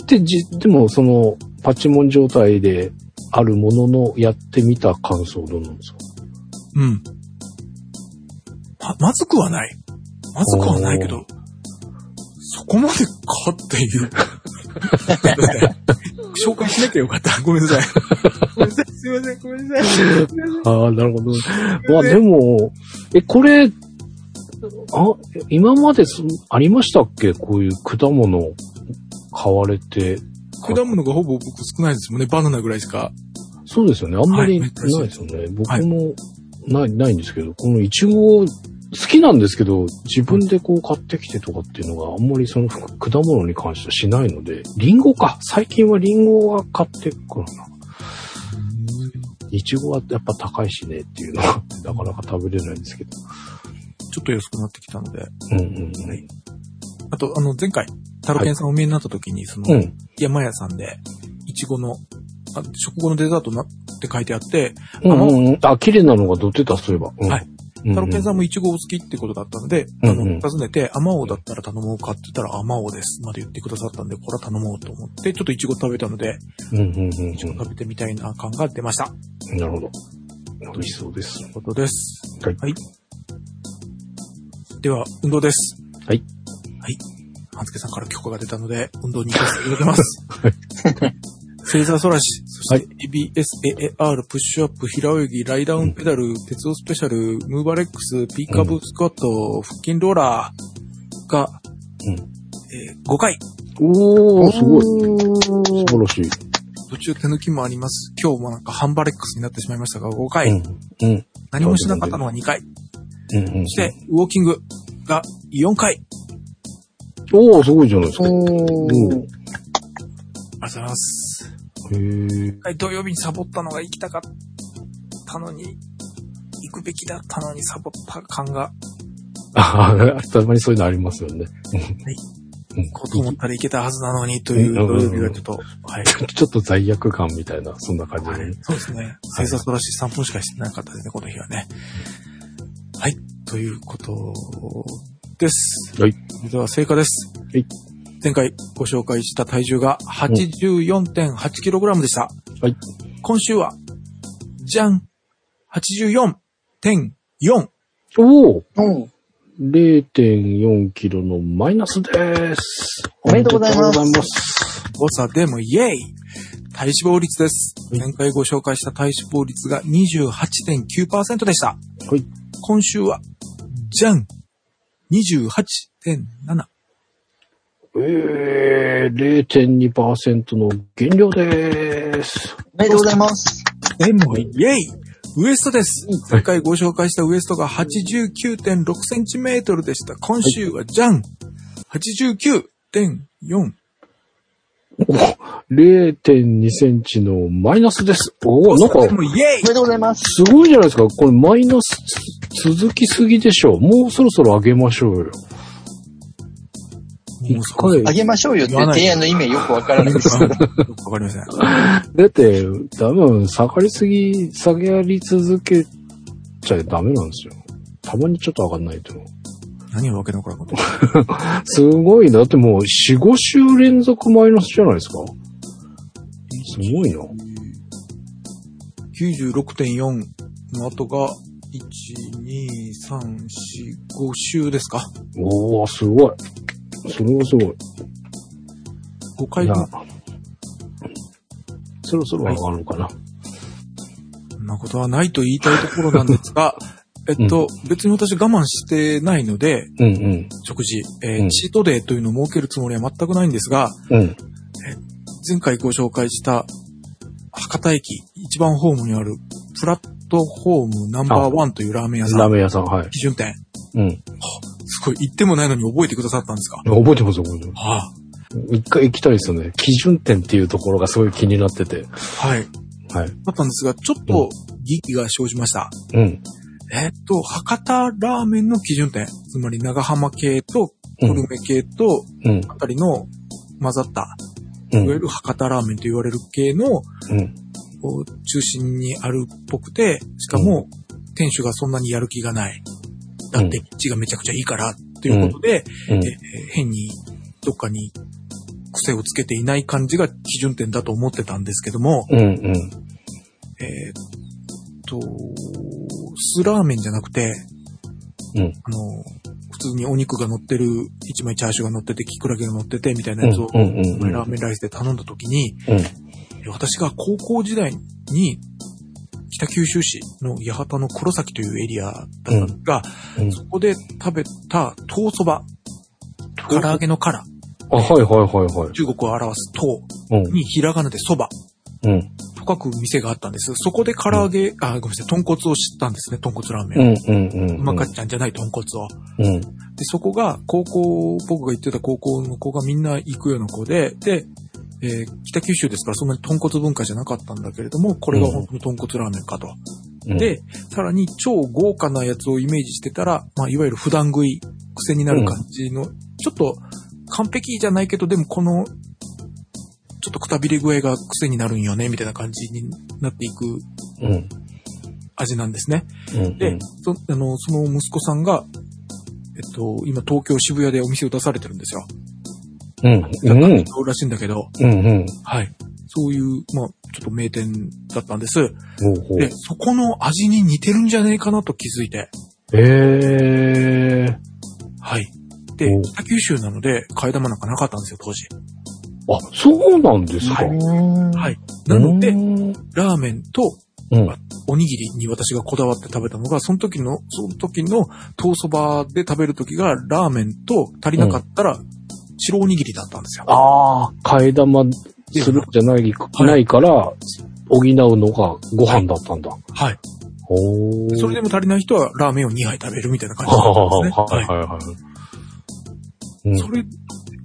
[SPEAKER 2] で、じ、でもその、パチモン状態であるものの、やってみた感想どうなんですか
[SPEAKER 3] うん。ま、まずくはない。まずくはないけど、そこまでかっていう。紹介しなきゃよかった。ごめんなさい。ごめんなさい。すいません。ごめんなさい。すいません
[SPEAKER 2] ああ、なるほど。まあでも、え、これ、あ、今までそありましたっけこういう果物買われて。
[SPEAKER 3] 果物がほぼ僕少ないですもんね。バナナぐらいしか。
[SPEAKER 2] そうですよね。あんまり
[SPEAKER 3] は
[SPEAKER 2] ないいですよね。僕もない、ないんですけど、このイチゴ、好きなんですけど、自分でこう買ってきてとかっていうのがあんまりその果物に関してはしないので、リンゴか。最近はリンゴは買ってくからな。イチゴはやっぱ高いしねっていうのは、 なかなか食べれないんですけど。
[SPEAKER 3] ちょっと安くなってきたので。
[SPEAKER 2] うんうんうん。
[SPEAKER 3] はいあと、あの、前回、タロケンさんお見えになった時に、その、
[SPEAKER 2] うん。
[SPEAKER 3] 山屋さんで、いちごの、あ食後のデザートなって書いてあって、
[SPEAKER 2] うんうんうん。あ、綺麗なのが出てた、そういえば。うん
[SPEAKER 3] はい。
[SPEAKER 2] う
[SPEAKER 3] タロケンさん
[SPEAKER 2] も。
[SPEAKER 3] もイチゴお好きってことだったので、
[SPEAKER 2] うん
[SPEAKER 3] あ
[SPEAKER 2] うん
[SPEAKER 3] の、尋ねて、あまおうだったら頼もうかって言ったら、あまおうですまで言ってくださったんで、これは頼もうと思って、ちょっとイチゴ食べたので、
[SPEAKER 2] うんうんうんうん。
[SPEAKER 3] イチゴ食べてみたいな感が出ました。とい
[SPEAKER 2] なるほど。美味しそうです。
[SPEAKER 3] うことです。
[SPEAKER 2] はい
[SPEAKER 3] では、運動です。
[SPEAKER 2] はい。
[SPEAKER 3] はい。半助さんから許可が出たので、運動に行かせていただきます。セイザーソラシ、そして ABS、AAR、プッシュアップ、平泳ぎ、ライダウンペダル、鉄オスペシャル、ムーバレックス、ピーカブスクワット、腹筋ローラーが、
[SPEAKER 2] うん
[SPEAKER 3] えー5回、
[SPEAKER 2] おー、すごい。
[SPEAKER 1] い
[SPEAKER 2] 素晴らしい。
[SPEAKER 3] 途中手抜きもあります。今日もなんかハンバレックスになってしまいましたが、5回、
[SPEAKER 2] うん。うん。
[SPEAKER 3] 何もしなかったのが2回、
[SPEAKER 2] うんうん。
[SPEAKER 3] そしてウォーキングが4回、
[SPEAKER 2] おー、すごいじゃないですか。へ
[SPEAKER 1] おー
[SPEAKER 3] ありがとうございます。
[SPEAKER 2] ー
[SPEAKER 3] 一。回土曜日にサボったのが行きたかったのに、行くべきだったのにサボった感が、
[SPEAKER 2] あ、たまにそういうのありますよね。うん
[SPEAKER 3] こうと思ったら行けたはずなのにという土曜日がちょっと、はい。
[SPEAKER 2] ちょっと罪悪感みたいな、そんな感じ
[SPEAKER 3] はい
[SPEAKER 2] で。
[SPEAKER 3] そうですね。生殺らしい3分しかしてなかったですね、この日はね。はい。ということです。
[SPEAKER 2] はい。
[SPEAKER 3] それでは成果です。
[SPEAKER 2] はい。
[SPEAKER 3] 前回ご紹介した体重が 84.8kg でした。
[SPEAKER 2] はい。
[SPEAKER 3] 今週は、じゃん !84.4!
[SPEAKER 2] おー
[SPEAKER 1] うん。
[SPEAKER 2] !0.4 キロのマイナスです。
[SPEAKER 1] おめでとうございます
[SPEAKER 2] おめでとうございます。
[SPEAKER 3] 誤差でもイエイ体脂肪率です。前回ご紹介した体脂肪率が28.9%でした。
[SPEAKER 2] はい
[SPEAKER 3] 今週は、じゃん !28.7!
[SPEAKER 2] えー、0.2%の減量です。
[SPEAKER 1] おめでとうございます。
[SPEAKER 3] でもイエイウエストです。前回ご紹介したウエストが 89.6cm でした。今週は、じゃん !89.4!
[SPEAKER 2] 0.2センチのマイナスです。おお、なんか
[SPEAKER 3] で、もイエイ
[SPEAKER 1] おめでとうございます。
[SPEAKER 2] すごいじゃないですか。これマイナスつ続きすぎでしょう。もうそろそろ上げましょうよ。一 回
[SPEAKER 1] あげましょうよって
[SPEAKER 3] 言わない
[SPEAKER 1] 提案の意味はよくわから ないです。
[SPEAKER 3] わかりません。
[SPEAKER 2] だって、多分、下がりすぎ、下がり続けちゃダメなんですよ。たまにちょっと上がんないと。
[SPEAKER 3] 何をわけのわからんこと。
[SPEAKER 2] すごいな。だってもう、4、5週連続マイナスじゃないですか。すごいな。
[SPEAKER 3] 96.4の後が、1、2、3、4、5週ですか。
[SPEAKER 2] おー、すごい。それはすごい。
[SPEAKER 3] 5回
[SPEAKER 2] いや
[SPEAKER 3] 分。
[SPEAKER 2] そろそろ上がるのかな。
[SPEAKER 3] そんなことはないと言いたいところなんですが、えっと、別に私我慢してないので、
[SPEAKER 2] うん
[SPEAKER 3] 食事、えー
[SPEAKER 2] うん
[SPEAKER 3] チートデーというのを設けるつもりは全くないんですが、
[SPEAKER 2] うん。うん。
[SPEAKER 3] 前回ご紹介した博多駅一番ホームにあるプラットホームナンバーワンというラーメン屋さ
[SPEAKER 2] ラー
[SPEAKER 3] ん、
[SPEAKER 2] メン屋さん、はい。
[SPEAKER 3] 基準点。
[SPEAKER 2] うん。
[SPEAKER 3] すごい、行ってもないのに覚えてくださったんですか
[SPEAKER 2] 覚えてます、覚えてま
[SPEAKER 3] は
[SPEAKER 2] す。一回行きたいですよね。基準点っていうところがすごい気になってて。
[SPEAKER 3] あ、はい。
[SPEAKER 2] はい。
[SPEAKER 3] だったんですが、ちょっと疑義が生じました。
[SPEAKER 2] うん。
[SPEAKER 3] えっと、博多ラーメンの基準点、つまり長浜系と
[SPEAKER 2] う
[SPEAKER 3] グル
[SPEAKER 2] ん。
[SPEAKER 3] メ系と
[SPEAKER 2] うん。
[SPEAKER 3] あたりの混ざった、
[SPEAKER 2] う
[SPEAKER 3] いわゆ
[SPEAKER 2] ん。
[SPEAKER 3] る博多ラーメンと言われる系の
[SPEAKER 2] うん。
[SPEAKER 3] こう中心にあるっぽくて、しかも、店主がそんなにやる気がない。だって、血がめちゃくちゃいいから、ということで、
[SPEAKER 2] うん
[SPEAKER 3] えー変に、どっかに癖をつけていない感じが基準点だと思ってたんですけども、
[SPEAKER 2] うん。うん。
[SPEAKER 3] えーっと、酢ラーメンじゃなくて、
[SPEAKER 2] うん
[SPEAKER 3] あの、普通にお肉が乗ってる、一枚チャーシューが乗ってて、キクラゲが乗ってて、みたいなやつを、
[SPEAKER 2] うんうんうんうん
[SPEAKER 3] ラーメンライスで頼んだ時に、
[SPEAKER 2] うん
[SPEAKER 3] え私が高校時代に、北九州市の八幡の黒崎というエリアだったんですが、
[SPEAKER 2] うん
[SPEAKER 3] そこで食べた唐そば、唐揚げの殻、
[SPEAKER 2] あ、はいはいはいはい。
[SPEAKER 3] 中国を表す唐
[SPEAKER 2] うん。
[SPEAKER 3] にひらがなでそば
[SPEAKER 2] うん。
[SPEAKER 3] と書く店があったんです。そこで唐揚げ、あ、ごめんなさい、豚骨を知ったんですね、豚骨ラー
[SPEAKER 2] う
[SPEAKER 3] メン。
[SPEAKER 2] ん。うん。うん。
[SPEAKER 3] うまかっちゃんじゃない豚骨を。
[SPEAKER 2] うん。
[SPEAKER 3] で、そこが、高校、僕が行ってた高校の子がみんな行くような子で、で、えー北九州ですからそんなに豚骨文化じゃなかったんだけれども、これが本当に豚骨ラーメンかと。
[SPEAKER 2] うん。
[SPEAKER 3] で、さらに超豪華なやつをイメージしてたら、まあ、いわゆる普段食い、癖になる感じの、ちょっと完璧じゃないけど、でもこの、ちょっとくたびれ具合が癖になるんよね、みたいな感じになっていく
[SPEAKER 2] うん。
[SPEAKER 3] 味なんですね。
[SPEAKER 2] うん。
[SPEAKER 3] で、そあのその息子さんが、えっと、今東京渋谷でお店を出されてるんですよ。
[SPEAKER 2] うん。うん。うん。
[SPEAKER 3] そうらしいんだけど、
[SPEAKER 2] うん。うん。
[SPEAKER 3] はい。そういう、まあ、ちょっと名店だったんです。
[SPEAKER 2] ほうほう
[SPEAKER 3] で、そこの味に似てるんじゃねえかなと気づいて、
[SPEAKER 2] ええ
[SPEAKER 3] はい。で
[SPEAKER 2] お、
[SPEAKER 3] 北九州なので、替え玉なんかなかったんですよ、当時。
[SPEAKER 2] あ、そうなんですか。
[SPEAKER 1] は。
[SPEAKER 3] はいいなの
[SPEAKER 2] う
[SPEAKER 3] で、
[SPEAKER 2] ん。
[SPEAKER 3] ラーメンと
[SPEAKER 2] うん
[SPEAKER 3] おにぎりに私がこだわって食べたのが、その時の、その時の糖そばで食べる時が、ラーメンと足りなかったら、白おにぎりだったんですよ。
[SPEAKER 2] ああ、替え玉するんじゃない,、
[SPEAKER 3] い
[SPEAKER 2] ないから、補うのがご飯だったんだ。
[SPEAKER 3] はい。
[SPEAKER 2] おお。
[SPEAKER 3] それで
[SPEAKER 2] も、
[SPEAKER 3] も足りない人はラーメンを2杯食べるみたいな感じだったんで すね。
[SPEAKER 2] はいは
[SPEAKER 3] は
[SPEAKER 2] いはい。う
[SPEAKER 3] い
[SPEAKER 2] ん
[SPEAKER 3] それ、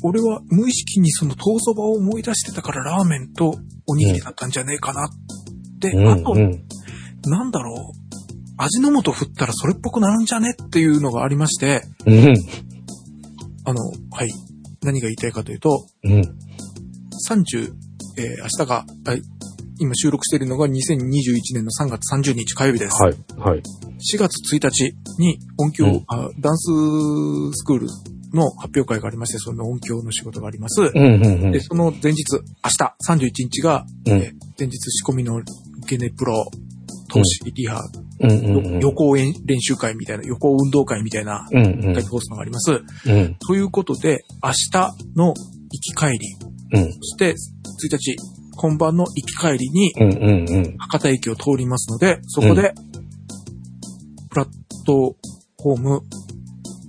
[SPEAKER 3] 俺は無意識にその糖そばを思い出してたからラーメンとおにぎりだったんじゃねえかなって、あと
[SPEAKER 2] うん、うん。
[SPEAKER 3] なんだろう、味の素振ったらそれっぽくなるんじゃねっていうのがありまして、
[SPEAKER 2] うん。
[SPEAKER 3] あの、はい。何が言いたいかというと、
[SPEAKER 2] うん。
[SPEAKER 3] 30、えー明日が、あ今収録しているのが2021年の3月30日火曜日です。
[SPEAKER 2] はい。はい。
[SPEAKER 3] 4月1日に音響、
[SPEAKER 2] うん
[SPEAKER 3] あダンススクールの発表会がありまして、その音響の仕事があります。
[SPEAKER 2] うんうんうん
[SPEAKER 3] で、。その前日、明日31日が、
[SPEAKER 2] うん
[SPEAKER 3] えー前日仕込みのゲネプロ、投資リハ、
[SPEAKER 2] うんうんうん。
[SPEAKER 3] 予行演練習会みたいな、予行運動会みたいな、
[SPEAKER 2] うん
[SPEAKER 3] 会通すのがあります。
[SPEAKER 2] うん。うん。
[SPEAKER 3] ということで、明日の行き帰り、
[SPEAKER 2] うん
[SPEAKER 3] そして1日、今晩の行き帰りに、
[SPEAKER 2] うんうんうん。
[SPEAKER 3] 博多駅を通りますので、そこで、プラットホーム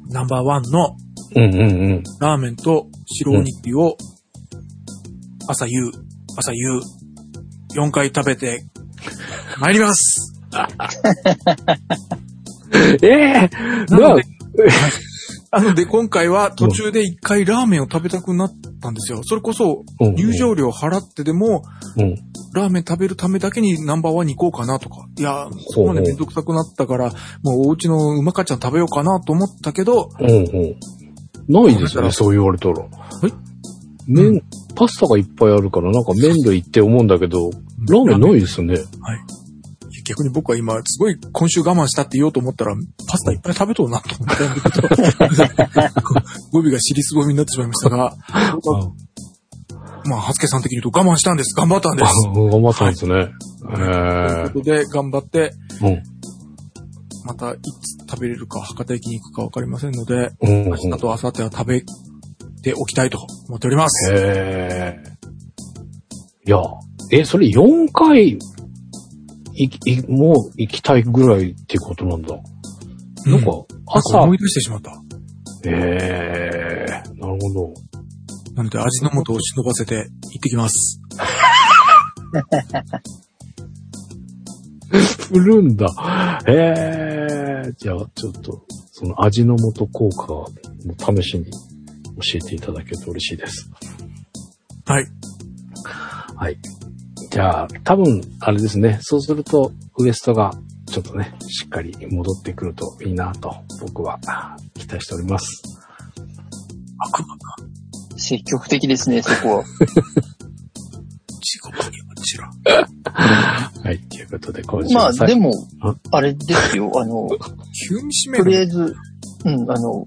[SPEAKER 3] ナンバーワンの
[SPEAKER 2] うんうんうん。
[SPEAKER 3] ラーメンと白おにぎりを、朝夕、朝夕、4回食べて、参ります
[SPEAKER 2] ええ
[SPEAKER 3] な
[SPEAKER 2] な
[SPEAKER 3] ので、あの、で、今回は途中で一回ラーメンを食べたくなったんですよ。それこそ、
[SPEAKER 2] うん
[SPEAKER 3] 入場料払ってでも、
[SPEAKER 2] うん。
[SPEAKER 3] ラーメン食べるためだけにナンバーワンに行こうかなとか。いやー、そこまでめんどくさくなったから、もうお家のうまかっちゃん食べようかなと思ったけど、
[SPEAKER 2] うんうん。ないですよね、そう言われたら。
[SPEAKER 3] え
[SPEAKER 2] 麺、パスタがいっぱいあるから、なんか麺類って思うんだけど、ラーメンないですね。
[SPEAKER 3] 逆に僕は今、すごい今週我慢したって言おうと思ったら、パスタいっぱい食べとうなと思って、 語尾が尻すぼみになってしまいましたが、まあ、はつけさん的に言うと我慢したんです。頑張ったんです。
[SPEAKER 2] うん頑張ったんですね。
[SPEAKER 3] ということで、頑張って、
[SPEAKER 2] ええ。
[SPEAKER 3] またいつ食べれるか、博多駅に行くかわかりませんので、
[SPEAKER 2] うん。
[SPEAKER 3] 明
[SPEAKER 2] う
[SPEAKER 3] 日
[SPEAKER 2] ん。
[SPEAKER 3] と明後日は食べておきたいと思っております。
[SPEAKER 2] へえ。いや、え、それ4回、い、い、もう行きたいぐらいってことなんだ。なんか
[SPEAKER 3] うん、
[SPEAKER 2] 朝、
[SPEAKER 3] 思い出してしまった。
[SPEAKER 2] ええなるほど。
[SPEAKER 3] なので、味の素を忍ばせて行ってきます。
[SPEAKER 2] 売るんだ。ええじゃあ、ちょっと、その味の素効果を試しに教えていただけると嬉しいです。
[SPEAKER 3] はい。
[SPEAKER 2] はい。じゃあ、多分、あれですね。そうすると、ウエストが、ちょっとね、しっかり戻ってくるといいなと、僕は期待しております。
[SPEAKER 3] 悪魔が
[SPEAKER 1] 積極的ですね、そこ。
[SPEAKER 3] 地獄に落ちろ。
[SPEAKER 2] はい。ということで、今週
[SPEAKER 1] まあ、
[SPEAKER 2] は最
[SPEAKER 1] で
[SPEAKER 2] 後、
[SPEAKER 1] も
[SPEAKER 2] あ、
[SPEAKER 1] あれですよ、あの、
[SPEAKER 3] 急に締め
[SPEAKER 1] とりあ
[SPEAKER 3] る。
[SPEAKER 1] えず、うん、あの、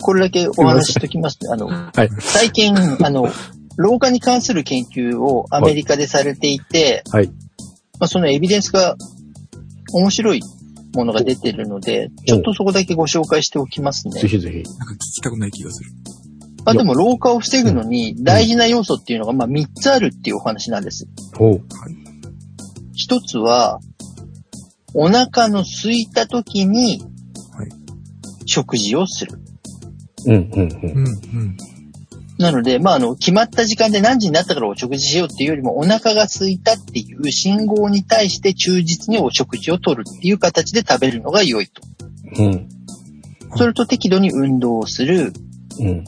[SPEAKER 1] これだけお話ししときますね。あの、
[SPEAKER 2] はい。
[SPEAKER 1] 最近、あの、老化に関する研究をアメリカでされていて、
[SPEAKER 2] はい
[SPEAKER 1] まあ、そのエビデンスが面白いものが出てるので、ちょっとそこだけご紹介しておきます
[SPEAKER 2] ぜ
[SPEAKER 1] ね。
[SPEAKER 2] ひぜひ。
[SPEAKER 3] なんか聞きたくない気がする。
[SPEAKER 1] まあ、でも老化を防ぐのに大事な要素っていうのが、まあ、3つあるっていうお話なんです。
[SPEAKER 2] おう。
[SPEAKER 1] 1つは、お腹の空いた時に
[SPEAKER 3] はい
[SPEAKER 1] 食事をする。
[SPEAKER 2] うん、うん、うん。
[SPEAKER 3] うん、うん。
[SPEAKER 1] なので、まあ、あの、決まった時間で何時になったからお食事しようっていうよりも、お腹が空いたっていう信号に対して忠実にお食事をとるっていう形で食べるのが良いと。
[SPEAKER 2] うん、
[SPEAKER 1] それと適度に運動をする、
[SPEAKER 2] うん。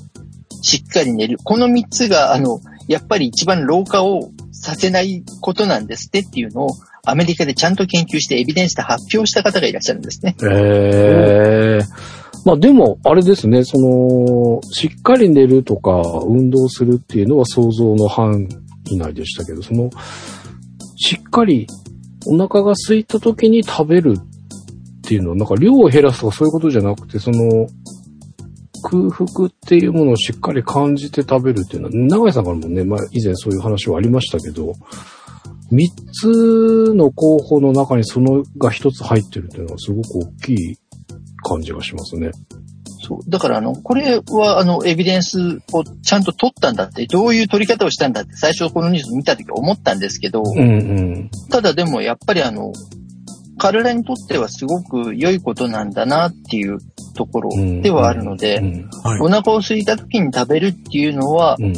[SPEAKER 1] しっかり寝る。この3つが、あの、やっぱり一番老化をさせないことなんですってっていうのを、アメリカでちゃんと研究してエビデンスで発表した方がいらっしゃるんですね。
[SPEAKER 2] ええまあでも、あれですね、その、しっかり寝るとか、運動するっていうのは想像の範囲内でしたけど、その、しっかりお腹が空いた時に食べるっていうのは、なんか量を減らすとかそういうことじゃなくて、その、空腹っていうものをしっかり感じて食べるっていうのは、長井さんからもね、まあ以前そういう話はありましたけど、三つの候補の中にそのが一つ入ってるっていうのはすごく大きい感じがしますね。
[SPEAKER 1] そう。だから、あの、これは、あの、エビデンスをちゃんと取ったんだって、どういう取り方をしたんだって、最初このニュース見た時思ったんですけど、
[SPEAKER 2] うんうん。
[SPEAKER 1] ただでも、やっぱりあの、彼らにとってはすごく良いことなんだなっていうところではあるの
[SPEAKER 2] う
[SPEAKER 1] で、
[SPEAKER 2] ん
[SPEAKER 3] はい。
[SPEAKER 1] お腹を空いた時に食べるっていうのは、
[SPEAKER 2] うん。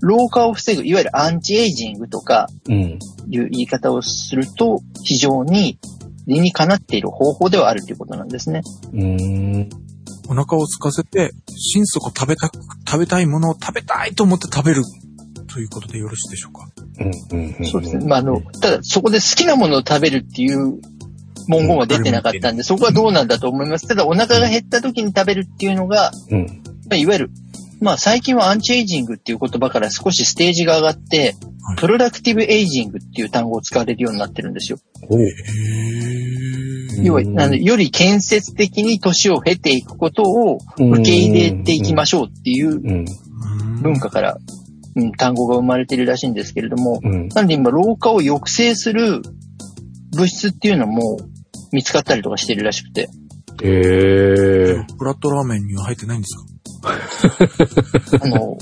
[SPEAKER 1] 老化を防ぐ、いわゆるアンチエイジングとか
[SPEAKER 2] うん。
[SPEAKER 1] いう言い方をすると、非常に理にかなっている方法ではあるということなんですね。
[SPEAKER 2] うん。
[SPEAKER 3] お腹を空かせて、心底食べたく、食べたいものを食べたいと思って食べるということでよろしいでしょうか
[SPEAKER 2] うん。
[SPEAKER 1] そうですね。まあ、あの、ただそこで好きなものを食べるっていう文言は出てなかったんで、そこはどうなんだと思います。ただお腹が減った時に食べるっていうのが、
[SPEAKER 2] うん。
[SPEAKER 1] まあ、いわゆる、まあ最近はアンチエイジングっていう言葉から少しステージが上がって
[SPEAKER 3] はい、
[SPEAKER 1] プロダクティブエイジングっていう単語を使われるようになってるんですよ。
[SPEAKER 2] おう
[SPEAKER 3] へ
[SPEAKER 2] うん
[SPEAKER 1] 要は、あのより建設的に年を経ていくことを受け入れていきましょうっていう
[SPEAKER 2] うん。
[SPEAKER 1] 文化から、うん、単語が生まれてるらしいんですけれども、
[SPEAKER 2] うん。
[SPEAKER 1] なんで今、老化を抑制する物質っていうのも見つかったりとかしてるらしくて、
[SPEAKER 2] ええ
[SPEAKER 3] フラットラーメンには入ってないんですか
[SPEAKER 1] あの、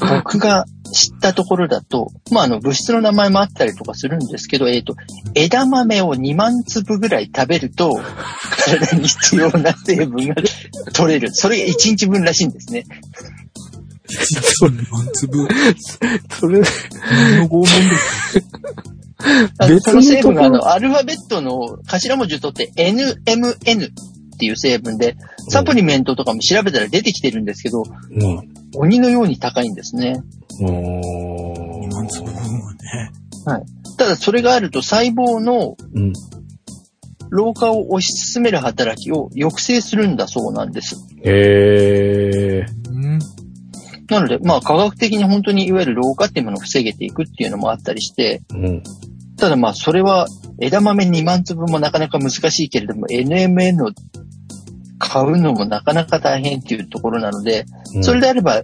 [SPEAKER 1] 僕が知ったところだと、まあ、あの、物質の名前もあったりとかするんですけど、えっ、と、枝豆を2万粒ぐらい食べると、体に必要な成分が取れる。それが1日分らしいんですね。
[SPEAKER 3] 一日に万粒。
[SPEAKER 2] それ、
[SPEAKER 3] 何の拷問です
[SPEAKER 1] あの
[SPEAKER 2] 別
[SPEAKER 1] そ
[SPEAKER 2] の
[SPEAKER 1] の成分があ
[SPEAKER 2] とこ
[SPEAKER 1] の、アルファベットの頭文字を取って NMN っていう成分で、サプリメントとかも調べたら出てきてるんですけど、
[SPEAKER 2] うん。
[SPEAKER 1] 鬼のように高いんですね。
[SPEAKER 2] お
[SPEAKER 3] 今のそういう
[SPEAKER 2] ー。
[SPEAKER 3] のはね。
[SPEAKER 1] ただそれがあると細胞の
[SPEAKER 2] うん。
[SPEAKER 1] 老化を推し進める働きを抑制するんだそうなんです。
[SPEAKER 2] え
[SPEAKER 3] うん。
[SPEAKER 1] なので、まあ科学的に本当にいわゆる老化っていうものを防げていくっていうのもあったりして、
[SPEAKER 2] ー。うん。
[SPEAKER 1] ただまあそれは枝豆2万粒もなかなか難しいけれども NMN を買うのもなかなか大変っていうところなので、
[SPEAKER 2] うん
[SPEAKER 1] それであれば、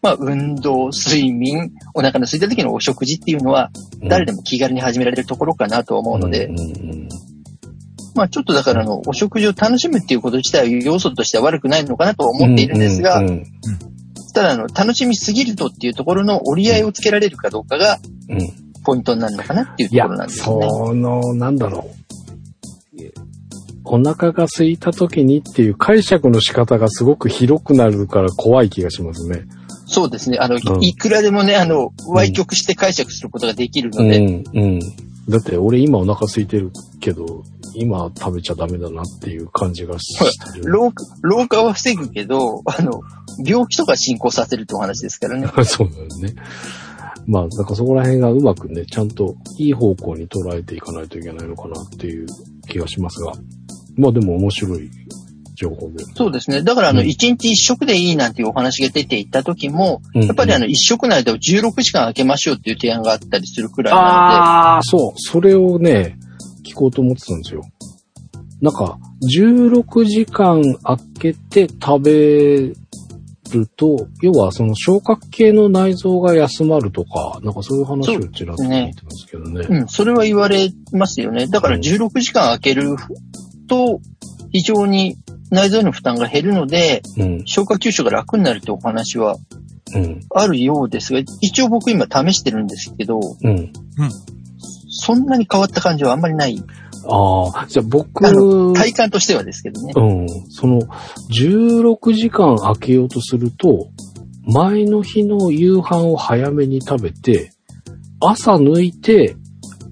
[SPEAKER 1] まあ運動、睡眠、お腹の空いた時のお食事っていうのは誰でも気軽に始められるところかなと思うので、
[SPEAKER 2] うんうん
[SPEAKER 1] まあちょっとだからあの、お食事を楽しむっていうこと自体は要素としては悪くないのかなとは思っているんですが、
[SPEAKER 2] うんうん
[SPEAKER 1] ただあの、楽しみすぎるとっていうところの折り合いをつけられるかどうかが
[SPEAKER 2] うん
[SPEAKER 1] ポイントになるのかなっていう
[SPEAKER 2] い
[SPEAKER 1] と
[SPEAKER 2] や
[SPEAKER 1] ころなん、ですよね。
[SPEAKER 2] その、なんだろう。お腹が空いた時にっていう解釈の仕方がすごく広くなるから怖い気がしますね。
[SPEAKER 1] そうですね。あの、
[SPEAKER 2] うん
[SPEAKER 1] いくらでもね、あの、歪曲して解釈することができる
[SPEAKER 2] う
[SPEAKER 1] ので、
[SPEAKER 2] ん、うん。だって俺今お腹空いてるけど、今食べちゃダメだなっていう感じがしてる。
[SPEAKER 1] 老化老化は防ぐけど、あの、病気とか進行させるってお話ですからね。
[SPEAKER 2] そうだよね。まあ、なんかそこら辺がうまくね、ちゃんといい方向に捉えていかないといけないのかなっていう気がしますが。まあでも面白い情報で。
[SPEAKER 1] そうですね。だからあ
[SPEAKER 2] う
[SPEAKER 1] の、
[SPEAKER 2] ん
[SPEAKER 1] 一日一食でいいなんていうお話が出ていた時も、
[SPEAKER 2] や
[SPEAKER 1] やっぱりあの、一食の間を16時間空けましょうっていう提案があったりするくらいなので、
[SPEAKER 2] ああ、そう。それをね、聞こうと思ってたんですよ。なんか、16時間空けて食べると、要はその消化系の内臓が休まるとか、なんかそういう話をちらっと聞いてますけどね。
[SPEAKER 1] うん、それは言われますよね。だから
[SPEAKER 2] うん
[SPEAKER 1] 16時間空けると、非常に内臓への負担が減るので、
[SPEAKER 2] うん、
[SPEAKER 1] 消化吸収が楽になるってお話は
[SPEAKER 2] うん、
[SPEAKER 1] あるようですが、一応僕今試してるんですけど、
[SPEAKER 2] うん。
[SPEAKER 1] そんなに変わった感じはあんまりない。
[SPEAKER 2] ああ、じゃあ僕、
[SPEAKER 1] あ
[SPEAKER 2] うん、
[SPEAKER 1] 体感としてはですけどね。
[SPEAKER 2] その、16時間空けようとすると、前の日の夕飯を早めに食べて、朝抜いて、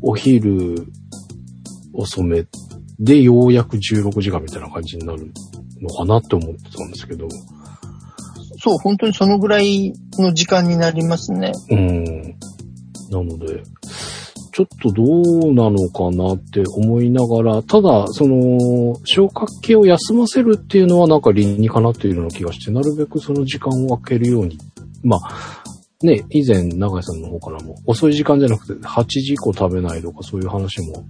[SPEAKER 2] お昼遅めで、ようやく16時間みたいな感じになるのかなって思ってたんですけど、
[SPEAKER 1] そう、本当にそのぐらいの時間になりますね。
[SPEAKER 2] うん。なので、ちょっとどうなのかなって思いながら、ただ、その、消化器を休ませるっていうのはなんか理にかなっているような気がして、なるべくその時間を空けるように。まあ、ね、以前、長井さんの方からも、遅い時間じゃなくて、8時以降食べないとかそういう話も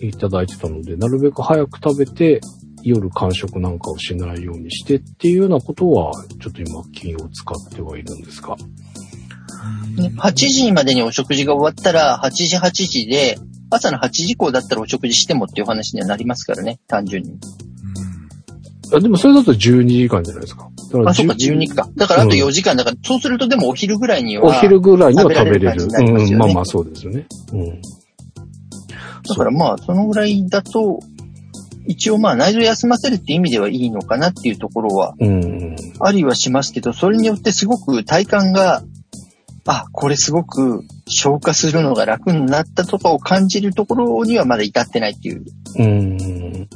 [SPEAKER 2] いただいてたので、なるべく早く食べて、夜間食なんかをしないようにしてっていうようなことは、ちょっと今気を使ってはいるんですが。
[SPEAKER 1] ね8時までにお食事が終わったら、8時8時で、朝の8時以降だったらお食事してもっていう話にはなりますからね、単純に。
[SPEAKER 2] あでもそれだと12時間じゃないですか。だから
[SPEAKER 1] あ、そうか、
[SPEAKER 2] 10
[SPEAKER 1] 12か。だからあと
[SPEAKER 2] うん
[SPEAKER 1] 4時間だから、そうするとでもお昼ぐらいには。
[SPEAKER 2] お昼ぐらいには食べれ
[SPEAKER 1] 食
[SPEAKER 2] る。
[SPEAKER 1] べられる感じになりますよね
[SPEAKER 2] うん、まあまあそうですよね。うん。
[SPEAKER 1] だからまあ、そのぐらいだと、一応まあ内臓休ませるって意味ではいいのかなっていうところは
[SPEAKER 2] うんうん。
[SPEAKER 1] ありはしますけど、それによってすごく体感が、あ、これすごく消化するのが楽になったとかを感じるところにはまだ至ってないっていう
[SPEAKER 2] うん。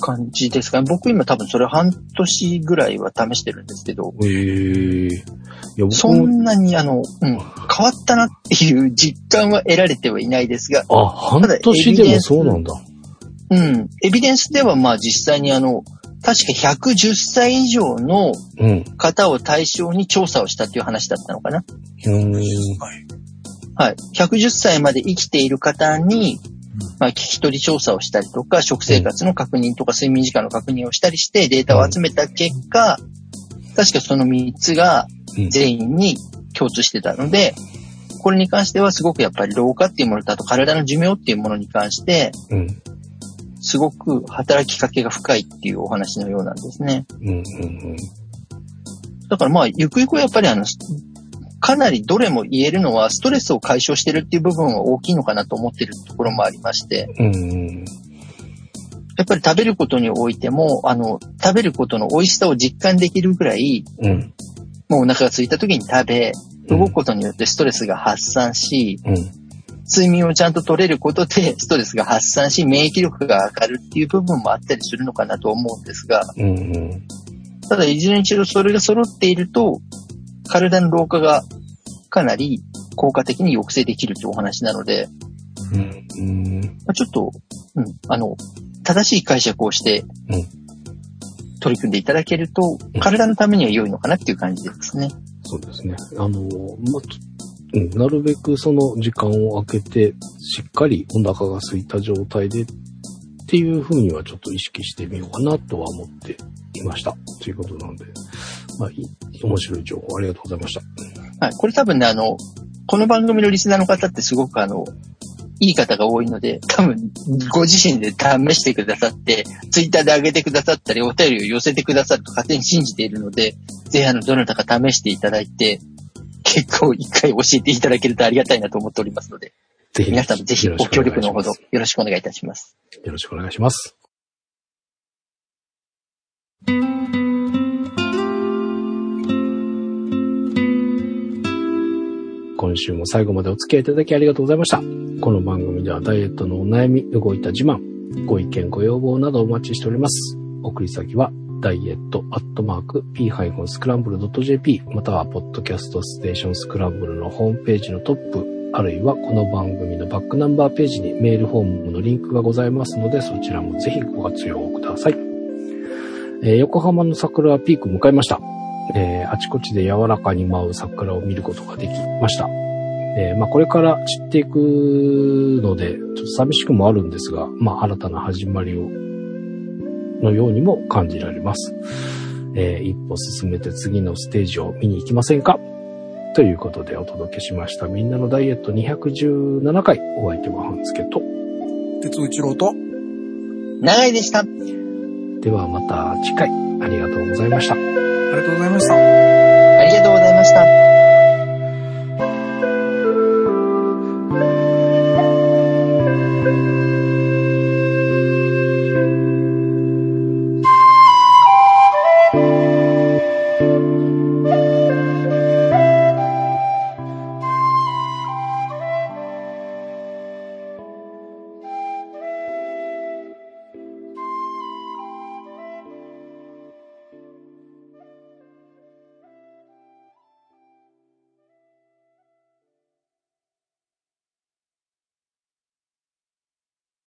[SPEAKER 1] 感じですかね。僕今多分それ半年ぐらいは試してるんですけど、
[SPEAKER 2] ええいや、僕
[SPEAKER 1] そ
[SPEAKER 2] も、
[SPEAKER 1] んなにあの、うん、変わったなっていう実感は得られてはいないですが、
[SPEAKER 2] あ、半年でもそうなんだ。
[SPEAKER 1] うん、エビデンスではまあ実際にあの、確か110歳以上の
[SPEAKER 2] うん。
[SPEAKER 1] 方を対象に調査をしたっていう話だったのかな。
[SPEAKER 2] うん。
[SPEAKER 3] はい。
[SPEAKER 1] はい。110歳まで生きている方に、まあ、聞き取り調査をしたりとか、食生活の確認とか、睡眠時間の確認をしたりして、データを集めた結果、確かその3つが
[SPEAKER 2] うん
[SPEAKER 1] 全員に共通してたので、これに関してはすごくやっぱり老化っていうものと、あと体の寿命っていうものに関して、
[SPEAKER 2] うん。
[SPEAKER 1] すごく働きかけが深いっていうお話のようなんですね。
[SPEAKER 2] うん。うん。
[SPEAKER 1] だからまあ、ゆくゆくはやっぱりあの、かなりどれも言えるのは、ストレスを解消してるっていう部分は大きいのかなと思ってるところもありまして、
[SPEAKER 2] うん。うん。
[SPEAKER 1] やっぱり食べることにおいても、あの、食べることの美味しさを実感できるぐらい、
[SPEAKER 2] うん。
[SPEAKER 1] もうお腹が空いた時に食べ、
[SPEAKER 2] うん
[SPEAKER 1] 動くことによってストレスが発散し、
[SPEAKER 2] うん。
[SPEAKER 1] 睡眠をちゃんと取れることで、ストレスが発散し、免疫力が上がるっていう部分もあったりするのかなと思うんですが、
[SPEAKER 2] うんうん。
[SPEAKER 1] ただ、いずれにしろそれが揃っていると、体の老化がかなり効果的に抑制できるというお話なので、
[SPEAKER 2] うんうん。
[SPEAKER 1] まあちょっと、うん、あの、正しい解釈をして、
[SPEAKER 2] うん
[SPEAKER 1] 取り組んでいただけると
[SPEAKER 2] うん、
[SPEAKER 1] 体のためには良いのかなっていう感じですね。
[SPEAKER 2] そうですね。あの、まあちょうん、なるべくその時間を空けて、しっかりお腹が空いた状態でっていうふうにはちょっと意識してみようかなとは思っていました。ということなんで、まあ、い面白い情報ありがとうございました。
[SPEAKER 1] はい。これ多分ね、あの、この番組のリスナーの方ってすごくあの、いい方が多いので、多分、ご自身で試してくださって、ツイッターで上げてくださったり、お便りを寄せてくださると勝手に信じているので、ぜひあの、どなたか試していただいて、結構一回教えていただけるとありがたいなと思っておりますので、
[SPEAKER 2] ぜひ、
[SPEAKER 1] 皆さんぜひ
[SPEAKER 2] よろし
[SPEAKER 1] ご
[SPEAKER 2] くお
[SPEAKER 1] 協
[SPEAKER 2] 願いし
[SPEAKER 1] 力
[SPEAKER 2] ます
[SPEAKER 1] のほどよろしくお願いいたします。
[SPEAKER 2] よろしくお願いします。今週も最後までお付き合いいただきありがとうございました。この番組ではダイエットのお悩み、動いた自慢、ご意見、ご要望などお待ちしております。送り先は、ダイエットアットマーク p-scramble.jp または、ポッドキャストステーションスクランブルのホームページのトップ、あるいはこの番組のバックナンバーページにメールフォームのリンクがございますので、そちらもぜひご活用ください。えー横浜の桜はピークを迎えました。えーあちこちで柔らかに舞う桜を見ることができました。えーまあ、これから散っていくので、ちょっと寂しくもあるんですが、まあ、新たな始まりを、のようにも感じられます。えー一歩進めて次のステージを見に行きませんかということでお届けしました。みんなのダイエット217回。お相手は半助と。
[SPEAKER 3] 鉄尾一郎と、
[SPEAKER 1] 長いでした。
[SPEAKER 2] ではまた次回。ありがとうございました。
[SPEAKER 3] ありがとうございました。
[SPEAKER 1] ありがとうございました。